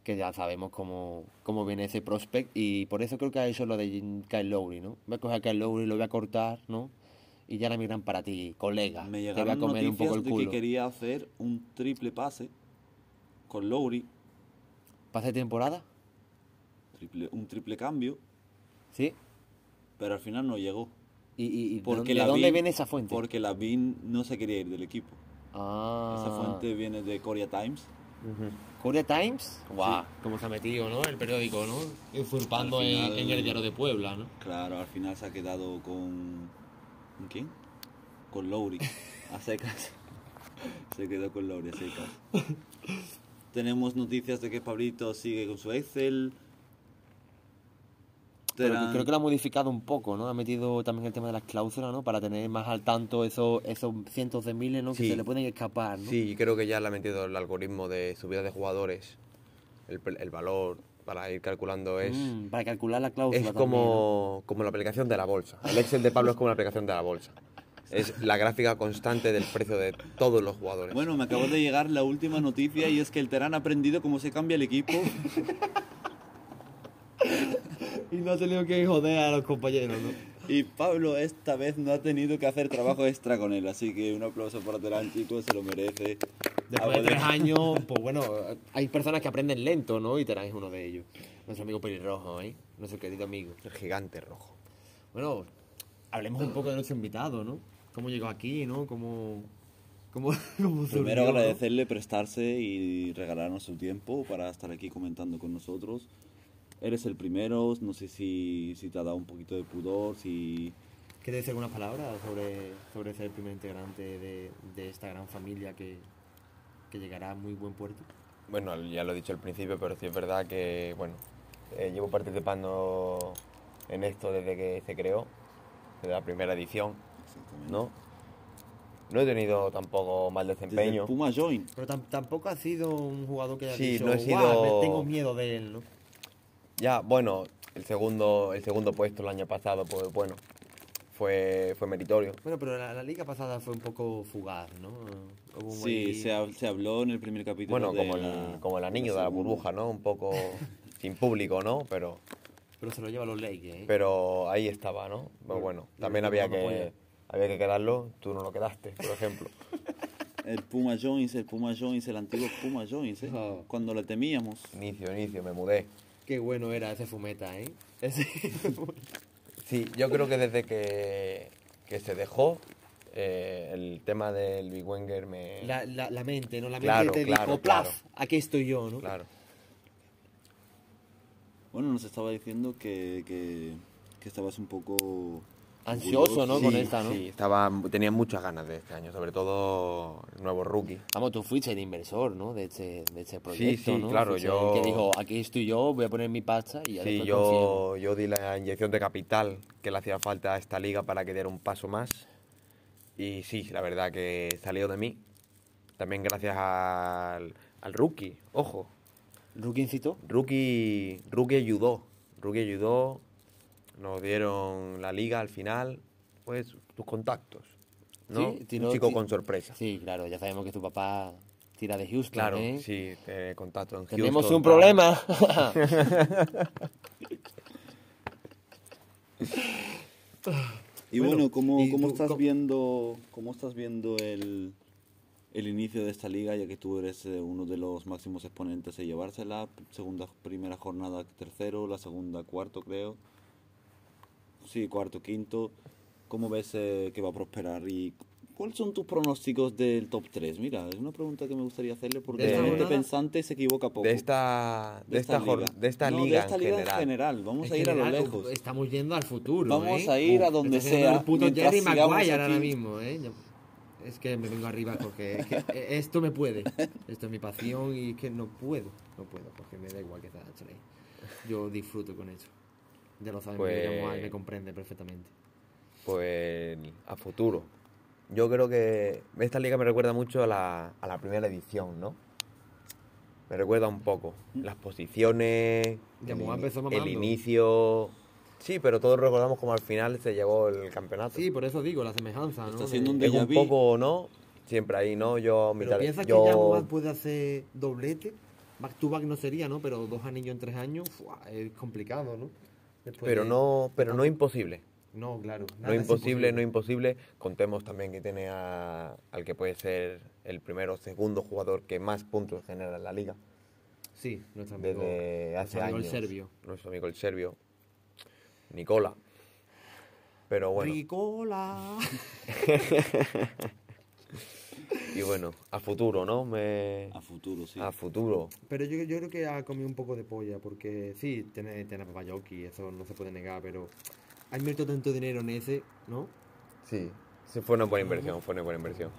Speaker 6: que ya sabemos cómo, cómo viene ese prospect. Y por eso creo que ha hecho lo de Jim- Kyle Lowry, ¿no? Voy a coger a Kyle Lowry, lo voy a cortar, ¿no? Y ya la migran para ti, colega.
Speaker 4: Me
Speaker 6: Ah, te voy a
Speaker 4: llegaron
Speaker 6: comer un
Speaker 4: noticias
Speaker 6: poco el
Speaker 4: de que
Speaker 6: culo.
Speaker 4: quería hacer un triple pase con Lowry,
Speaker 6: ¿Pase temporada?
Speaker 4: triple- un triple cambio,
Speaker 6: ¿Sí?
Speaker 4: pero al final no llegó.
Speaker 6: ¿Y, y, y de
Speaker 4: Porque
Speaker 6: dónde-
Speaker 4: la
Speaker 6: de dónde
Speaker 4: vi-
Speaker 6: viene esa fuente?
Speaker 4: Porque la Bean no se quería ir del equipo.
Speaker 6: Ah.
Speaker 4: Esa fuente viene de Korea Times.
Speaker 6: Corea Times, guau, cómo se ha metido, ¿no? El periódico, ¿no? Usurpando
Speaker 4: Al
Speaker 6: en,
Speaker 4: final-
Speaker 6: en el diario de Puebla, ¿no?
Speaker 4: Claro, al final se ha quedado con. ¿Con quién? Con Lowry. A secas. Se quedó con Lowry a secas. Tenemos noticias de que Pablito sigue con su Excel.
Speaker 6: Pero
Speaker 4: Terán-
Speaker 6: creo que lo ha modificado un poco, ¿no? Ha metido también el tema de las cláusulas, ¿no? Para tener más al tanto esos, esos cientos de miles, ¿no? Que
Speaker 5: Sí.
Speaker 6: se le pueden escapar, ¿no?
Speaker 5: Sí, creo que ya le ha metido el algoritmo de subida de jugadores, el, pre- el valor para ir calculando es.
Speaker 6: Mm, para calcular la cláusula
Speaker 5: Es
Speaker 6: también, ¿no?
Speaker 5: como, como la aplicación de la bolsa. El Excel de Pablo es como la aplicación de la bolsa. es la gráfica constante del precio de todos los jugadores.
Speaker 4: Bueno, me acabó de llegar la última noticia y es que el Terán ha aprendido cómo se cambia el equipo.
Speaker 6: Y no ha tenido que joder a los compañeros, ¿no?
Speaker 4: Y Pablo esta vez no ha tenido que hacer trabajo extra con él, así que un aplauso para Terán, chicos, se lo merece. A
Speaker 6: Después de
Speaker 5: Ah,
Speaker 4: poder-
Speaker 6: tres años, pues bueno, hay personas que aprenden lento, ¿no? Y Terán es uno de ellos. Nuestro amigo pelirrojo, ¿eh? Nuestro querido amigo.
Speaker 5: El gigante rojo.
Speaker 6: Bueno, hablemos un poco de nuestro invitado, ¿no? Cómo llegó aquí, ¿no? Cómo... cómo, cómo
Speaker 4: Primero
Speaker 6: surgió, ¿no?
Speaker 4: agradecerle prestarse y regalarnos su tiempo para estar aquí comentando con nosotros. Eres el primero, no sé si, si te ha dado un poquito de pudor, si...
Speaker 6: ¿Quieres decir algunas palabras sobre, sobre ser el primer integrante de, de esta gran familia que, que llegará a muy buen puerto?
Speaker 5: Bueno, ya lo he dicho al principio, pero sí es verdad que, bueno, eh, llevo participando en esto desde que se creó, desde la primera edición, ¿no? No he tenido tampoco mal
Speaker 4: Desde
Speaker 5: desempeño.
Speaker 4: Puma Join.
Speaker 6: Pero tam- tampoco ha sido un jugador que haya
Speaker 5: Sí,
Speaker 6: dicho,
Speaker 5: no he
Speaker 6: "Guau,
Speaker 5: sido-
Speaker 6: me tengo miedo de él, ¿no?
Speaker 5: Ya, bueno, el segundo, el segundo puesto el año pasado, pues bueno, fue, fue meritorio.
Speaker 6: Bueno, pero la, la liga pasada fue un poco fugaz, ¿no? Hubo un
Speaker 4: Sí,
Speaker 6: ahí-
Speaker 4: se, hab- se habló en el primer capítulo.
Speaker 5: Bueno,
Speaker 4: de
Speaker 5: como el,
Speaker 4: la-
Speaker 5: como el anillo
Speaker 4: la
Speaker 5: de la
Speaker 4: segunda.
Speaker 5: burbuja, ¿no? Un poco sin público, ¿no? Pero,
Speaker 6: Pero se lo lleva los Lakers, ¿eh?
Speaker 5: pero ahí estaba, ¿no? Pero bueno, también había
Speaker 6: no apoya.
Speaker 5: que, había que quedarlo, tú no lo quedaste, por ejemplo.
Speaker 4: El Puma Joins, el Puma Joins, el antiguo Puma Joins, ¿eh?
Speaker 6: Ah.
Speaker 4: Cuando lo temíamos.
Speaker 5: Inicio, inicio, me mudé.
Speaker 6: Qué bueno era ese fumeta, ¿eh? Ese...
Speaker 5: Sí, yo creo que desde que, que se dejó, eh, el tema del Big Wenger me...
Speaker 6: la, la, la mente, ¿no? La mente
Speaker 5: Claro,
Speaker 6: te
Speaker 5: claro,
Speaker 6: dijo,
Speaker 5: claro.
Speaker 6: "Plaf, aquí estoy yo, ¿no?
Speaker 5: Claro.
Speaker 4: Bueno, nos estaba diciendo que, que, que estabas un poco...
Speaker 7: Ansioso, ¿no?
Speaker 5: Sí,
Speaker 7: Con esta, ¿no?
Speaker 5: sí, estaba, tenía muchas ganas de este año, sobre todo el nuevo rookie.
Speaker 7: Vamos, tú fuiste el inversor, ¿no? De este, de este
Speaker 5: Sí,
Speaker 7: proyecto,
Speaker 5: sí,
Speaker 7: ¿no?
Speaker 5: claro,
Speaker 7: Fuiste
Speaker 5: yo-
Speaker 7: el que dijo, aquí estoy yo, voy a poner mi pasta y ya
Speaker 5: Sí,
Speaker 7: después
Speaker 5: yo, yo di la inyección de capital que le hacía falta a esta liga para que diera un paso más. Y sí, la verdad que salió de mí. También gracias al, al rookie, ojo.
Speaker 7: ¿Rukincito?
Speaker 5: Rookie, rookie ayudó. Rookie ayudó. Nos dieron la liga al final. Pues tus contactos. ¿no?
Speaker 7: Sí, tiró-
Speaker 5: un chico
Speaker 7: ti-
Speaker 5: con sorpresa.
Speaker 7: Sí, claro, ya sabemos que tu papá tira de Houston,
Speaker 5: claro,
Speaker 7: ¿eh?
Speaker 5: sí, eh, contacto en
Speaker 7: Tenemos
Speaker 5: Houston,
Speaker 7: un
Speaker 5: tal.
Speaker 7: problema.
Speaker 4: Y bueno, ¿cómo,
Speaker 6: ¿y
Speaker 4: cómo
Speaker 6: tú
Speaker 4: estás
Speaker 6: cómo-
Speaker 4: viendo, cómo estás viendo el, el inicio de esta liga, ya que tú eres eh, uno de los máximos exponentes de llevársela? Segunda, primera jornada, tercero, la segunda, cuarto, creo. Sí, cuarto, quinto. ¿Cómo ves eh, que va a prosperar? ¿Y cuáles son tus pronósticos del top 3? Mira, es una pregunta que me gustaría hacerle porque
Speaker 5: ¿De esta
Speaker 4: la gente
Speaker 6: jornada?
Speaker 4: pensante se equivoca poco.
Speaker 5: De esta, de esta, jor- de esta
Speaker 4: No,
Speaker 5: liga,
Speaker 4: de esta
Speaker 5: en
Speaker 4: liga
Speaker 5: general.
Speaker 4: en general. Vamos
Speaker 6: Es
Speaker 4: a
Speaker 6: que
Speaker 4: ir a lo
Speaker 6: mira,
Speaker 4: lejos.
Speaker 6: Estamos yendo al futuro.
Speaker 4: Vamos
Speaker 6: ¿eh?
Speaker 4: a ir a donde
Speaker 6: Estás siendo
Speaker 4: sea,
Speaker 6: El puto
Speaker 4: mientras
Speaker 6: Jerry
Speaker 4: sigamos
Speaker 6: Maguire ahora
Speaker 4: aquí.
Speaker 6: mismo, ¿eh? Yo- Es que me vengo arriba porque es que, eh, esto me puede. Esto es mi pasión y es que no puedo. No puedo porque me da igual que tal. chale. Yo disfruto con eso. Ya lo saben, mi
Speaker 5: Pues-
Speaker 6: amigo Moai me comprende perfectamente.
Speaker 5: Pues a futuro. Yo creo que esta liga me recuerda mucho a la, a la primera edición, ¿no? Me recuerda un poco. Las posiciones,
Speaker 6: Mm. Ya
Speaker 5: el,
Speaker 6: Moa
Speaker 5: ini-
Speaker 6: empezó
Speaker 5: el
Speaker 6: mamando.
Speaker 5: inicio. Sí, pero todos recordamos como al final se llevó el campeonato.
Speaker 6: Sí, por eso digo, la semejanza, ¿no?
Speaker 4: Está siendo un
Speaker 6: De-
Speaker 5: es
Speaker 4: déjà
Speaker 5: un
Speaker 4: vu.
Speaker 5: poco, ¿no? Siempre ahí, ¿no? Yo,
Speaker 6: Pero
Speaker 5: mitad-
Speaker 6: piensas
Speaker 5: yo-
Speaker 6: que ya Moa puede hacer doblete. Back to back no sería, ¿no? Pero dos anillos en tres años, ¡fua! es complicado, ¿no? Después
Speaker 5: pero
Speaker 6: Pues de-
Speaker 5: no, pero no imposible.
Speaker 6: No, claro.
Speaker 5: No imposible, no imposible. Contemos también que tiene a- al que puede ser el primero o segundo jugador que más puntos genera en la liga.
Speaker 6: Sí, nuestro amigo.
Speaker 5: desde hace
Speaker 6: amigo el
Speaker 5: años.
Speaker 6: serbio.
Speaker 5: Nuestro amigo el serbio, Nicola. Pero bueno,
Speaker 6: Ricola.
Speaker 5: y bueno, a futuro, ¿no? Me...
Speaker 4: A futuro, sí.
Speaker 5: A futuro.
Speaker 6: Pero yo, yo creo que ha comido un poco de polla, porque sí, tiene, tiene a Papayoki, eso no se puede negar, pero ha invertido tanto dinero en ese, ¿no?
Speaker 5: Sí. Fue una buena inversión, fue una buena inversión.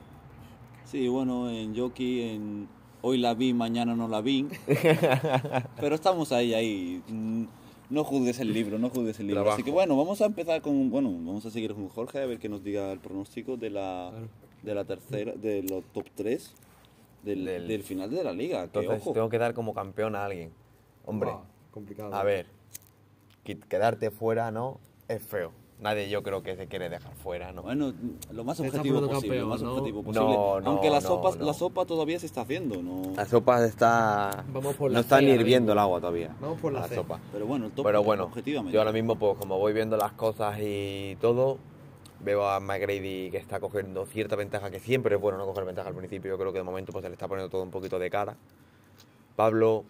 Speaker 4: Sí, bueno, en Yoki, en hoy la vi, mañana no la vi. Pero estamos ahí, ahí. Mm, No juzgues el libro, no juzgues el libro.
Speaker 5: Trabajo.
Speaker 4: Así que bueno, vamos a empezar con, bueno, vamos a seguir con Jorge a ver que nos diga el pronóstico de la, de la tercera, de los top 3 del,
Speaker 5: Del-
Speaker 4: del final de la liga. Que
Speaker 5: Entonces
Speaker 4: ojo,
Speaker 5: tengo que dar como campeón a alguien. Hombre,
Speaker 6: Buah, Ah, complicado.
Speaker 5: a ver, qui- quedarte fuera, ¿no? Es feo. nadie yo creo que se quiere dejar fuera, ¿no?
Speaker 4: Bueno, lo más
Speaker 3: Está
Speaker 4: objetivo
Speaker 3: poniendo
Speaker 4: posible,
Speaker 3: campeón,
Speaker 4: lo más
Speaker 3: ¿no?
Speaker 4: objetivo
Speaker 5: No,
Speaker 4: posible.
Speaker 5: no,
Speaker 4: Aunque la
Speaker 5: no,
Speaker 4: sopa,
Speaker 5: no.
Speaker 4: la sopa todavía se está haciendo, ¿no.
Speaker 5: La sopa está...
Speaker 3: Vamos por la
Speaker 5: no está ni
Speaker 3: cera,
Speaker 5: hirviendo el agua todavía.
Speaker 3: Vamos por la cera.
Speaker 5: sopa.
Speaker 4: Pero bueno, el top,
Speaker 5: Pero bueno,
Speaker 4: objetivamente.
Speaker 5: yo ahora mismo, pues como voy viendo las cosas y todo, veo a McGrady que está cogiendo cierta ventaja, que siempre es bueno no coger ventaja al principio. Yo creo que de momento pues se le está poniendo todo un poquito de cara. Pablo,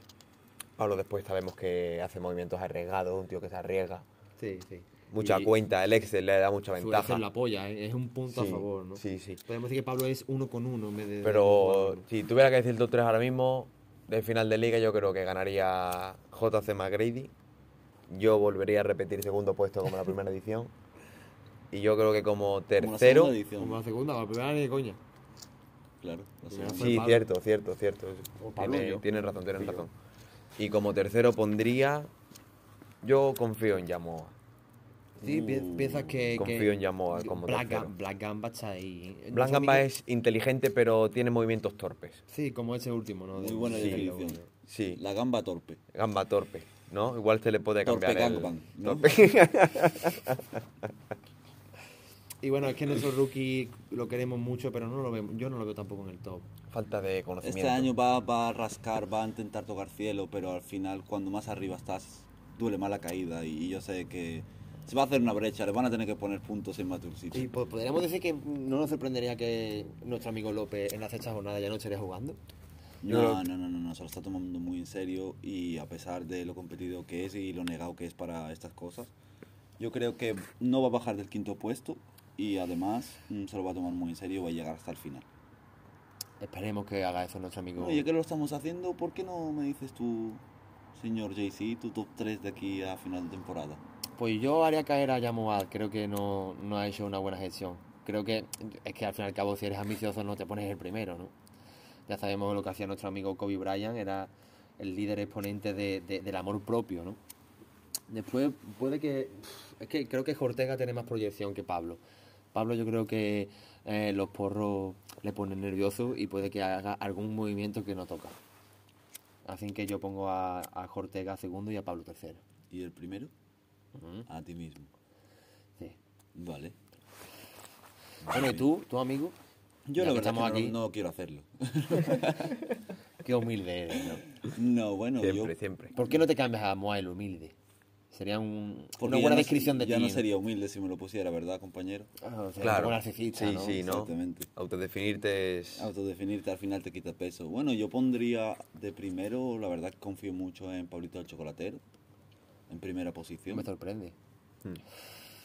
Speaker 5: Pablo después sabemos que hace movimientos arriesgados, un tío que se arriesga.
Speaker 3: Sí, sí.
Speaker 5: Mucha
Speaker 3: Y
Speaker 5: cuenta, el Excel le da mucha
Speaker 3: suele
Speaker 5: ventaja.
Speaker 3: ser la polla, ¿eh? es un punto a
Speaker 5: Sí,
Speaker 3: favor, ¿no?
Speaker 5: Sí, sí.
Speaker 3: Podemos decir que Pablo es uno con uno en vez de.
Speaker 5: Pero si tuviera que decir el top 3 ahora mismo, de final de liga, yo creo que ganaría JC McGrady. Yo volvería a repetir segundo puesto como la primera edición. Y yo creo que como
Speaker 4: Como la segunda
Speaker 5: tercero.
Speaker 4: edición,
Speaker 3: Como la segunda, la primera ni de coña.
Speaker 4: Claro, la
Speaker 3: Primera
Speaker 4: segunda.
Speaker 3: fue
Speaker 5: Sí,
Speaker 3: Pablo.
Speaker 5: cierto, cierto, cierto.
Speaker 3: O Pablo,
Speaker 5: Tiene,
Speaker 3: yo.
Speaker 5: tienen razón, tienen razón. Y como tercero pondría. Yo confío en Yamoa.
Speaker 3: Sí, pi-
Speaker 4: Uh,
Speaker 3: piensas que.
Speaker 5: confío
Speaker 3: que
Speaker 5: en Yamoa como
Speaker 3: Black,
Speaker 5: tercero.
Speaker 3: Gam- Black Gamba está ahí. ¿eh? Nosotros
Speaker 5: Black Gamba
Speaker 3: dije-
Speaker 5: es inteligente, pero tiene movimientos torpes.
Speaker 3: Sí, como ese último, ¿no?
Speaker 4: Muy
Speaker 3: De-
Speaker 4: buena
Speaker 3: sí,
Speaker 4: definición.
Speaker 3: lo-
Speaker 5: Sí,
Speaker 4: La gamba torpe.
Speaker 5: Gamba torpe, ¿no? Igual se le puede
Speaker 4: Torpe
Speaker 5: cambiar. el-
Speaker 4: gangbang, ¿no?
Speaker 3: Y bueno, es que nuestro rookie lo queremos mucho, pero no lo vemos, yo no lo veo tampoco en el top.
Speaker 5: Falta de
Speaker 3: Pues
Speaker 5: conocimiento.
Speaker 4: Este año va, va a rascar, va a intentar tocar cielo, pero al final, cuando más arriba estás, duele más la caída. Y yo sé que se va a hacer una brecha, le van a tener que poner puntos en Matur City.
Speaker 3: Y po- pues, podríamos decir que no nos sorprendería que nuestro amigo López en la sexta jornada ya no estaría jugando.
Speaker 4: No, no, no, no, no, se lo está tomando muy en serio y a pesar de lo competido que es y lo negado que es para estas cosas, yo creo que no va a bajar del quinto puesto y además mm, se lo va a tomar muy en serio y va a llegar hasta el final.
Speaker 3: Esperemos que haga eso nuestro amigo.
Speaker 4: Oye, que lo estamos haciendo, ¿por qué no me dices tú, señor JC, tu top 3 de aquí a final de temporada?
Speaker 3: Pues yo haría caer a Yamoad, creo que no, no ha hecho una buena gestión. Creo que es que al fin y al cabo si eres ambicioso no te pones el primero, ¿no? Ya sabemos lo que hacía nuestro amigo Kobe Bryant, era el líder exponente de- de- del amor propio, ¿no? Después puede que... Es que creo que Ortega tiene más proyección que Pablo. Pablo yo creo que eh, los porros le ponen nervioso y puede que haga algún movimiento que no toca. Así que yo pongo a, a Ortega segundo y a Pablo tercero.
Speaker 4: ¿Y el primero? A ti mismo.
Speaker 3: Sí.
Speaker 4: Vale.
Speaker 3: Bueno, ¿y tú, tu amigo?
Speaker 4: Yo
Speaker 3: Ya que
Speaker 4: la verdad es
Speaker 3: estamos
Speaker 4: que
Speaker 3: aquí,
Speaker 4: no, no quiero hacerlo.
Speaker 3: qué humilde eres, ¿no?
Speaker 4: No, bueno, yo...
Speaker 5: Siempre, siempre.
Speaker 3: ¿Por qué no te cambias a Moa el humilde? Sería un,
Speaker 4: porque
Speaker 3: una
Speaker 4: ya
Speaker 3: buena
Speaker 4: no-
Speaker 3: descripción de ti.
Speaker 4: Ya no sería humilde si me lo pusiera, ¿verdad, compañero?
Speaker 3: Ah, o sea,
Speaker 5: Claro.
Speaker 3: un poco narcisista,
Speaker 5: sí,
Speaker 3: ¿no?
Speaker 5: sí, ¿no?
Speaker 4: Exactamente.
Speaker 5: Autodefinirte es...
Speaker 4: Autodefinirte al final te quita peso. Bueno, yo pondría de primero, la verdad que confío mucho en Pablito el Chocolatero, en primera posición.
Speaker 3: Me sorprende.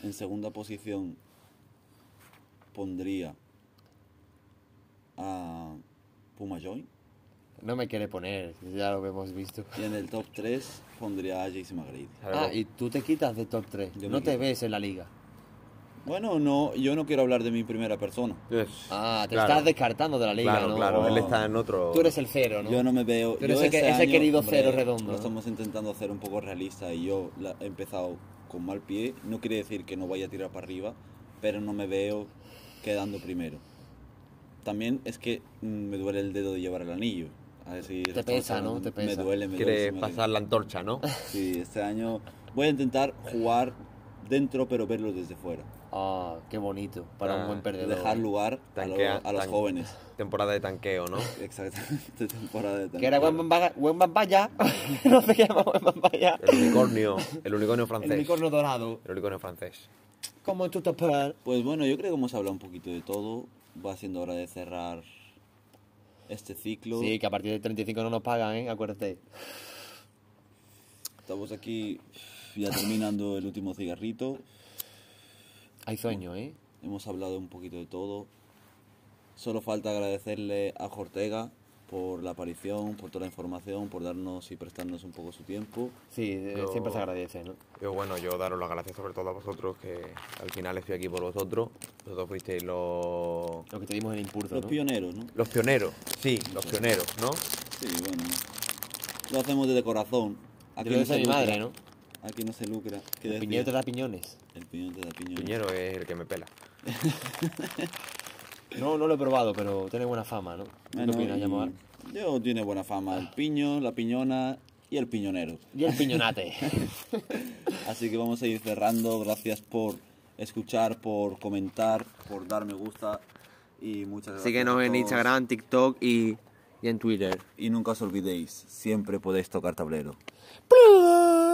Speaker 4: En segunda posición pondría a Puma Joy.
Speaker 3: No me quiere poner, ya lo hemos visto.
Speaker 4: Y en el top 3 pondría a Jason McGrady.
Speaker 5: Sabemos.
Speaker 3: Ah, y tú te quitas de top 3.
Speaker 4: Yo me
Speaker 3: no te
Speaker 4: quito.
Speaker 3: ves en la liga.
Speaker 4: Bueno, no, yo no quiero hablar de mi primera persona.
Speaker 5: Es-
Speaker 3: Ah, te
Speaker 5: claro,
Speaker 3: estás descartando de la liga,
Speaker 5: Claro,
Speaker 3: ¿no?
Speaker 5: claro. Él
Speaker 4: No.
Speaker 5: está en otro...
Speaker 3: Tú eres el cero, ¿no?
Speaker 4: Yo no me veo.
Speaker 3: Pero
Speaker 4: yo
Speaker 3: ese que-
Speaker 4: este
Speaker 3: ese
Speaker 4: año,
Speaker 3: querido
Speaker 4: hombre,
Speaker 3: cero redondo,
Speaker 4: Lo
Speaker 3: ¿no?
Speaker 4: estamos intentando hacer un poco realista y yo la- he empezado con mal pie. No quiere decir que no vaya a tirar para arriba, pero no me veo quedando primero. También es que mm, me duele el dedo de llevar el anillo. A ver si
Speaker 3: Te pesa, ¿no? Te
Speaker 4: Me
Speaker 3: pesa.
Speaker 4: duele, me duele.
Speaker 5: Quiere
Speaker 4: sí me duele.
Speaker 5: pasar la antorcha, ¿no?
Speaker 4: Sí, este año voy a intentar jugar dentro, pero verlo desde fuera.
Speaker 3: Ah, qué bonito, para
Speaker 5: Ah,
Speaker 3: un buen perdedor.
Speaker 4: Dejar lugar a, lo-
Speaker 5: Tanquea-
Speaker 4: a los
Speaker 5: tan-
Speaker 4: jóvenes.
Speaker 5: Temporada de tanqueo, ¿no?
Speaker 4: Exactamente, temporada de
Speaker 3: Que era
Speaker 4: tanqueo.
Speaker 3: buen Bamba- buen Bambaya. no se llama buen Bambaya.
Speaker 5: El unicornio. El unicornio francés.
Speaker 3: El unicornio dorado.
Speaker 5: El unicornio francés.
Speaker 3: Como tú te esperas.
Speaker 4: Pues bueno, yo creo que hemos hablado un poquito de todo. Va siendo hora de cerrar este ciclo.
Speaker 3: Sí, que a partir de 35 no nos pagan, ¿eh? Acuérdate.
Speaker 4: Estamos aquí ya terminando el último cigarrito.
Speaker 3: Hay sueño, ¿eh?
Speaker 4: Hemos hablado un poquito de todo. Solo falta agradecerle a Ortega por la aparición, por toda la información, por darnos y prestarnos un poco su tiempo.
Speaker 3: Sí, eh,
Speaker 5: Yo-
Speaker 3: siempre se agradece, ¿no?
Speaker 5: Yo, bueno, yo daros las gracias sobre todo a vosotros, que al final estoy aquí por vosotros. Vosotros fuisteis los...
Speaker 3: Lo que te dimos el impulso,
Speaker 4: Los
Speaker 3: ¿no?
Speaker 4: pioneros, ¿no?
Speaker 5: Los pioneros. Sí, los pioneros, ¿no?
Speaker 4: Sí, bueno. Lo hacemos desde corazón.
Speaker 3: Yo lo decía a mi
Speaker 4: lucra.
Speaker 3: madre, ¿no?
Speaker 4: Aquí no se lucra. ¿Qué
Speaker 3: El
Speaker 4: decía?
Speaker 3: piñón te da piñones.
Speaker 4: El piñón te da piñón.
Speaker 5: Piñero es el que me pela.
Speaker 3: No, no lo he probado, pero tiene buena fama, ¿no? ¿Tú
Speaker 4: Bueno,
Speaker 3: ¿Qué opinas,
Speaker 4: y-
Speaker 3: Yamoar?
Speaker 4: Yo tiene buena fama el piño, la piñona y el piñonero.
Speaker 3: Y el piñonate.
Speaker 4: Así que vamos a ir cerrando. Gracias por
Speaker 1: escuchar, por comentar, por dar me gusta y muchas gracias.
Speaker 4: Síguenos
Speaker 1: a
Speaker 4: en
Speaker 1: todos.
Speaker 4: Instagram, TikTok y, y en Twitter.
Speaker 1: Y nunca os olvidéis, siempre podéis tocar tablero.
Speaker 4: ¡Plum!